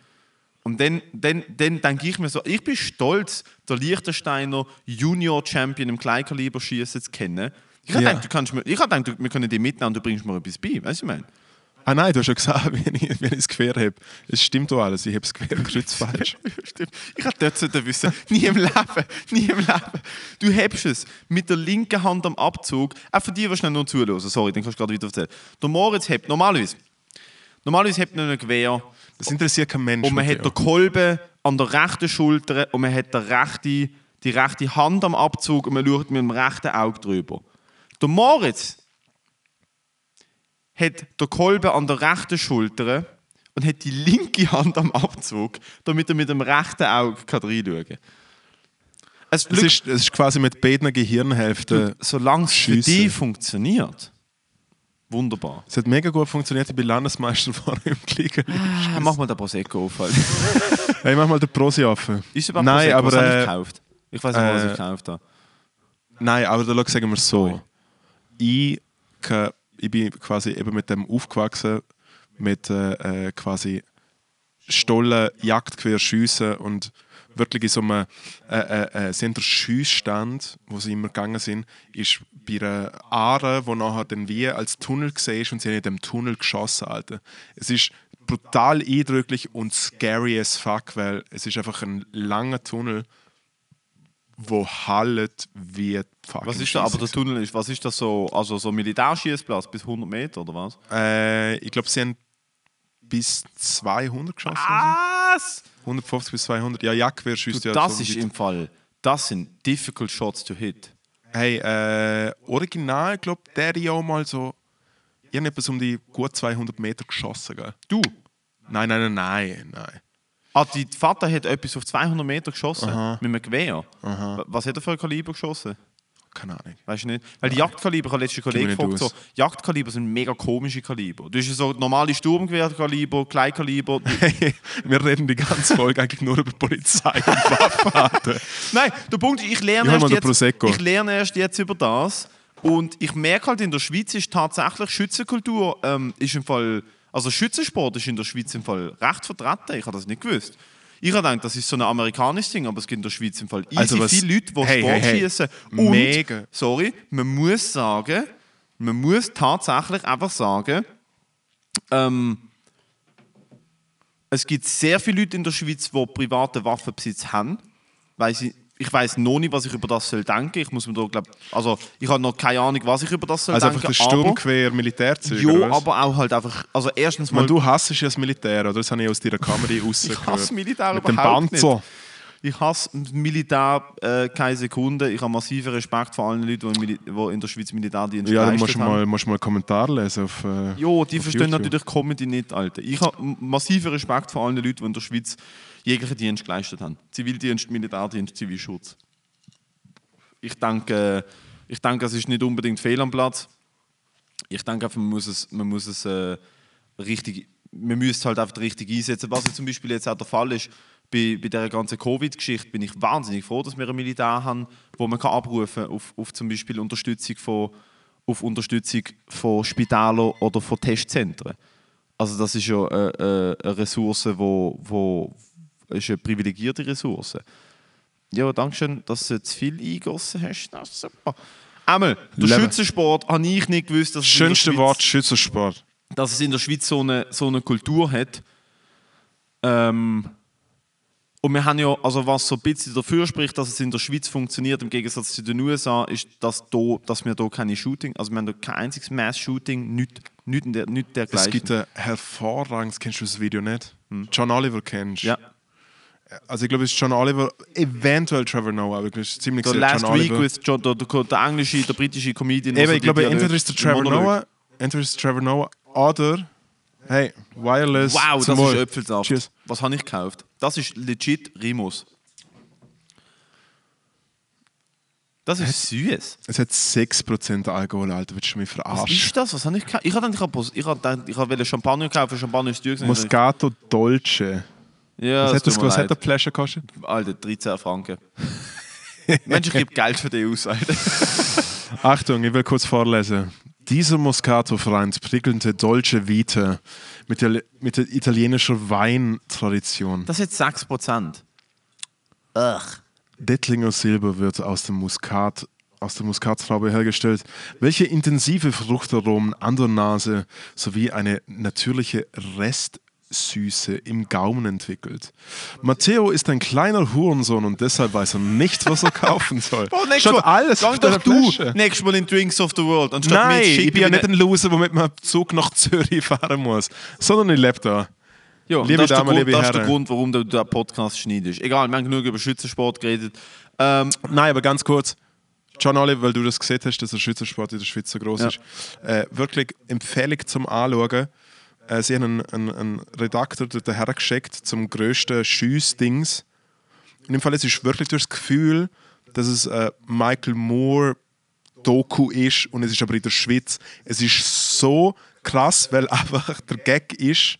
[SPEAKER 1] Und dann, dann, dann denke ich mir so, ich bin stolz, der Liechtensteiner Junior Champion im Kleinkaliber-Schießen zu kennen. Ich habe
[SPEAKER 2] Ja.
[SPEAKER 1] gedacht, du kannst mir, ich habe gedacht, du- wir können dich mitnehmen und du bringst mir etwas bei, weißt du, was ich meine?
[SPEAKER 2] Ah nein, du hast ja gesagt, wenn ich, wenn ich es quer habe. Es stimmt doch alles, ich habe es quer geschützt falsch.
[SPEAKER 1] Stimmt. Ich hätte dort sollen wissen Nie im Leben. Nie im Leben. Du hebst es mit der linken Hand am Abzug. Auch für die, die schnell nur zuhören. Sorry, dann kannst du gerade weiter erzählen. Der Moritz hebt normalerweise. Normalerweise hebt er ein Gewehr.
[SPEAKER 2] Das interessiert kein Mensch.
[SPEAKER 1] Und man hat
[SPEAKER 2] Matteo.
[SPEAKER 1] den Kolben an der rechten Schulter und man hat die rechte, die rechte Hand am Abzug und man schaut mit dem rechten Auge drüber. Der Moritz hat den Kolben an der rechten Schulter und hat die linke Hand am Abzug, damit er mit dem rechten Auge kann reinschauen kann. Es
[SPEAKER 2] Es
[SPEAKER 1] ist, äh,
[SPEAKER 2] ist, es ist quasi mit beiden Gehirnhälften.
[SPEAKER 1] solange es für
[SPEAKER 2] Schiessen.
[SPEAKER 1] dich funktioniert, wunderbar.
[SPEAKER 2] Es hat mega gut funktioniert, ich bin Landesmeister vorne im Klicken.
[SPEAKER 1] Ah, mach mal den Prosecco auf. Halt.
[SPEAKER 2] Hey, mach mal den Prosi auf.
[SPEAKER 1] Ist überhaupt
[SPEAKER 2] Nein,
[SPEAKER 1] Prosecco?
[SPEAKER 2] aber,
[SPEAKER 1] was habe ich
[SPEAKER 2] äh,
[SPEAKER 1] gekauft? Ich weiß nicht, was ich
[SPEAKER 2] äh,
[SPEAKER 1] gekauft habe.
[SPEAKER 2] nein, aber da schau, sagen wir es so. Ich, ka- ich bin quasi eben mit dem aufgewachsen, mit äh, äh, quasi Stollen, Jagdgewehr, Schiessen und wirklich in so einem äh, äh, äh, sind der Schiessstand, wo sie immer gegangen sind, ist bei einer Aare, wo nachher dann wie als Tunnel gesehen ist und sie haben in dem Tunnel geschossen, Alter. Es ist brutal eindrücklich und scary as fuck, weil es ist einfach ein langer Tunnel, wo hallet wie fuck.
[SPEAKER 1] Was ist da? Aber der Tunnel ist, was ist das so? Also so Militärschießplatz bis 100 Meter oder was?
[SPEAKER 2] Äh, ich glaube, sie haben bis 200 geschossen.
[SPEAKER 1] Ah.
[SPEAKER 2] oder
[SPEAKER 1] Was?
[SPEAKER 2] so. 150 bis 200. Ja, Jagdgewehr schießt ja
[SPEAKER 1] das
[SPEAKER 2] so
[SPEAKER 1] ist
[SPEAKER 2] weit.
[SPEAKER 1] im Fall. Das sind difficult shots to hit.
[SPEAKER 2] Hey, äh, original, glaube der ja mal so. irgendetwas um die gut 200 Meter geschossen. Gell?
[SPEAKER 1] Du?
[SPEAKER 2] Nein, nein, nein, nein, nein.
[SPEAKER 1] Ah, dein Vater hat etwas auf 200 Meter geschossen. Mit einem Gewehr. Was hat er für ein Kaliber geschossen?
[SPEAKER 2] Keine Ahnung.
[SPEAKER 1] Weißt du nicht? Weil die Jagdkaliber, ich habe letzten Kollegen
[SPEAKER 2] mir nicht
[SPEAKER 1] gefragt, so,
[SPEAKER 2] aus.
[SPEAKER 1] Jagdkaliber sind mega komische Kaliber. Du hast ja so normale Sturmgewehrkaliber, Kleinkaliber.
[SPEAKER 2] Wir reden die ganze Folge eigentlich nur über Polizei und Waffen.
[SPEAKER 1] Nein, der Punkt ist, ich lerne,
[SPEAKER 2] Ich hol
[SPEAKER 1] erst
[SPEAKER 2] mal den
[SPEAKER 1] jetzt,
[SPEAKER 2] Prosecco.
[SPEAKER 1] ich lerne erst jetzt über das. Und ich merke halt, in der Schweiz ist tatsächlich Schützenkultur ähm, ist im Fall. Also Schützensport ist in der Schweiz im Fall recht vertreten. Ich habe das nicht gewusst. Ich habe gedacht, das ist so ein amerikanisches Ding, aber es gibt in der Schweiz im Fall easy
[SPEAKER 2] Also was-
[SPEAKER 1] viele Leute, die
[SPEAKER 2] hey,
[SPEAKER 1] Sport
[SPEAKER 2] hey, hey.
[SPEAKER 1] schießen.
[SPEAKER 2] Mega.
[SPEAKER 1] sorry, man muss sagen, man muss tatsächlich einfach sagen, ähm, es gibt sehr viele Leute in der Schweiz, die privaten Waffenbesitz haben. Weiss ich ich weiß noch nicht, was ich über das soll denken. Ich muss mir da, glaub, also ich habe noch keine Ahnung, was ich über das soll
[SPEAKER 2] Also einfach
[SPEAKER 1] denken.
[SPEAKER 2] der Sturmquer Militärzeug.
[SPEAKER 1] aber,
[SPEAKER 2] oder
[SPEAKER 1] ja,
[SPEAKER 2] was?
[SPEAKER 1] aber auch halt einfach, also erstens
[SPEAKER 2] Weil
[SPEAKER 1] mal,
[SPEAKER 2] du hasst ja das Militär, oder? Das habe ich aus deiner Kamera rausgehört.
[SPEAKER 1] ich hasse Militär
[SPEAKER 2] Mit dem
[SPEAKER 1] überhaupt
[SPEAKER 2] Panzer.
[SPEAKER 1] nicht. Ich hasse Militär äh, keine Sekunde. Ich habe massiven Respekt vor allen Leuten, die, im Mili- die in der Schweiz Militärdienst
[SPEAKER 2] Ja, dann
[SPEAKER 1] geleistet
[SPEAKER 2] musst du
[SPEAKER 1] haben.
[SPEAKER 2] mal, musst du mal einen Kommentar lesen auf äh,
[SPEAKER 1] Jo, die
[SPEAKER 2] auf
[SPEAKER 1] verstehen
[SPEAKER 2] YouTube.
[SPEAKER 1] natürlich Comedy nicht, Alter. Ich habe massiven Respekt vor allen Leuten, die in der Schweiz jeglichen Dienst geleistet haben. Zivildienst, Militärdienst, Zivilschutz. Ich denke, äh, ich denke, es ist nicht unbedingt fehl am Platz. Ich denke einfach, man muss es, man muss es äh, richtig, man müsste halt einfach richtig einsetzen. Was ja zum Beispiel jetzt auch der Fall ist, bei, bei dieser ganzen Covid-Geschichte bin ich wahnsinnig froh, dass wir ein Militär haben, wo man kann abrufen auf, auf zum Beispiel Unterstützung von, auf Unterstützung von Spitälern oder von Testzentren. Also das ist ja äh, äh, eine Ressource, wo, wo ist eine privilegierte Ressource. Ja, danke schön, dass du zu viel eingegossen hast. Das ist super. Einmal, der
[SPEAKER 2] Leben.
[SPEAKER 1] Schützensport habe ich nicht gewusst, dass es in der
[SPEAKER 2] Schönste
[SPEAKER 1] Schweiz-
[SPEAKER 2] Wort Schützensport.
[SPEAKER 1] dass es in der Schweiz so eine, so eine Kultur hat. Ähm, und wir haben ja, also was so ein bisschen dafür spricht, dass es in der Schweiz funktioniert, im Gegensatz zu den USA, ist, dass, do, dass wir hier keine Shooting, also wir haben hier kein einziges Mass-Shooting, nichts nicht der, nicht dergleichen.
[SPEAKER 2] Es gibt ein hervorragendes, kennst du das Video nicht? John Oliver kennst du.
[SPEAKER 1] Hm. ja.
[SPEAKER 2] Also ich glaube, es ist John Oliver, eventuell Trevor Noah, aber ich glaube, es ist ziemlich
[SPEAKER 1] Der
[SPEAKER 2] sicher
[SPEAKER 1] Last
[SPEAKER 2] John
[SPEAKER 1] Week
[SPEAKER 2] Oliver.
[SPEAKER 1] with John, der, der, der englische, der britische Comedian. der
[SPEAKER 2] Eben,
[SPEAKER 1] so
[SPEAKER 2] ich glaube,
[SPEAKER 1] die
[SPEAKER 2] entweder
[SPEAKER 1] Dialoge-
[SPEAKER 2] ist der Trevor
[SPEAKER 1] Monologe-
[SPEAKER 2] Noah, entweder ist Trevor Noah oder hey, Wireless.
[SPEAKER 1] Wow, das ist
[SPEAKER 2] zum Wohl.
[SPEAKER 1] Äpfelsaft.
[SPEAKER 2] Cheers.
[SPEAKER 1] Was habe ich gekauft? Das ist legit Rimus. Das ist süß.
[SPEAKER 2] Es hat 6% Alkohol, Alter, willst du mich
[SPEAKER 1] Was
[SPEAKER 2] verarschen?
[SPEAKER 1] ist das? Was habe ich gekauft? Ich habe gedacht, ich habe- ich habe gedacht, ich wollte Champagner kaufen, Champagner ist teuer. gewesen.
[SPEAKER 2] Moscato Dolce.
[SPEAKER 1] Ja,
[SPEAKER 2] Was
[SPEAKER 1] es
[SPEAKER 2] hat das
[SPEAKER 1] tut mir
[SPEAKER 2] was hat der
[SPEAKER 1] leid.
[SPEAKER 2] Pleasure gekostet?
[SPEAKER 1] Alter, 13 Franken. Mensch, ich gebe Geld für die aus, Alter.
[SPEAKER 2] Achtung, ich will kurz vorlesen. Dieser Moscato-Freund prickelnde Dolce Vita mit der, mit der italienischen Weintradition.
[SPEAKER 1] Das ist jetzt 6%. Ugh.
[SPEAKER 2] Dettlinger Silber wird aus dem Muskat aus der Muskattraube hergestellt, welche intensive Fruchtaromen an der Nase sowie eine natürliche Restsüße im Gaumen entwickelt. Matteo ist ein kleiner Hurensohn und deshalb weiß er nicht, was er kaufen soll.
[SPEAKER 1] Oh, nächstes
[SPEAKER 2] Schon
[SPEAKER 1] Mal,
[SPEAKER 2] alles
[SPEAKER 1] Gang
[SPEAKER 2] auf der
[SPEAKER 1] doch du
[SPEAKER 2] Flasche.
[SPEAKER 1] nächstes Mal in Drinks of the World. Anstatt mich
[SPEAKER 2] Nein,
[SPEAKER 1] zu
[SPEAKER 2] ich
[SPEAKER 1] schicken
[SPEAKER 2] bin ja
[SPEAKER 1] wie
[SPEAKER 2] nicht
[SPEAKER 1] eine-
[SPEAKER 2] ein Loser, womit man Zug nach Zürich fahren muss, sondern ich lebe da.
[SPEAKER 1] Ja, und
[SPEAKER 2] Liebe
[SPEAKER 1] das, ist der
[SPEAKER 2] Damen,
[SPEAKER 1] Grund,
[SPEAKER 2] liebe
[SPEAKER 1] das ist der
[SPEAKER 2] Herren.
[SPEAKER 1] Grund, warum du den Podcast schneidest. Egal, wir haben genug über Schützensport geredet. Ähm,
[SPEAKER 2] Nein, aber ganz kurz. John Olive, weil du das gesehen hast, dass der Schützensport in der Schweiz so groß
[SPEAKER 1] Ja.
[SPEAKER 2] ist. Äh, wirklich Empfehlung zum Anschauen. Äh, sie haben einen, einen, einen Redakteur dort hergeschickt zum grössten Schiessdings. In dem Fall es ist wirklich durch das Gefühl, dass es äh, Michael Moore Doku ist und es ist aber in der Schweiz. Es ist so krass, weil einfach der Gag ist,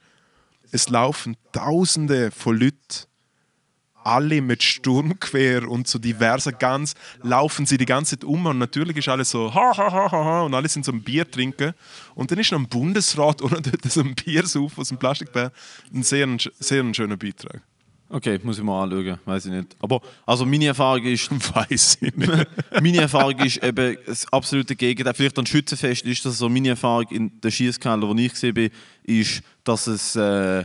[SPEAKER 2] es laufen Tausende von Leuten alle mit Sturmquer und so diverser ganz laufen sie die ganze Zeit um und natürlich ist alles so ha ha ha ha ha und alle sind so ein Bier trinken und dann ist noch ein Bundesrat und dort so ein Bier auf aus dem Plastikbär ein sehr, sehr ein schöner Beitrag
[SPEAKER 1] okay, muss ich mal anschauen, weiß ich nicht. Aber also meine Erfahrung ist,
[SPEAKER 2] weiß ich nicht
[SPEAKER 1] meine Erfahrung ist eben das absolute Gegenteil. Vielleicht an Schützenfest ist das so. Meine Erfahrung in der Schiesskeller, wo ich gesehen bin, ist, dass es äh,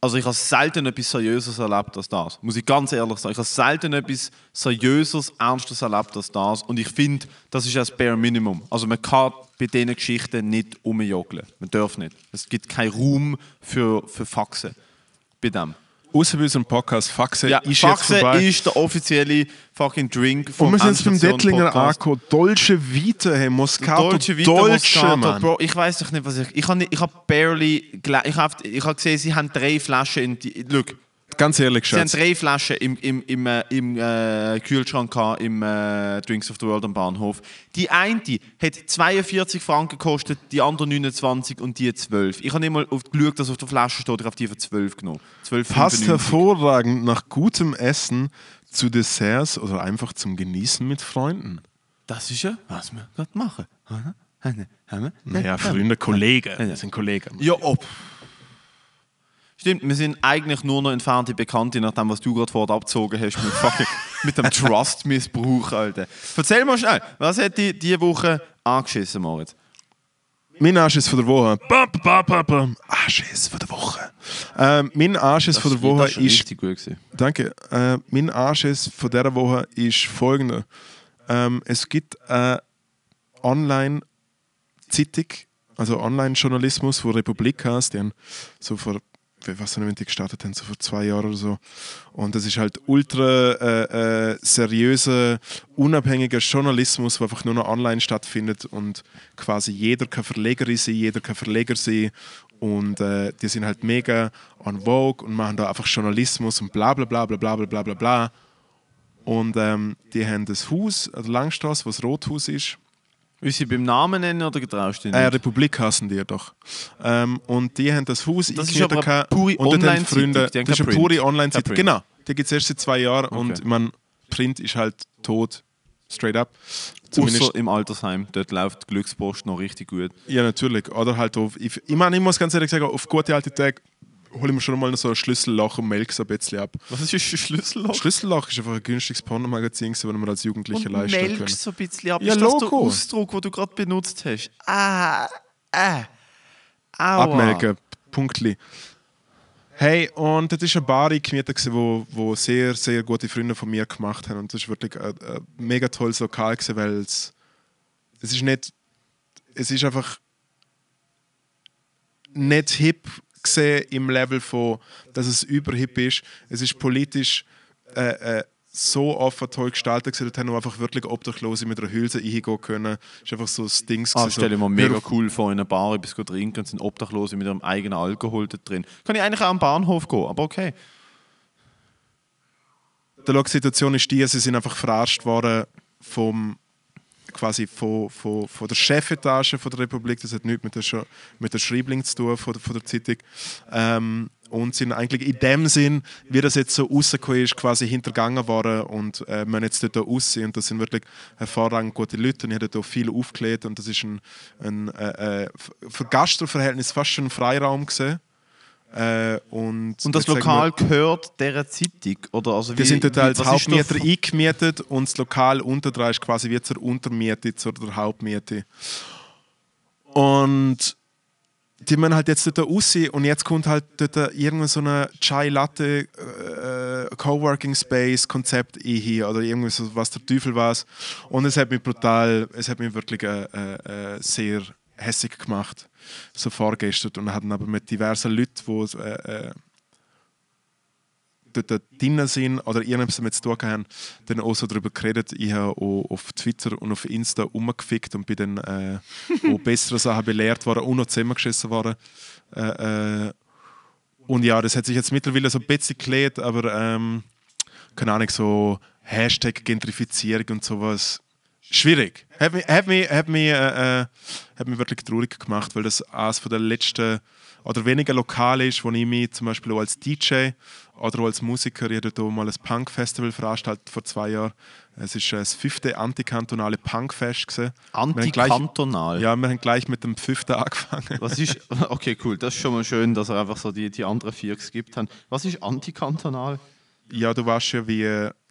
[SPEAKER 1] also ich habe selten etwas Seriöses erlebt als das. Muss ich ganz ehrlich sagen. Ich habe selten etwas Seriöses, Ernstes erlebt als das. Und ich finde, das ist ja das Bare Minimum. Also man kann bei diesen Geschichten nicht rumjogeln. Man darf nicht. Es gibt keinen Raum für, für Faxen bei dem.
[SPEAKER 2] außer bei unserem Podcast. Faxe
[SPEAKER 1] Ja,
[SPEAKER 2] ist
[SPEAKER 1] Faxe
[SPEAKER 2] jetzt vorbei.
[SPEAKER 1] ist der offizielle fucking Drink vom
[SPEAKER 2] und wir sind jetzt beim
[SPEAKER 1] Endstation
[SPEAKER 2] Dettlinger
[SPEAKER 1] Podcast.
[SPEAKER 2] Arco. Dolce Vita, hey, Moscato.
[SPEAKER 1] Deutsche Vita
[SPEAKER 2] Dolce,
[SPEAKER 1] Moscato,
[SPEAKER 2] Mann.
[SPEAKER 1] Bro, ich weiß doch nicht, was ich. Ich habe ich hab barely. gele- Ich habe ich hab gesehen, sie haben drei Flaschen im. Di- Look,
[SPEAKER 2] Ganz ehrlich,
[SPEAKER 1] sie haben
[SPEAKER 2] Schatz.
[SPEAKER 1] drei Flaschen im, im, im, äh, im äh, Kühlschrank gehabt, im äh, Drinks of the World am Bahnhof. Die eine hat 42 Franken gekostet, die andere 29 und die 12. Ich habe nicht mal auf, geschaut, dass auf der Flasche steht, ich habe die für 12 genommen. 12
[SPEAKER 2] Passt hervorragend nach gutem Essen zu Desserts oder einfach zum Genießen mit Freunden.
[SPEAKER 1] Das ist ja, was wir gerade machen.
[SPEAKER 2] Naja, Freunde, Kollegen. Das sind Kollegen.
[SPEAKER 1] Ja, ob. Stimmt, wir sind eigentlich nur noch entfernte Bekannte, nach dem, was du gerade vorher abgezogen hast mit, fucking, mit dem Trust-Missbrauch, Alter. Erzähl mal schnell, was hat dich diese Woche angeschissen, Moritz?
[SPEAKER 2] Mein Arsch ist von der Woche. Bam, bam, bam, bam. Arsch ist von der Woche. Ähm, mein Arsch ist von der Woche
[SPEAKER 1] Das war
[SPEAKER 2] ist
[SPEAKER 1] richtig gut. Gewesen.
[SPEAKER 2] Danke. Äh, mein Anschiss von dieser Woche ist folgender. Ähm, es gibt eine Online-Zeitung, also Online-Journalismus, wo Republik heißt, die haben so vor, ich weiß nicht, wenn die gestartet haben, so vor zwei Jahren oder so. Und das ist halt ultra äh, äh, seriöser, unabhängiger Journalismus, der einfach nur noch online stattfindet und quasi jeder kann Verlegerin sein, jeder kann Verleger sein und äh, die sind halt mega on Vogue und machen da einfach Journalismus und bla bla bla bla bla bla bla bla bla. Und ähm, die haben das Haus an der Langstrasse, was Rothaus ist.
[SPEAKER 1] Willst du sie beim Namen nennen oder getraust du dich
[SPEAKER 2] Äh,
[SPEAKER 1] nicht?
[SPEAKER 2] Republik hassen die doch. Ähm, und die haben das Haus
[SPEAKER 1] Das ist
[SPEAKER 2] eingemietet
[SPEAKER 1] aber eine
[SPEAKER 2] gehabt
[SPEAKER 1] pure
[SPEAKER 2] und dort haben
[SPEAKER 1] Online-Zeitung,
[SPEAKER 2] Freunde.
[SPEAKER 1] die haben
[SPEAKER 2] Das ist
[SPEAKER 1] kein
[SPEAKER 2] eine pure
[SPEAKER 1] Print.
[SPEAKER 2] Online-Zeitung.
[SPEAKER 1] Kein Print.
[SPEAKER 2] Genau, die gibt es erst seit zwei Jahren
[SPEAKER 1] Okay.
[SPEAKER 2] und man Print ist halt tot, straight up. Zumindest
[SPEAKER 1] Außer im Altersheim, dort läuft die Glückspost noch richtig gut.
[SPEAKER 2] Ja, natürlich. Oder halt auf. Ich, ich meine, ich muss ganz ehrlich sagen, auf gute alte Tage hole ich mir schon mal so ein Schlüsselloch und melke es ein bisschen ab.
[SPEAKER 1] Was ist ein Schlüsselloch?
[SPEAKER 2] Schlüsselloch ist einfach ein günstiges Pornomagazin, das man als Jugendlicher
[SPEAKER 1] Und
[SPEAKER 2] leisten kann.
[SPEAKER 1] melkst so ein bisschen ab.
[SPEAKER 2] Ja,
[SPEAKER 1] ist das der
[SPEAKER 2] Logo.
[SPEAKER 1] Ausdruck, den du gerade benutzt hast? Ah, äh, aua.
[SPEAKER 2] Abmelken, Punktli. Hey, und das war eine Bar gemietet, gewesen, wo, wo sehr, sehr gute Freunde von mir gemacht haben. Und das war wirklich ein, ein mega tolles Lokal, gewesen, weil es, es ist nicht. Es ist einfach nicht hip gesehen im Level von, dass es überhip ist. Es ist politisch äh, äh, so offen toll gestaltet, gewesen, dort haben wir einfach wirklich Obdachlose mit einer Hülse reingehen können. Es ist einfach so das Ding.
[SPEAKER 1] Ah,
[SPEAKER 2] gewesen,
[SPEAKER 1] stell dir
[SPEAKER 2] so,
[SPEAKER 1] mal mega
[SPEAKER 2] hör auf,
[SPEAKER 1] cool vor, in einer Bar etwas zu trinken und sind Obdachlose mit ihrem eigenen Alkohol da drin. Kann ich eigentlich auch am Bahnhof gehen, aber okay.
[SPEAKER 2] der Situation ist die, sie sind einfach verarscht worden vom quasi von, von, von der Chefetage von der Republik, das hat nichts mit der, Scho- mit der Schreibling zu tun von der, von der Zeitung. Ähm, und sind eigentlich in dem Sinn, wie das jetzt so rausgekommen ist, quasi hintergangen worden und äh, man jetzt dort raus und das sind wirklich hervorragend gute Leute und ich habe dort auch viel aufgelegt und das ist ein, ein äh, äh, für Gastro-Verhältnis fast schon ein Freiraum gesehen. Äh, und,
[SPEAKER 1] Und das
[SPEAKER 2] jetzt sagen wir-
[SPEAKER 1] Lokal gehört dieser Zeitung? Oder also wie,
[SPEAKER 2] wir sind dort als
[SPEAKER 1] was ist
[SPEAKER 2] Hauptmieter
[SPEAKER 1] der-
[SPEAKER 2] eingemietet und das Lokal unter dran ist quasi wie zur Untermiete, zur der Hauptmiete. Und die müssen halt jetzt dort raus und jetzt kommt halt dort irgendein so eine Chai Latte äh, Coworking Space Konzept eh hier oder irgendwie so, was der Teufel was. Und es hat mich brutal, es hat mich wirklich äh, äh, äh, sehr hässig gemacht, so vorgestern. Und hatten aber mit diversen Leuten, die äh, äh, dort drinnen sind oder irgendwas damit zu tun haben, dann auch so darüber geredet. Ich habe auch auf Twitter und auf Insta rumgefickt und bin dann äh, auch bessere Sachen belehrt worden und noch zusammengeschissen worden. Äh, äh, und ja, das hat sich jetzt mittlerweile so ein bisschen gelegt, aber ähm, keine Ahnung, so Hashtag Gentrifizierung und sowas. Schwierig. Hat mich, hat mich, hat mich, äh, äh, hat mich wirklich traurig gemacht, weil das eines von der letzten oder weniger Lokale ist, wo ich mich zum Beispiel auch als DJ oder auch als Musiker, ich habe dort auch mal ein Punk-Festival veranstaltet vor zwei Jahren. Es ist äh, das fünfte antikantonale Punk-Fest. gewesen. Wir haben gleich-
[SPEAKER 1] Antikantonal?
[SPEAKER 2] Ja, wir haben gleich mit dem fünften angefangen.
[SPEAKER 1] Was ist, okay, cool, das ist schon mal schön, dass er einfach so die, die anderen vier gibt haben. Was ist antikantonal?
[SPEAKER 2] Ja, du weißt ja, wie,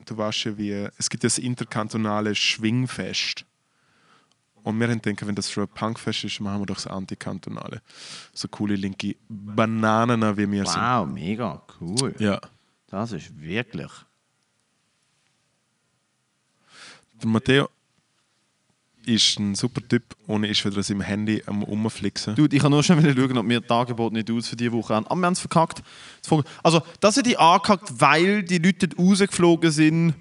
[SPEAKER 2] du weißt ja, wie es gibt das interkantonale Schwingfest. Und wir haben gedacht, wenn das schon ein Punkfest ist, machen wir doch das Antikantonale. So coole linke Bananen, wie wir sind.
[SPEAKER 1] Wow, mega cool.
[SPEAKER 2] Ja.
[SPEAKER 1] Das ist wirklich.
[SPEAKER 2] Der Matteo, ist ein super Typ und ist wieder an seinem Handy am rumflixen.
[SPEAKER 1] Dude, ich kann nur schon wieder schauen, ob wir das Angebot nicht aus für diese Woche haben. Aber wir haben es verkackt. Das Vogel- Also, das hätte ich angehackt, weil die Leute dort rausgeflogen sind,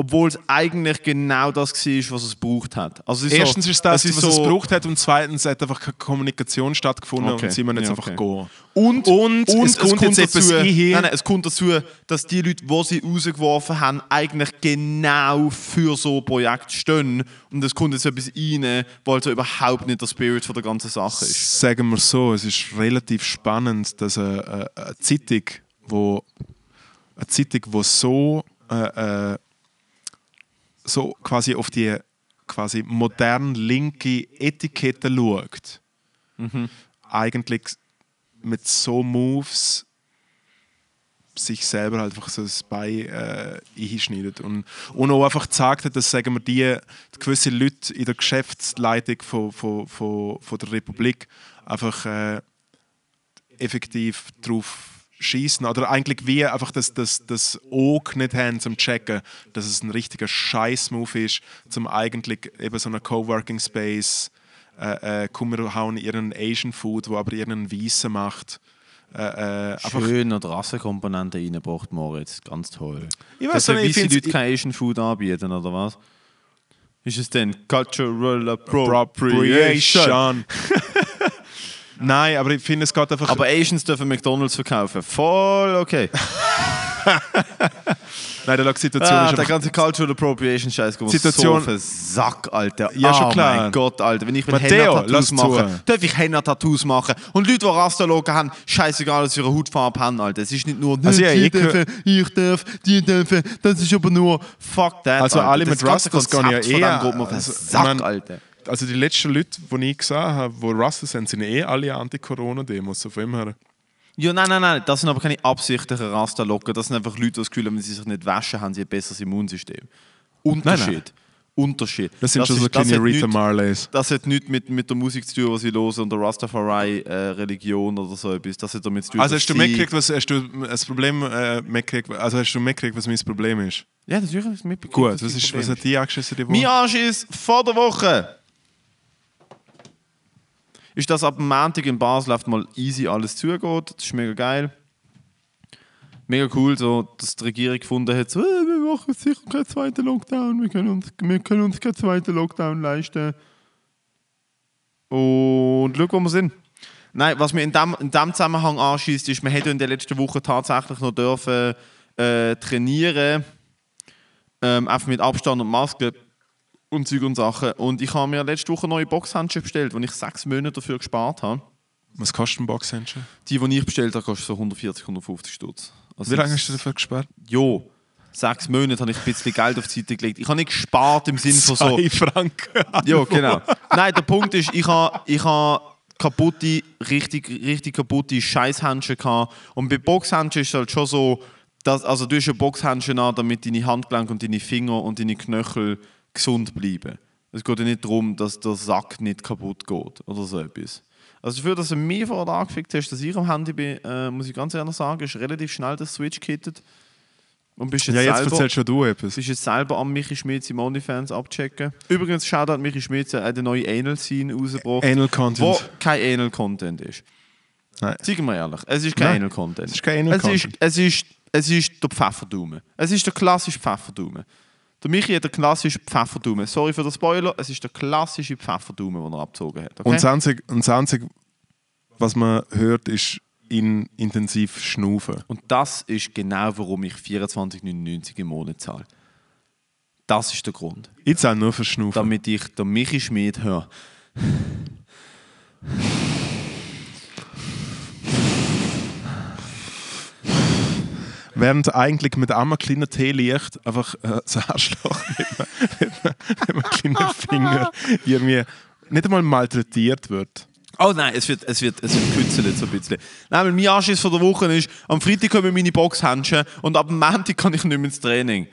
[SPEAKER 1] obwohl es eigentlich genau das war, was es gebraucht hat. Also, es ist
[SPEAKER 2] Erstens
[SPEAKER 1] so,
[SPEAKER 2] ist das,
[SPEAKER 1] es ist
[SPEAKER 2] was es
[SPEAKER 1] so-
[SPEAKER 2] gebraucht hat und zweitens hat einfach keine Kommunikation stattgefunden
[SPEAKER 1] Okay.
[SPEAKER 2] und sie müssen jetzt
[SPEAKER 1] Ja,
[SPEAKER 2] einfach
[SPEAKER 1] okay.
[SPEAKER 2] gehen.
[SPEAKER 1] Und,
[SPEAKER 2] Und
[SPEAKER 1] und
[SPEAKER 2] es kommt jetzt etwas
[SPEAKER 1] dazu,
[SPEAKER 2] einher.
[SPEAKER 1] nein, nein, es kommt dazu, dass die Leute, die sie rausgeworfen haben, eigentlich genau für so ein Projekt stehen. Und es kommt jetzt etwas rein, was also überhaupt nicht der Spirit von der ganzen Sache ist.
[SPEAKER 2] Sagen wir so, es ist relativ spannend, dass eine, eine, eine Zeitung, wo eine Zeitung, wo so äh, äh, so quasi auf die quasi modern linke Etikette schaut, eigentlich mit so Moves sich selber halt einfach so das Bein äh, einschneidet und, und auch einfach gezeigt hat, dass sagen wir, die, die gewisse Leute in der Geschäftsleitung von, von, von, von der Republik einfach äh, effektiv drauf schießen oder eigentlich wie einfach das, das, das Auge nicht haben zum checken, dass es ein richtiger Scheiß-Move ist, zum eigentlich eben so einen Coworking Space äh, äh, komm, wir hauen ihren Asian Food, wo aber irgendeinen Weissen macht. Äh, äh, einfach
[SPEAKER 1] Schön noch die Rassenkomponente reingebracht, Moritz. Ganz toll.
[SPEAKER 2] Ich
[SPEAKER 1] Dass
[SPEAKER 2] weiß nicht, ich
[SPEAKER 1] weisse
[SPEAKER 2] find's-
[SPEAKER 1] Leute kein Asian Food anbieten, oder was? Ist es denn Cultural Appropriation?
[SPEAKER 2] Appropriation. Nein, aber ich finde, es geht einfach.
[SPEAKER 1] Aber Asians dürfen McDonalds verkaufen. Voll okay.
[SPEAKER 2] nein, der Situation
[SPEAKER 1] Ah,
[SPEAKER 2] ist
[SPEAKER 1] der
[SPEAKER 2] einfach.
[SPEAKER 1] ganze Cultural Appropriation Scheiß kommt
[SPEAKER 2] Situation-
[SPEAKER 1] so für Sack, Alter.
[SPEAKER 2] Ja, schon klar.
[SPEAKER 1] Oh mein Gott, Alter. Wenn ich mit
[SPEAKER 2] Matteo,
[SPEAKER 1] Henna-Tattoos
[SPEAKER 2] lass
[SPEAKER 1] mache,
[SPEAKER 2] zu.
[SPEAKER 1] darf ich Henna-Tattoos machen. Und Leute, die Rastalogen haben, scheißegal, was sie ihre Hautfarbe haben, Alter. Es ist nicht nur,
[SPEAKER 2] Also,
[SPEAKER 1] die
[SPEAKER 2] ja, ich-
[SPEAKER 1] dürfen, ich darf, die dürfen. Das ist aber nur, fuck that,
[SPEAKER 2] Also
[SPEAKER 1] Alter.
[SPEAKER 2] alle
[SPEAKER 1] Ah, das
[SPEAKER 2] mit
[SPEAKER 1] ganze
[SPEAKER 2] Rastas gehen ja
[SPEAKER 1] Konzept von
[SPEAKER 2] eh-
[SPEAKER 1] dem geht mir auf den
[SPEAKER 2] also, ich
[SPEAKER 1] Sack,
[SPEAKER 2] mein-
[SPEAKER 1] Alter.
[SPEAKER 2] Also die letzten Leute, die ich gesehen habe, die Russell sind, sind eh alle Anti-Corona-Demos. Auf dem her.
[SPEAKER 1] Ja, nein, nein, nein, das sind aber keine absichtlichen Rastalocken. Das sind einfach Leute, die das Gefühl haben, wenn sie sich nicht waschen, haben sie ein besseres Immunsystem. Unterschied. Unterschied.
[SPEAKER 2] Das sind schon so
[SPEAKER 1] ist- das
[SPEAKER 2] kleine
[SPEAKER 1] hat
[SPEAKER 2] Rita
[SPEAKER 1] nichts-
[SPEAKER 2] Marleys.
[SPEAKER 1] Das hat nichts mit, mit der Musik zu tun, was ich höre, und der Rastafari-Religion oder so etwas. Das hat damit zu tun.
[SPEAKER 2] Also
[SPEAKER 1] dass
[SPEAKER 2] hast du
[SPEAKER 1] sie-
[SPEAKER 2] mitgekriegt, was hast du das Problem äh, mitgekriegt, also hast du mitgekriegt, was mein Problem ist?
[SPEAKER 1] Ja, natürlich habe ich es mitbekommen.
[SPEAKER 2] Gut,
[SPEAKER 1] dass
[SPEAKER 2] was,
[SPEAKER 1] das
[SPEAKER 2] ist, also,
[SPEAKER 1] Problem
[SPEAKER 2] was hat die angeschissen die Woche?
[SPEAKER 1] Mein Arsch ist vor der Woche. Ist das ab dem Montag in Basel läuft mal easy alles zugeht. Das ist mega geil. Mega cool, so, dass die Regierung gefunden hat, so, äh, wir machen sicher keinen zweiten Lockdown, wir können uns, wir können uns keinen zweiten Lockdown leisten. Und schau, wo wir sind. Nein, was mir in dem, in dem Zusammenhang anschießt, ist, wir hätten in der letzten Woche tatsächlich noch dürfen äh, trainieren, ähm, einfach mit Abstand und Maske und Zeug und Sachen. Und ich habe mir letzte Woche neue Boxhandschuhe bestellt, die ich sechs Monate dafür gespart habe.
[SPEAKER 2] Was kostet ein Boxhandschuh?
[SPEAKER 1] Die, die ich bestellt habe, kostet so 140, 150 Stutz. Also
[SPEAKER 2] Wie lange hast du dafür gespart?
[SPEAKER 1] Jo, sechs Monate habe ich ein bisschen Geld auf die Seite gelegt. Ich habe nicht gespart im Sinn von so...
[SPEAKER 2] Zwei Franken.
[SPEAKER 1] Ja, genau. Nein, der Punkt ist, ich habe ich ha kaputte, richtig, richtig kaputte Scheißhändchen gehabt. Und bei Boxhändchen ist es halt schon so, dass, also du hast ja Boxhändchen an, damit deine Handgelenke und deine Finger und deine Knöchel gesund bleiben. Es geht ja nicht darum, dass der Sack nicht kaputt geht oder so etwas. Also dafür, dass du mich vorher angefickt hast, dass ich am Handy bin, äh, muss ich ganz ehrlich sagen, ist relativ schnell der Switch gekittet. Und bist jetzt,
[SPEAKER 2] Ja, jetzt
[SPEAKER 1] selber
[SPEAKER 2] erzählst schon du etwas.
[SPEAKER 1] Du bist jetzt selber am Michi Schmitz im OnlyFans abchecken. Übrigens, Shoutout Michi Schmitz, er hat eine neue Anal-Scene rausgebracht.
[SPEAKER 2] Anal-Content.
[SPEAKER 1] Wo kein Anal-Content ist.
[SPEAKER 2] Nein.
[SPEAKER 1] Seien wir ehrlich, es ist kein
[SPEAKER 2] Nein,
[SPEAKER 1] Anal-Content.
[SPEAKER 2] es ist kein Anal-Content.
[SPEAKER 1] Es ist, es, ist, es ist der Pfefferdaumen. Es ist der klassische Pfefferdaumen. Der Michi hat den klassischen Pfefferdaumen. Sorry für den Spoiler, es ist der klassische Pfefferdaumen, den er abgezogen hat. Okay?
[SPEAKER 2] Und das Einzige, und das Einzige, was man hört, ist ihn intensiv schnaufen.
[SPEAKER 1] Und das ist genau, warum ich 24,99 im Monat zahle. Das ist der Grund.
[SPEAKER 2] Ich zahle nur für Schnaufen.
[SPEAKER 1] damit ich den Michi Schmid höre.
[SPEAKER 2] Während eigentlich mit einem kleinen Teelicht einfach äh, das Arschloch mit, einem- mit einem kleinen Finger irgendwie nicht einmal malträtiert wird.
[SPEAKER 1] Oh nein, es wird, es wird, es wird kützelt so ein bisschen. Nein, weil mein Anschiss von der Woche ist, am Freitag kommen meine Boxhandschuhe und ab dem Montag kann ich nicht mehr ins Training.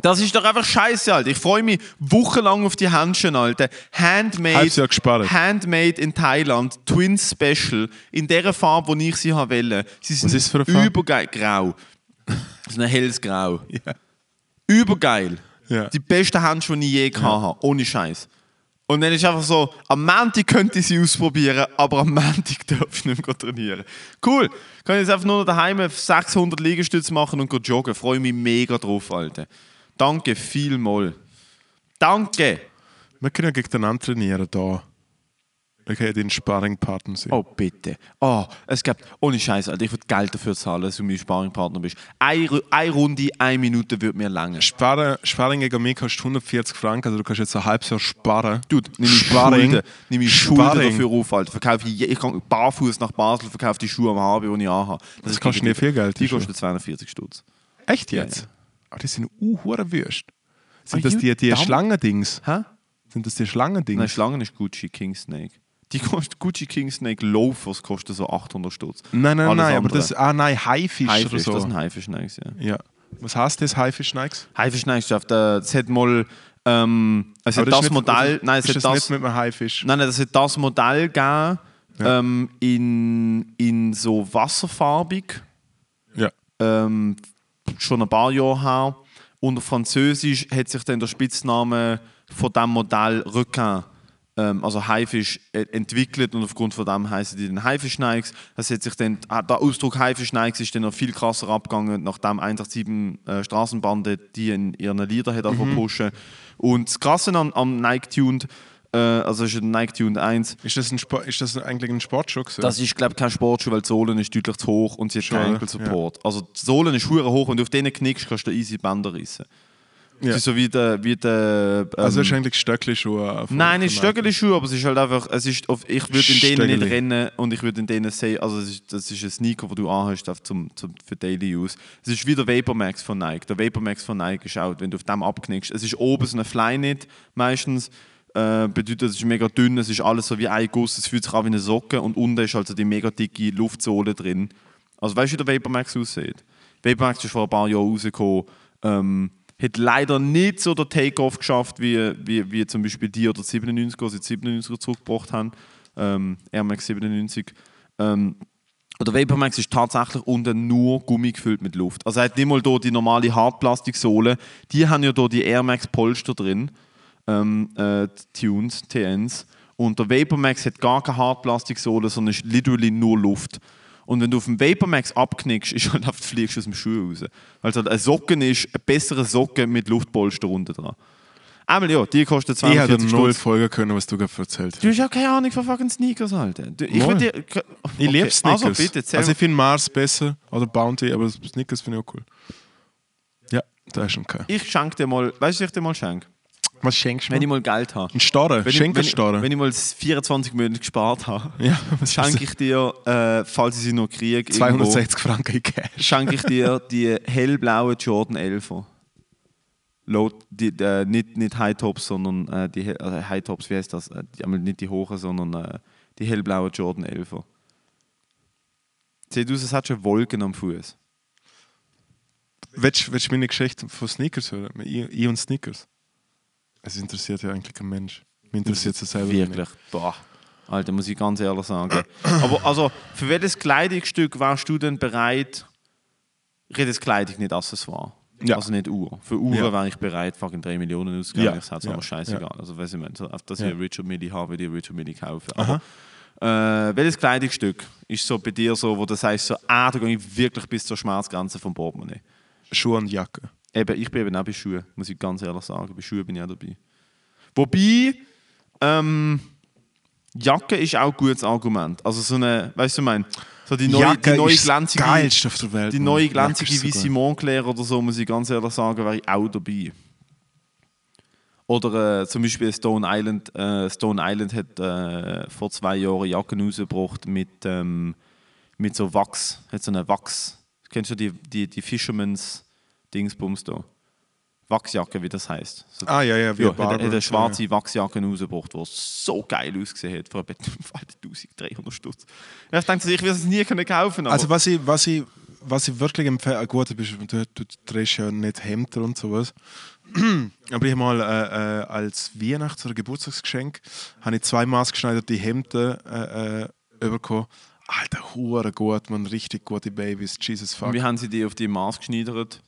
[SPEAKER 1] Das ist doch einfach scheiße, Alter. Ich freue mich wochenlang auf die Händchen, Alter. Handmade,
[SPEAKER 2] Halbes Jahr gespart.
[SPEAKER 1] Handmade in Thailand, Twin Special, in der Farbe, wo ich sie haben wollte. Sie sind
[SPEAKER 2] Was ist für eine Farbe?
[SPEAKER 1] übergeil grau. So ein helles Grau.
[SPEAKER 2] Ja.
[SPEAKER 1] Übergeil.
[SPEAKER 2] Ja.
[SPEAKER 1] Die besten Handschuhe, die ich je gehabt habe. Ohne Scheiß. Und dann ist einfach so, am Montag könnte ich sie ausprobieren, aber am Montag darf ich nicht mehr trainieren. Cool. Kann ich jetzt einfach nur noch daheim 600 Liegestütze machen und joggen. Freue mich mega drauf, Alter. Danke vielmal. Danke.
[SPEAKER 2] Wir können ja gegeneinander trainieren da. Wir können ja den Sparringpartner sein.
[SPEAKER 1] Oh, bitte. Oh, es gibt, ohne Scheiß, Alter, ich würde Geld dafür zahlen, dass du mein Sparringpartner bist. Eine, Ru- eine Runde, eine Minute würde mir lange.
[SPEAKER 2] Sparring, Sparring gegen mich kostet 140 Franken, also du kannst jetzt ein halbes Jahr sparen.
[SPEAKER 1] Dude, nimm ich
[SPEAKER 2] Sparring.
[SPEAKER 1] Schulden, nimm ich Schulden
[SPEAKER 2] Sparring.
[SPEAKER 1] dafür auf, Alter. Verkauf ich, je- ich kann barfuß nach Basel, verkaufe die Schuhe am Habe, die ich anhabe. Das, ist
[SPEAKER 2] kostet
[SPEAKER 1] gegen-
[SPEAKER 2] nicht viel Geld, die
[SPEAKER 1] Die
[SPEAKER 2] Schuhe.
[SPEAKER 1] kosten 42 Stutz.
[SPEAKER 2] Echt jetzt?
[SPEAKER 1] Ja,
[SPEAKER 2] Aber die sind uhuere Würst. Sind
[SPEAKER 1] Are
[SPEAKER 2] das
[SPEAKER 1] you
[SPEAKER 2] die, die
[SPEAKER 1] dumb?
[SPEAKER 2] Schlangendings?
[SPEAKER 1] Hä?
[SPEAKER 2] Sind das die Schlangendings?
[SPEAKER 1] Nein, Schlangen ist Gucci King Snake. Die kostet Gucci King Snake Loafers kosten so 800 Stutz.
[SPEAKER 2] Nein, nein,
[SPEAKER 1] Alles
[SPEAKER 2] nein, aber
[SPEAKER 1] andere-
[SPEAKER 2] das. Ah, nein, Haifisch,
[SPEAKER 1] Haifisch,
[SPEAKER 2] oder
[SPEAKER 1] das
[SPEAKER 2] so.
[SPEAKER 1] sind Haifischneigs, ja.
[SPEAKER 2] ja. Was heißt das, Haifisch, Nikes?
[SPEAKER 1] Haifischneigschaft, das hat mal ähm, es hat das,
[SPEAKER 2] ist nicht-
[SPEAKER 1] Modell,
[SPEAKER 2] also,
[SPEAKER 1] nein, es
[SPEAKER 2] ist
[SPEAKER 1] hat
[SPEAKER 2] das,
[SPEAKER 1] das,
[SPEAKER 2] nicht mit einem Haifisch.
[SPEAKER 1] Nein, nein, das hat das Modell gegeben, ähm, in, in so wasserfarbig,
[SPEAKER 2] Ja.
[SPEAKER 1] ähm, schon ein paar Jahre her. Unter Französisch hat sich dann der Spitzname von diesem Modell Requin, ähm, also Haifisch, äh, entwickelt und aufgrund von dem heißen die dann Haifischneigs. Das hat sich dann, ah, der Ausdruck Haifischneigs ist dann noch viel krasser abgegangen, nachdem 187 äh, Straßenbande die in ihren Liedern hat mhm. pushen. Und das Krasse am, am Nike Tuned, äh, also es ist ein Nike Tuned 1,
[SPEAKER 2] Ist, das ein Sport, ist das eigentlich ein Sportschuh? gewesen?
[SPEAKER 1] das ist, glaube ich, kein Sportschuh, weil die Sohlen ist deutlich zu hoch und sie hat
[SPEAKER 2] Schon,
[SPEAKER 1] keinen Ankle-Support. Also die Sohlen ist hure hoch, wenn du auf denen knickst, kannst du easy Bänder reissen.
[SPEAKER 2] Ja.
[SPEAKER 1] Das ist so wie der... Wie der ähm,
[SPEAKER 2] also ist eigentlich äh, Stöckli-Schuhe. von-
[SPEAKER 1] nein, es
[SPEAKER 2] von
[SPEAKER 1] ist Stöckeli-Schuhe, aber es ist halt einfach... Es ist auf, ich würde in denen
[SPEAKER 2] Stöckeli.
[SPEAKER 1] nicht rennen und ich würde in denen sehen... Also es ist, das ist ein Sneaker, den du anhast auf zum, zum, für Daily Use. Es ist wie der Vapormax von Nike. Der Vapormax von Nike ist auch, wenn du auf dem abknickst. Es ist oben so ein Flyknit meistens. Äh, bedeutet, es ist mega dünn, es ist alles so wie ein Guss, es fühlt sich an wie eine Socke und unten ist also die mega dicke Luftsohle drin. Also weißt du, wie der Vapormax aussieht? Vapormax ist vor ein paar Jahren rausgekommen, ähm, hat leider nicht so den Take-Off geschafft, wie, wie, wie zum Beispiel die oder die 97er, die 97er zurückgebracht haben, ähm, Air Max 97. Ähm, und der Vapormax ist tatsächlich unten nur Gummi gefüllt mit Luft. Also er hat nicht mal hier die normale Hartplastiksohle, die haben ja hier die Air Max Polster drin ähm, äh, Tunes, TNs. Und der Vapormax hat gar keine Hartplastiksohle, sondern ist literally nur Luft. Und wenn du auf dem Vapormax abknickst, ist halt oft fliegst du aus dem Schuh raus. Weil es halt eine Socke ist, eine bessere Socke mit Luftpolster unten dran. Einmal ja, die kostet
[SPEAKER 2] Ich hätte
[SPEAKER 1] 42
[SPEAKER 2] null
[SPEAKER 1] Stutz.
[SPEAKER 2] folgen können, was du gerade erzählt hast.
[SPEAKER 1] Du hast ja keine Ahnung von fucking Sneakers, Alter. Du, ich
[SPEAKER 2] Moin.
[SPEAKER 1] würd dir,
[SPEAKER 2] Ich
[SPEAKER 1] Okay,
[SPEAKER 2] liebe Snickers.
[SPEAKER 1] Also bitte, zähl
[SPEAKER 2] also ich finde Mars besser oder Bounty, aber Snickers finde ich auch cool. Ja, da ist schon kein.
[SPEAKER 1] ich schenke dir mal, weißt du, was ich dir mal schenke?
[SPEAKER 2] Was schenkst du
[SPEAKER 1] Wenn ich
[SPEAKER 2] mir?
[SPEAKER 1] mal Geld habe.
[SPEAKER 2] Ein Starre,
[SPEAKER 1] Wenn ich, wenn, ich,
[SPEAKER 2] Schenkenstarre.
[SPEAKER 1] wenn ich mal 24 Monate gespart habe,
[SPEAKER 2] Ja, was
[SPEAKER 1] schenke ich dir, äh, falls ich sie noch kriege, irgendwo,
[SPEAKER 2] 260 Franken in Cash.
[SPEAKER 1] schenke ich dir die hellblaue Jordan 11 Low, die, äh, nicht, nicht High Tops, sondern äh, die hell- also High Tops, wie heißt das? Äh, die, einmal nicht die hohen, sondern äh, die hellblaue Jordan 11 Sieht aus, es hat schon Wolken am Fuß.
[SPEAKER 2] Willst, willst du meine Geschichte von Sneakers hören? Ich, ich und Sneakers. Es interessiert ja eigentlich kein Mensch. Mich interessiert es selber nicht.
[SPEAKER 1] Wirklich, boah. Alter, muss ich ganz ehrlich sagen. Aber also, für welches Kleidungsstück warst du denn bereit? Ich rede jetzt Kleidung, nicht Accessoire.
[SPEAKER 2] Ja.
[SPEAKER 1] Also nicht Uhr. Für Uhren
[SPEAKER 2] Ja.
[SPEAKER 1] wäre ich bereit, fucking 3 Millionen auszugeben.
[SPEAKER 2] Ja.
[SPEAKER 1] Ich sage es
[SPEAKER 2] Ja.
[SPEAKER 1] aber scheißegal. Also, weißt du, ich meine, so, auf das
[SPEAKER 2] Ja.
[SPEAKER 1] ich eine Richard Millie habe, würde ich eine Richard Millie kaufen. Aber, äh, welches Kleidungsstück ist so bei dir so, wo du sagst, so, ah, da gehe ich wirklich bis zur Schmerzgrenze vom Portemonnaie?
[SPEAKER 2] Schuhe und Jacke.
[SPEAKER 1] Eben, ich bin eben auch bei Schuhen, muss ich ganz ehrlich sagen. Bei Schuhen bin ich auch dabei. Wobei, ähm, Jacke ist auch ein gutes Argument. Also so eine, weißt du, ich meine, so die neue, die neue
[SPEAKER 2] ist
[SPEAKER 1] glänzige,
[SPEAKER 2] das Geilste auf der Welt.
[SPEAKER 1] die
[SPEAKER 2] Mann.
[SPEAKER 1] neue
[SPEAKER 2] Jacke
[SPEAKER 1] glänzige
[SPEAKER 2] ist so
[SPEAKER 1] wie
[SPEAKER 2] geil.
[SPEAKER 1] Montclair oder so, muss ich ganz ehrlich sagen, wäre ich auch dabei. Oder äh, zum Beispiel Stone Island. Äh, Stone Island hat äh, vor zwei Jahren Jacken rausgebracht mit, ähm, mit so Wachs. Hat so eine Wachs. Kennst du die, die, die Fisherman's Dingsbums da? Wachsjacke, wie das heißt. So
[SPEAKER 2] Ah, ja, ja, wie
[SPEAKER 1] ja,
[SPEAKER 2] ein
[SPEAKER 1] hat, hat
[SPEAKER 2] Barber.
[SPEAKER 1] eine schwarze Wachsjacke rausgebracht, die so geil ausgesehen hat, für etwa 1300 Stutz. Ja, ich denke, ich werde es nie können kaufen aber
[SPEAKER 2] Also was ich, was ich, was ich wirklich empfehle, ah, gut, du, bist, du, du trägst ja nicht Hemder und sowas. Aber ich habe mal äh, äh, als Weihnachts- oder Geburtstagsgeschenk habe ich zwei maßgeschneiderte Hemden äh, äh, bekommen. Alter, hure gut, man, richtig gute Babys, Jesus fuck.
[SPEAKER 1] Wie haben sie die auf die Maß geschneidert,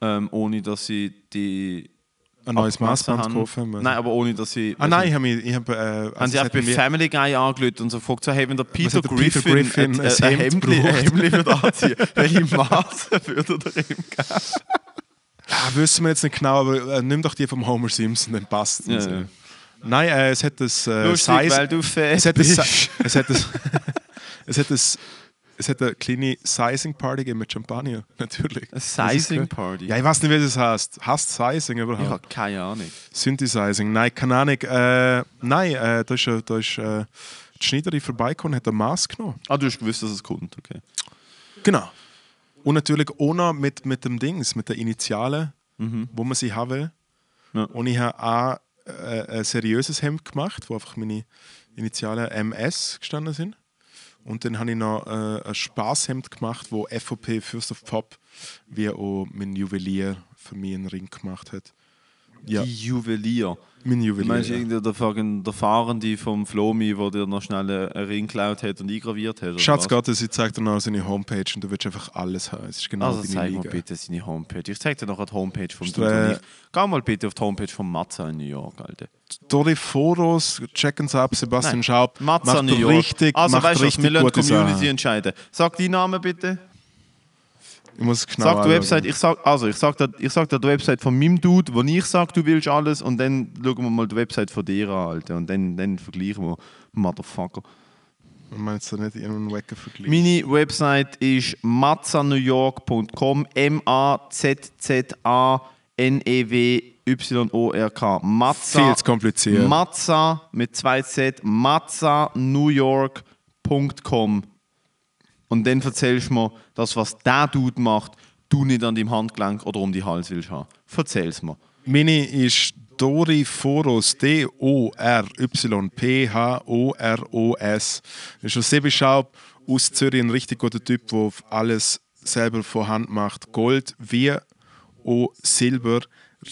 [SPEAKER 1] ähm, ohne dass sie die
[SPEAKER 2] ein neues Maßband
[SPEAKER 1] haben.
[SPEAKER 2] kaufen müssen.
[SPEAKER 1] Nein, aber ohne, dass sie...
[SPEAKER 2] ah nein, ich habe mich... Ich hab, äh, also
[SPEAKER 1] Haben sie
[SPEAKER 2] es
[SPEAKER 1] auch
[SPEAKER 2] hat
[SPEAKER 1] bei
[SPEAKER 2] mir-
[SPEAKER 1] Family Guy angelötet und so gefragt, so, hey, wenn der Peter
[SPEAKER 2] hat der Peter
[SPEAKER 1] Griffin, ein,
[SPEAKER 2] Griffin
[SPEAKER 1] ein,
[SPEAKER 2] ein
[SPEAKER 1] ein
[SPEAKER 2] Hemd
[SPEAKER 1] Hemdli, ein
[SPEAKER 2] braucht?
[SPEAKER 1] Hemdli würde anziehen, welche Maße würde er ihm geben?
[SPEAKER 2] Ah, wissen wir jetzt nicht genau, aber äh, nimm doch die vom Homer Simpson, dann passt
[SPEAKER 1] Ja,
[SPEAKER 2] es.
[SPEAKER 1] ja.
[SPEAKER 2] Nein, äh, es hat das äh,
[SPEAKER 1] Lustig, weil du Fan
[SPEAKER 2] es hat das,
[SPEAKER 1] bist.
[SPEAKER 2] es hat das, es hat das, es hat eine kleine Sizing Party gegeben mit Champagner, natürlich.
[SPEAKER 1] Eine Sizing Party?
[SPEAKER 2] Ja, ich weiß nicht, wie das heißt. Hast Sizing
[SPEAKER 1] Ich
[SPEAKER 2] überhaupt?
[SPEAKER 1] habe keine Ahnung.
[SPEAKER 2] Synthesizing. Nein, keine Ahnung. Äh, nein, äh, da ist, äh, da ist äh, die Schneiderin vorbeigekommen und hat ein Maß genommen.
[SPEAKER 1] Ah, du hast gewusst, dass es kommt, okay.
[SPEAKER 2] Genau. Und natürlich ohne mit, mit dem Dings, mit der Initiale, wo man sie haben will.
[SPEAKER 1] Mhm. Ja.
[SPEAKER 2] Und ich habe auch äh, ein seriöses Hemd gemacht, wo einfach meine Initialen MS gestanden sind. Und dann habe ich noch äh, ein Spaßhemd gemacht, wo FOP Fürst of Pop wie auch mein Juwelier für mich einen Ring gemacht hat. Ja,
[SPEAKER 1] Die Juwelier.
[SPEAKER 2] mein
[SPEAKER 1] Du
[SPEAKER 2] Juwelier.
[SPEAKER 1] meinst
[SPEAKER 2] Ja.
[SPEAKER 1] irgendwie der, fucking- der Fahrende vom Flomi, der dir noch schnell einen einen Ring geklaut hat und eingraviert hat? oder
[SPEAKER 2] Schatz
[SPEAKER 1] was?
[SPEAKER 2] Gottes, ich zeige dir noch seine Homepage und du willst einfach alles haben. Es ist genau
[SPEAKER 1] Also
[SPEAKER 2] deine
[SPEAKER 1] zeig
[SPEAKER 2] Liga.
[SPEAKER 1] mir bitte seine Homepage. Ich zeig dir noch die Homepage vom
[SPEAKER 2] äh,
[SPEAKER 1] Dude und ich. Geh mal bitte auf die Homepage von Matza in New York, Alter.
[SPEAKER 2] Dori Foros, checken Sie ab, Sebastian Schaub.
[SPEAKER 1] Matza
[SPEAKER 2] macht
[SPEAKER 1] New York.
[SPEAKER 2] Richtig,
[SPEAKER 1] also
[SPEAKER 2] macht
[SPEAKER 1] weißt du, was,
[SPEAKER 2] richtig
[SPEAKER 1] wir lassen
[SPEAKER 2] gute
[SPEAKER 1] die Community
[SPEAKER 2] Sachen.
[SPEAKER 1] entscheiden. Sag deinen Namen bitte.
[SPEAKER 2] Ich muss genau
[SPEAKER 1] Sag die
[SPEAKER 2] anschauen.
[SPEAKER 1] Website, ich sag, also ich sag, dir- ich sag dir die Website von meinem Dude, wo ich sag, du willst alles und dann schauen wir mal die Website von dir an, Alter. Und dann, dann vergleichen wir. Motherfucker.
[SPEAKER 2] Ich meine jetzt nicht irgendeinen Wecker vergleichen.
[SPEAKER 1] Meine Website ist mazzanewyork.com, E M-A-Z-Z-A-N-E-W-Y-O-R-K. Mazza.
[SPEAKER 2] Viel zu kompliziert.
[SPEAKER 1] Mazza mit zwei Z, mazzanewyork.com. Und dann erzählst du mir, dass was der Dude macht, du nicht an deinem Handgelenk oder um die Hals willst haben. Erzähl's mir.
[SPEAKER 2] Meine ist Dori Foros, D-O-R-Y-P-H-O-R-O-S. Ist ein Sebi Schaub aus Zürich, ein richtig guter Typ, der alles selber von Hand macht. Gold wie auch Silber.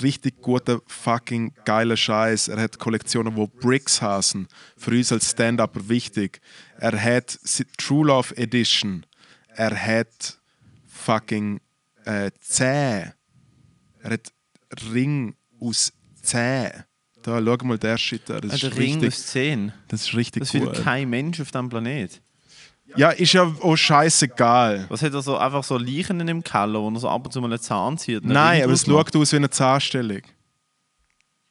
[SPEAKER 2] Richtig guter, fucking geiler Scheiß. Er hat Kollektionen, wo Bricks hasen. Für uns als Stand-Upper wichtig. Er hat si- True Love Edition. Er hat fucking äh, 10. Er hat Ring aus 10. Da, schau mal der Shit an. Das,
[SPEAKER 1] Ah, Der
[SPEAKER 2] ist
[SPEAKER 1] Ring
[SPEAKER 2] richtig,
[SPEAKER 1] aus 10.
[SPEAKER 2] das ist richtig
[SPEAKER 1] Das will
[SPEAKER 2] gut.
[SPEAKER 1] kein Mensch auf diesem Planet.
[SPEAKER 2] Ja, ist ja auch scheißegal.
[SPEAKER 1] Was hat er so einfach so Leichen in dem Keller, wo er so ab und zu mal einen Zahn zieht? und einen
[SPEAKER 2] Nein,
[SPEAKER 1] Ring
[SPEAKER 2] aber es
[SPEAKER 1] draus macht?
[SPEAKER 2] schaut aus wie eine Zahnstellung.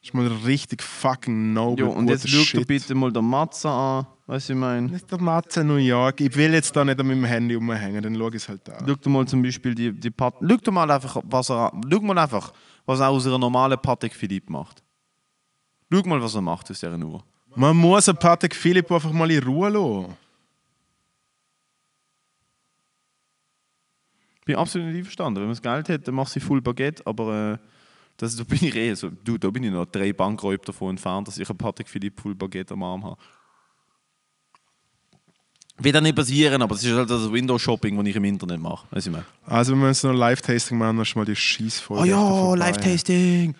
[SPEAKER 2] Ist mal richtig fucking noble.
[SPEAKER 1] Ja, und jetzt
[SPEAKER 2] guter
[SPEAKER 1] schau dir
[SPEAKER 2] Shit.
[SPEAKER 1] bitte mal den Matza an, was ich meine.
[SPEAKER 2] Nicht der Matze New York. Ich will jetzt da nicht an meinem Handy rumhängen, dann schau ich es halt da.
[SPEAKER 1] Schau dir mal zum Beispiel die, die Pat Schau dir mal einfach, was er, schau mal einfach, was er aus einer normalen Patek Philipp macht. Schau mal, was er macht aus dieser Uhr.
[SPEAKER 2] Man muss einen Patek Philipp einfach mal in Ruhe lassen.
[SPEAKER 1] Bin absolut nicht einverstanden. Wenn man das Geld hat, dann machst du voll Baguette, aber äh, das, da bin ich eh so. Du, da bin ich noch drei Bankräuber davon entfernt, dass ich einen Patek Philipp voll Baguette am Arm habe. Wird dann nicht passieren, aber es ist halt das Windows-Shopping, das ich im Internet mache. Weißt du, was ich meine?
[SPEAKER 2] Also, wenn wir jetzt noch ein Live-Tasting machen, dann ist mal die Schießfolge.
[SPEAKER 1] Oh ja,
[SPEAKER 2] vorbei.
[SPEAKER 1] Live-Tasting!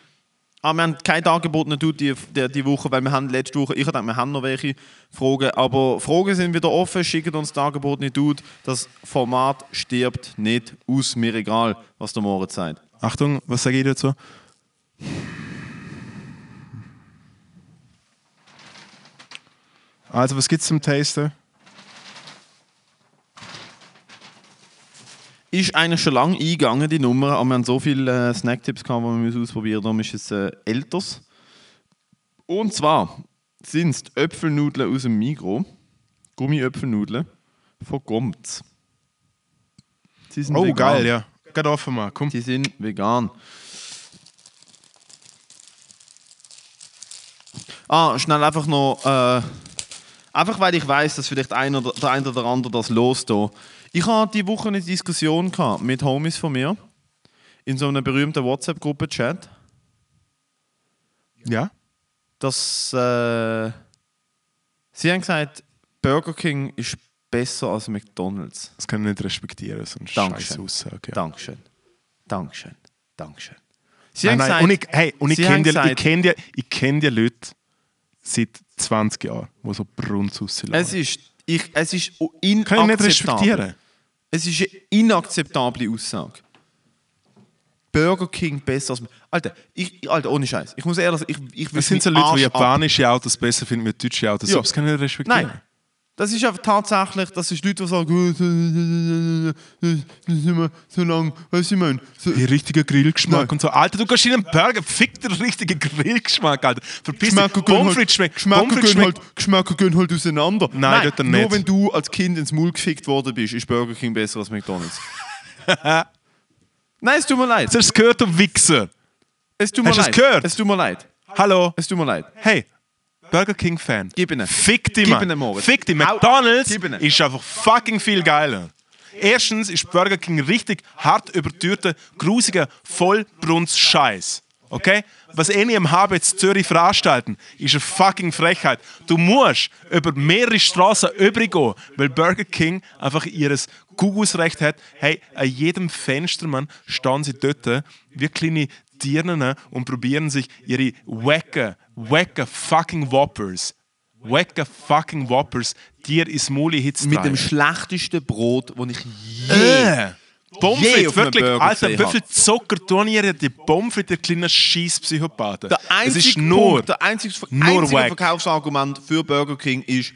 [SPEAKER 1] Ah, wir haben kein Angebot mehr tut die, die, die Woche, weil wir haben letzte Woche, ich dachte, wir haben noch welche Fragen, aber Fragen sind wieder offen, schickt uns das Angebot nicht tut. Das Format stirbt nicht aus, mir egal, was der Moritz sagt.
[SPEAKER 2] Achtung, was sage ich dazu? Also, was gibt's zum Taster?
[SPEAKER 1] Ist eigentlich schon lange eingegangen, die Nummer, aber wir haben so viele äh, Snacktipps gehabt, die wir müssen ausprobieren darum ist es äh, älteres. Und zwar sind es die Äpfelnudeln aus dem Migro, Gummiöpfelnudeln von Gomz. Sie sind
[SPEAKER 2] Oh,
[SPEAKER 1] vegan.
[SPEAKER 2] geil, ja. Geht offen mal, komm.
[SPEAKER 1] Die sind vegan. Ah, schnell einfach noch. Äh, einfach weil ich weiß, dass vielleicht ein oder, der eine oder andere das los da. Ich hatte die Woche eine Diskussion gehabt mit Homies von mir in so einer berühmten WhatsApp-Gruppe-Chat,
[SPEAKER 2] Ja?
[SPEAKER 1] dass äh, sie haben gesagt, Burger King ist besser als McDonald's.
[SPEAKER 2] Das kann ich nicht respektieren, so ein
[SPEAKER 1] Dankeschön.
[SPEAKER 2] scheiß Aussage. Ja.
[SPEAKER 1] Dankeschön, Dankeschön, Dankeschön. Sie
[SPEAKER 2] Ah,
[SPEAKER 1] haben
[SPEAKER 2] nein,
[SPEAKER 1] gesagt-
[SPEAKER 2] und ich, hey, und ich
[SPEAKER 1] Sie haben
[SPEAKER 2] kenne die, ich
[SPEAKER 1] gesagt-
[SPEAKER 2] kenn die, ich kenn die Leute seit 20 Jahren, die so Brunz aussehen.
[SPEAKER 1] Es ist, ich, es ist inakzeptabel.
[SPEAKER 2] Kann ich nicht respektieren.
[SPEAKER 1] Es ist eine inakzeptable Aussage. Burger King besser als. Alter, ich, Alter ohne Scheiß. Ich muss ehrlich sagen, ich, ich will
[SPEAKER 2] Das sind so Leute, die japanische Autos besser finden mit deutschen Autos.
[SPEAKER 1] Ja.
[SPEAKER 2] Ja. Das kann ich nicht respektieren.
[SPEAKER 1] Nein. Das ist einfach tatsächlich, das ist Leute, die sagen, das ist immer so lang, weißt du, ich meine, so,
[SPEAKER 2] Die richtige Grillgeschmack
[SPEAKER 1] Nein.
[SPEAKER 2] und so. Alter, du kannst in einen Burger, fick den richtigen Grillgeschmack, Alter. Verpiss dich.
[SPEAKER 1] Geschmäcker gehen,
[SPEAKER 2] Pommes frites
[SPEAKER 1] halt,
[SPEAKER 2] schmeckt.
[SPEAKER 1] Geschmäcker,
[SPEAKER 2] Pommes frites
[SPEAKER 1] gehen
[SPEAKER 2] schmeckt-
[SPEAKER 1] halt, Geschmäcker gehen halt auseinander. Nein,
[SPEAKER 2] dort
[SPEAKER 1] nur
[SPEAKER 2] nicht.
[SPEAKER 1] wenn du als Kind ins Maul gefickt worden bist, ist Burger King besser als McDonalds. Nein, es tut mir leid.
[SPEAKER 2] Hast du es gehört, du Wichser?
[SPEAKER 1] Es tut mir
[SPEAKER 2] Hast du es
[SPEAKER 1] leid.
[SPEAKER 2] gehört?
[SPEAKER 1] Es tut mir leid.
[SPEAKER 2] Hallo?
[SPEAKER 1] Es tut mir leid.
[SPEAKER 2] Hey, Burger King-Fan.
[SPEAKER 1] Gib ihn.
[SPEAKER 2] Fick dich,
[SPEAKER 1] Gib
[SPEAKER 2] Mann.
[SPEAKER 1] ihn, Moritz.
[SPEAKER 2] Fick dich.
[SPEAKER 1] Hau-
[SPEAKER 2] McDonalds
[SPEAKER 1] Gib ihn.
[SPEAKER 2] ist einfach fucking viel geiler. Erstens ist Burger King richtig hart überteuerter, grusiger Vollbrunst-Scheiß. Okay? Was eh nie im HBZ Zürich veranstalten, ist eine fucking Frechheit. Du musst über mehrere Straßen übrig gehen, weil Burger King einfach ihres Gugus-Recht hat. Hey, an jedem Fenster, Mann, stehen sie dort wie kleine Dirnen und probieren sich ihre wacken, wacken fucking Whoppers. Wacken fucking Whoppers, dir ins Muli Hitz
[SPEAKER 1] Mit dem schlechtesten Brot, das ich je.
[SPEAKER 2] äh. Pommes
[SPEAKER 1] Je
[SPEAKER 2] frites,
[SPEAKER 1] auf einem
[SPEAKER 2] wirklich.
[SPEAKER 1] Burger
[SPEAKER 2] Alter,
[SPEAKER 1] gesehen
[SPEAKER 2] wie viel Zucker tun ihr die Pommes frites, der kleinen Scheiss-Psychopathen?
[SPEAKER 1] Der
[SPEAKER 2] Es
[SPEAKER 1] einzige,
[SPEAKER 2] ist nur...
[SPEAKER 1] Punkt, der einzige,
[SPEAKER 2] nur
[SPEAKER 1] einzige
[SPEAKER 2] wack.
[SPEAKER 1] Verkaufsargument für Burger King ist,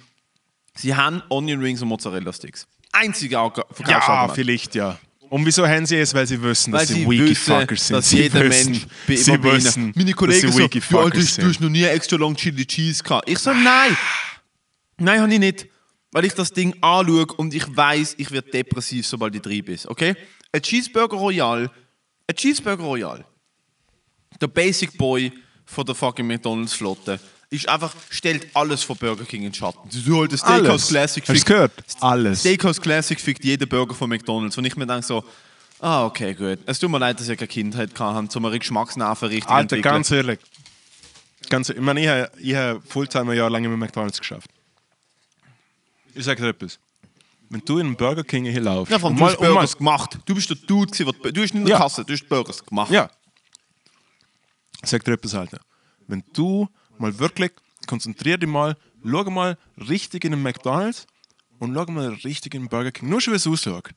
[SPEAKER 1] sie haben Onion Rings und Mozzarella Sticks. Einzige Argu-
[SPEAKER 2] ja,
[SPEAKER 1] Verkaufsargument.
[SPEAKER 2] vielleicht, ja. Und wieso haben sie es? Weil sie wissen,
[SPEAKER 1] Weil
[SPEAKER 2] dass sie
[SPEAKER 1] sie
[SPEAKER 2] weaky
[SPEAKER 1] wissen,
[SPEAKER 2] Fuckers sind.
[SPEAKER 1] dass
[SPEAKER 2] sie
[SPEAKER 1] jeder
[SPEAKER 2] wissen,
[SPEAKER 1] Mensch bei
[SPEAKER 2] sie
[SPEAKER 1] Immobile-
[SPEAKER 2] wissen,
[SPEAKER 1] Meine Kollegen
[SPEAKER 2] dass
[SPEAKER 1] so,
[SPEAKER 2] sie weaky
[SPEAKER 1] du, Alter,
[SPEAKER 2] Fuckers
[SPEAKER 1] du hast
[SPEAKER 2] sind.
[SPEAKER 1] noch nie extra lang Chili Cheese gehabt. Ich so, nein. Nein, habe ich nicht. Weil ich das Ding anschaue und ich weiß, ich werde depressiv, sobald ich drin bin. Okay? Ein Cheeseburger Royal. Ein Cheeseburger Royal. Der Basic Boy von der fucking McDonalds Flotte ist einfach, stellt alles von Burger King in den Schatten. So halt das Steakhouse
[SPEAKER 2] Alles.
[SPEAKER 1] Classic
[SPEAKER 2] Hast du es
[SPEAKER 1] fickt-
[SPEAKER 2] gehört? Alles.
[SPEAKER 1] Steakhouse Classic fickt jeden Burger von McDonalds. Und ich mir denke so, ah, okay, gut. Es tut mir leid, dass ich keine Kindheit hatte, um eine Geschmacksnerven richtig
[SPEAKER 2] Alter,
[SPEAKER 1] entwickeln.
[SPEAKER 2] ganz ehrlich. Ganz, ich meine, ich habe ich hab Fulltime ein Jahr lang mit McDonalds geschafft. Ich sage dir etwas. Wenn du in einen Burger King hier laufst,
[SPEAKER 1] Ja, vor allem,
[SPEAKER 2] und
[SPEAKER 1] du
[SPEAKER 2] mal-
[SPEAKER 1] hast
[SPEAKER 2] und mal-
[SPEAKER 1] Burgers gemacht. Du bist der Dude, gewesen, der, die- du bist nicht in der
[SPEAKER 2] Ja.
[SPEAKER 1] Kasse, du hast die Burgers gemacht.
[SPEAKER 2] Ja. Sag dir etwas, Alter. Wenn du mal wirklich, konzentrier dich mal, schau mal richtig in den McDonalds und schau mal richtig in den Burger King. Nur schon, wie es aussagt.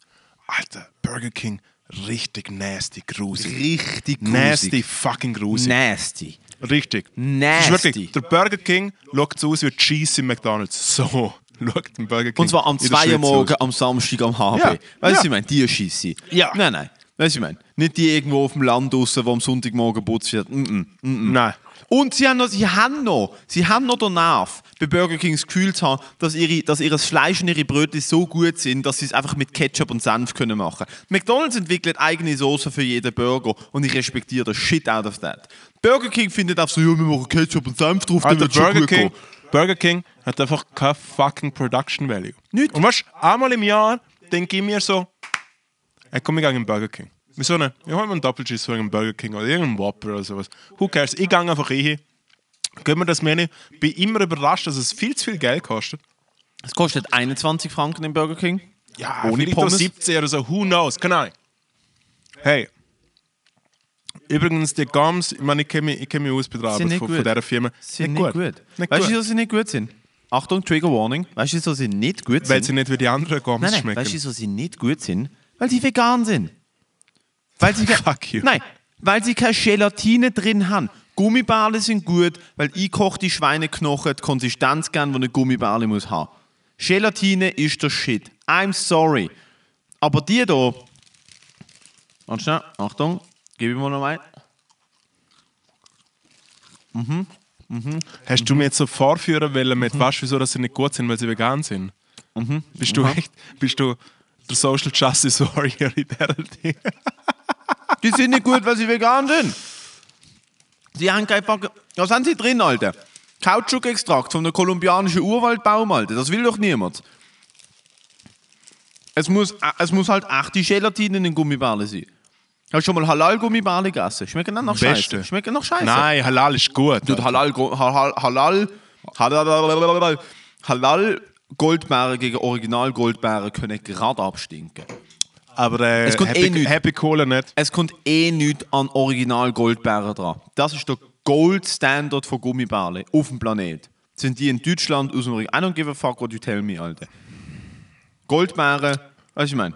[SPEAKER 2] Alter, Burger King, richtig nasty, grusig.
[SPEAKER 1] Richtig
[SPEAKER 2] Nasty,
[SPEAKER 1] grusig.
[SPEAKER 2] fucking grusig.
[SPEAKER 1] Nasty.
[SPEAKER 2] Richtig.
[SPEAKER 1] Nasty.
[SPEAKER 2] Das ist wirklich, der Burger King schaut so aus wie Cheese im McDonalds. So schaut ein Burger King.
[SPEAKER 1] Und zwar am
[SPEAKER 2] in der
[SPEAKER 1] 2 Uhr
[SPEAKER 2] Schweiz
[SPEAKER 1] morgen,
[SPEAKER 2] aus.
[SPEAKER 1] am Samstag am HB.
[SPEAKER 2] Ja.
[SPEAKER 1] Weißt du,
[SPEAKER 2] Ja.
[SPEAKER 1] was ich meine? Die schieße.
[SPEAKER 2] Ja.
[SPEAKER 1] Nein, nein. Weißt du, was ich meine? Nicht die irgendwo auf dem Land draussen, wo am Sonntagmorgen putzt wird. Mm -mm.
[SPEAKER 2] Nein.
[SPEAKER 1] Und sie haben noch, sie haben noch, sie haben noch den Nerv, bei Burger King das Gefühl zu haben, dass, ihre, dass ihr Fleisch und ihre Brötchen so gut sind, dass sie es einfach mit Ketchup und Senf können machen können. McDonalds entwickelt eigene Soße für jeden Burger und ich respektiere das Shit out of that. Burger King findet auf so, ja, wir machen Ketchup und Senf drauf, dann
[SPEAKER 2] Alter,
[SPEAKER 1] wird schon
[SPEAKER 2] Also Burger
[SPEAKER 1] gut
[SPEAKER 2] King,
[SPEAKER 1] gehen.
[SPEAKER 2] Burger King hat einfach kein fucking Production Value.
[SPEAKER 1] Nicht.
[SPEAKER 2] Und weißt du, einmal im Jahr denke ich mir so, ey, komm, ich gehe in den Burger King. Wieso nicht? Ich hole mir einen Doppelcheeseburger im Burger King oder irgendeinen Whopper oder sowas. Who cares? Ich gehe einfach hin, gebe mir das Menü, bin immer überrascht, dass es viel zu viel Geld kostet.
[SPEAKER 1] Es kostet 21 Franken im Burger King.
[SPEAKER 2] Ja,
[SPEAKER 1] Ohne
[SPEAKER 2] ohne
[SPEAKER 1] Pommes?
[SPEAKER 2] Pommes. 70 oder so, who knows, keine Ahnung. Hey. Übrigens, die Gums, ich meine, ich kenne mich, ich kenn mich aus bei der Arbeit
[SPEAKER 1] nicht
[SPEAKER 2] von,
[SPEAKER 1] gut.
[SPEAKER 2] von dieser Firma.
[SPEAKER 1] Sind nicht, gut.
[SPEAKER 2] Nicht
[SPEAKER 1] weißt du,
[SPEAKER 2] gut.
[SPEAKER 1] wieso sie nicht gut sind? Achtung, Trigger Warning. Weißt du, wieso sie nicht gut sind?
[SPEAKER 2] Weil sie nicht wie die anderen Gums
[SPEAKER 1] Nein, nein,
[SPEAKER 2] schmecken.
[SPEAKER 1] weißt du, wieso sie nicht gut sind? Weil sie vegan sind. Weil sie ke-
[SPEAKER 2] Fuck you.
[SPEAKER 1] Nein, weil sie keine Gelatine drin haben. Gummibale sind gut, weil ich koche die Schweineknochen die Konsistenz gern, die eine Gummibale muss haben. Gelatine ist der Shit. I'm sorry. Aber die hier... Warte schnell, Achtung, gebe ich mir noch ein.
[SPEAKER 2] Hast du mir jetzt so vorführen wollen,
[SPEAKER 1] Mhm.
[SPEAKER 2] mit was, wieso dass sie nicht gut sind, weil sie vegan sind? Bist du
[SPEAKER 1] Mhm.
[SPEAKER 2] echt, bist du der Social Justice Warrior in der Ding?
[SPEAKER 1] Die sind nicht gut, weil sie vegan sind. Sie haben keine Backe. Was haben sie drin, Alter? Kautschukextrakt von einem kolumbianischen Urwaldbaum, Alter. Das will doch niemand. Es muss, äh, es muss halt echte Gelatine in den Gummibale sein. Hast du schon mal Halal-Gummibale gegessen? Schmecken dann nach
[SPEAKER 2] Beste.
[SPEAKER 1] Scheiße? Schmecken nach Scheiße?
[SPEAKER 2] Nein, Halal ist gut.
[SPEAKER 1] Dude, Halal, Go- Halal, Halal, Halal, Halal Goldbeeren gegen Original Goldbeeren können gerade abstinken.
[SPEAKER 2] Aber äh,
[SPEAKER 1] Es kommt
[SPEAKER 2] Happy,
[SPEAKER 1] eh nüt.
[SPEAKER 2] Happy Cola nicht.
[SPEAKER 1] Es kommt eh nichts an Original Goldbeeren dran. Das ist der Gold Standard von Gummibärle auf dem Planet. Sind die in Deutschland aus dem Ring? I don't give a fuck what you tell me, Alter. Goldbeeren, weißt du, ich meine.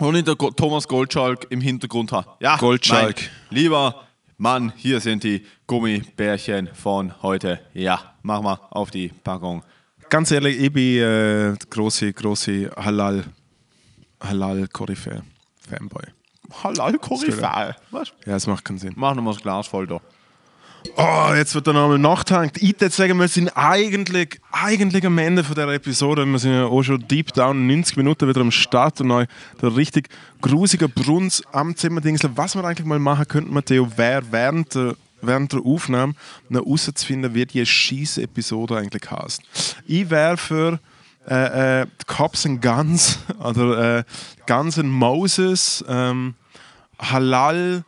[SPEAKER 1] Ohne der Go- Thomas Goldschalk im Hintergrund hat. Ja,
[SPEAKER 2] Goldschalk.
[SPEAKER 1] Mein lieber Mann, hier sind die Gummibärchen von heute. Ja, mach mal auf die Packung.
[SPEAKER 2] Ganz ehrlich, ich bin äh, große, große Halal, Halal-Koryphäe, Fanboy.
[SPEAKER 1] Halal Koryphäe.
[SPEAKER 2] Ja, es macht keinen Sinn.
[SPEAKER 1] Mach nochmal das Glas voll da.
[SPEAKER 2] Oh, jetzt wird der Name nachgetankt. Ich würde sagen, wir sind eigentlich, eigentlich am Ende von dieser Episode. Wir sind ja auch schon deep down 90 Minuten wieder am Start und neu der richtig grusige Brunz am Zimmerdingsel. Was wir eigentlich mal machen könnten, Matteo, wäre während der während der Aufnahme noch herauszufinden, wie die scheisse Episode eigentlich heißt. Ich wäre für äh, äh, Cops and Guns oder äh, Guns and Moses, ähm, Halal,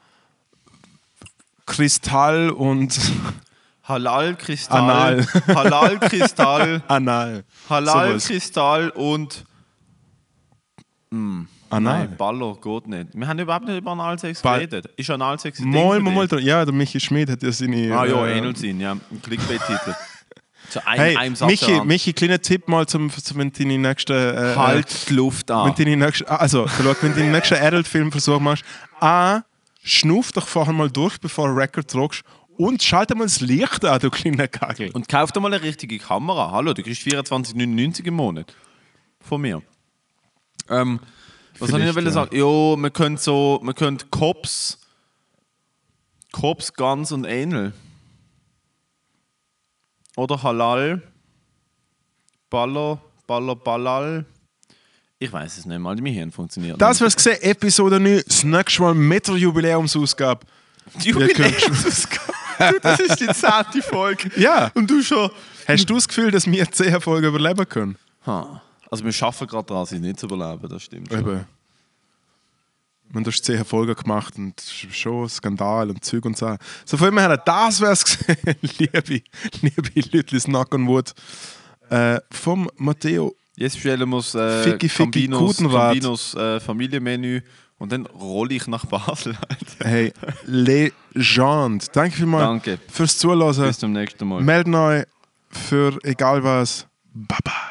[SPEAKER 2] Kristall und
[SPEAKER 1] Halal Kristall.
[SPEAKER 2] Anal.
[SPEAKER 1] Halal Kristall.
[SPEAKER 2] Anal.
[SPEAKER 1] Halal
[SPEAKER 2] Sowas.
[SPEAKER 1] Kristall und.
[SPEAKER 2] Anal.
[SPEAKER 1] Nein, Baller, geht nicht. Wir haben überhaupt nicht über Analsex
[SPEAKER 2] Ball-
[SPEAKER 1] geredet. Ist Analsex ein Ding
[SPEAKER 2] Mal,
[SPEAKER 1] für
[SPEAKER 2] mal, mal,
[SPEAKER 1] dich?
[SPEAKER 2] dr- ja, der Michi Schmidt hat ja seine.
[SPEAKER 1] Ah ja,
[SPEAKER 2] äh,
[SPEAKER 1] Analsinn, ja. Ein Clickbait-Titel. Zu einem,
[SPEAKER 2] Hey,
[SPEAKER 1] einem Satz
[SPEAKER 2] Michi,
[SPEAKER 1] heran.
[SPEAKER 2] Michi, kleiner Tipp mal, zum, zum, wenn du deine nächste. Äh,
[SPEAKER 1] Halt die Luft
[SPEAKER 2] Äh,
[SPEAKER 1] an.
[SPEAKER 2] wenn du deine nächste, ah, also, schau, wenn du deinen nächsten Adult-Filmversuch machst, A, schnuff doch vorher mal durch, bevor du Record druckst und schalte mal das Licht an, du kleiner Kackel.
[SPEAKER 1] Und kauf dir mal eine richtige Kamera. Hallo, du kriegst 24,99 im Monat. Von mir. Ähm, was soll ich noch
[SPEAKER 2] Vielleicht,
[SPEAKER 1] wollen
[SPEAKER 2] ja.
[SPEAKER 1] sagen? Jo, man könnte so, man könnte Cops, Cops, Guns und Anal. Oder Halal, Baller, Baller, Ballal. Ich weiß es nicht mal, mein Hirn funktioniert
[SPEAKER 2] Das war's gesehen, Episode 9, das nächste Mal mit der Jubiläumsausgabe.
[SPEAKER 1] nicht. Jubiläumsausgabe. Du, das ist die zehnte Folge.
[SPEAKER 2] Ja.
[SPEAKER 1] Und du schon.
[SPEAKER 2] Hast du das Gefühl, dass wir 10 Folgen überleben können?
[SPEAKER 1] Ha. Also wir schaffen gerade daran, sie nicht zu überleben, das stimmt. schon.
[SPEAKER 2] Eben. Man hat 10 Folgen gemacht und schon Skandal und Zeug und so. So von immer her, das wär's gewesen, liebe, liebe Leute, Knock on Wood. Äh, vom Matteo.
[SPEAKER 1] Jetzt bestellen wir das äh,
[SPEAKER 2] Ficki, ficki,
[SPEAKER 1] Cambinos,
[SPEAKER 2] Gutenrat.
[SPEAKER 1] Cambinos äh, Familienmenü und dann rolle ich nach Basel. Alter.
[SPEAKER 2] Hey, Legende. Danke vielmals
[SPEAKER 1] Danke.
[SPEAKER 2] fürs Zuhören.
[SPEAKER 1] Bis zum nächsten Mal.
[SPEAKER 2] Meldet euch für egal was. Baba.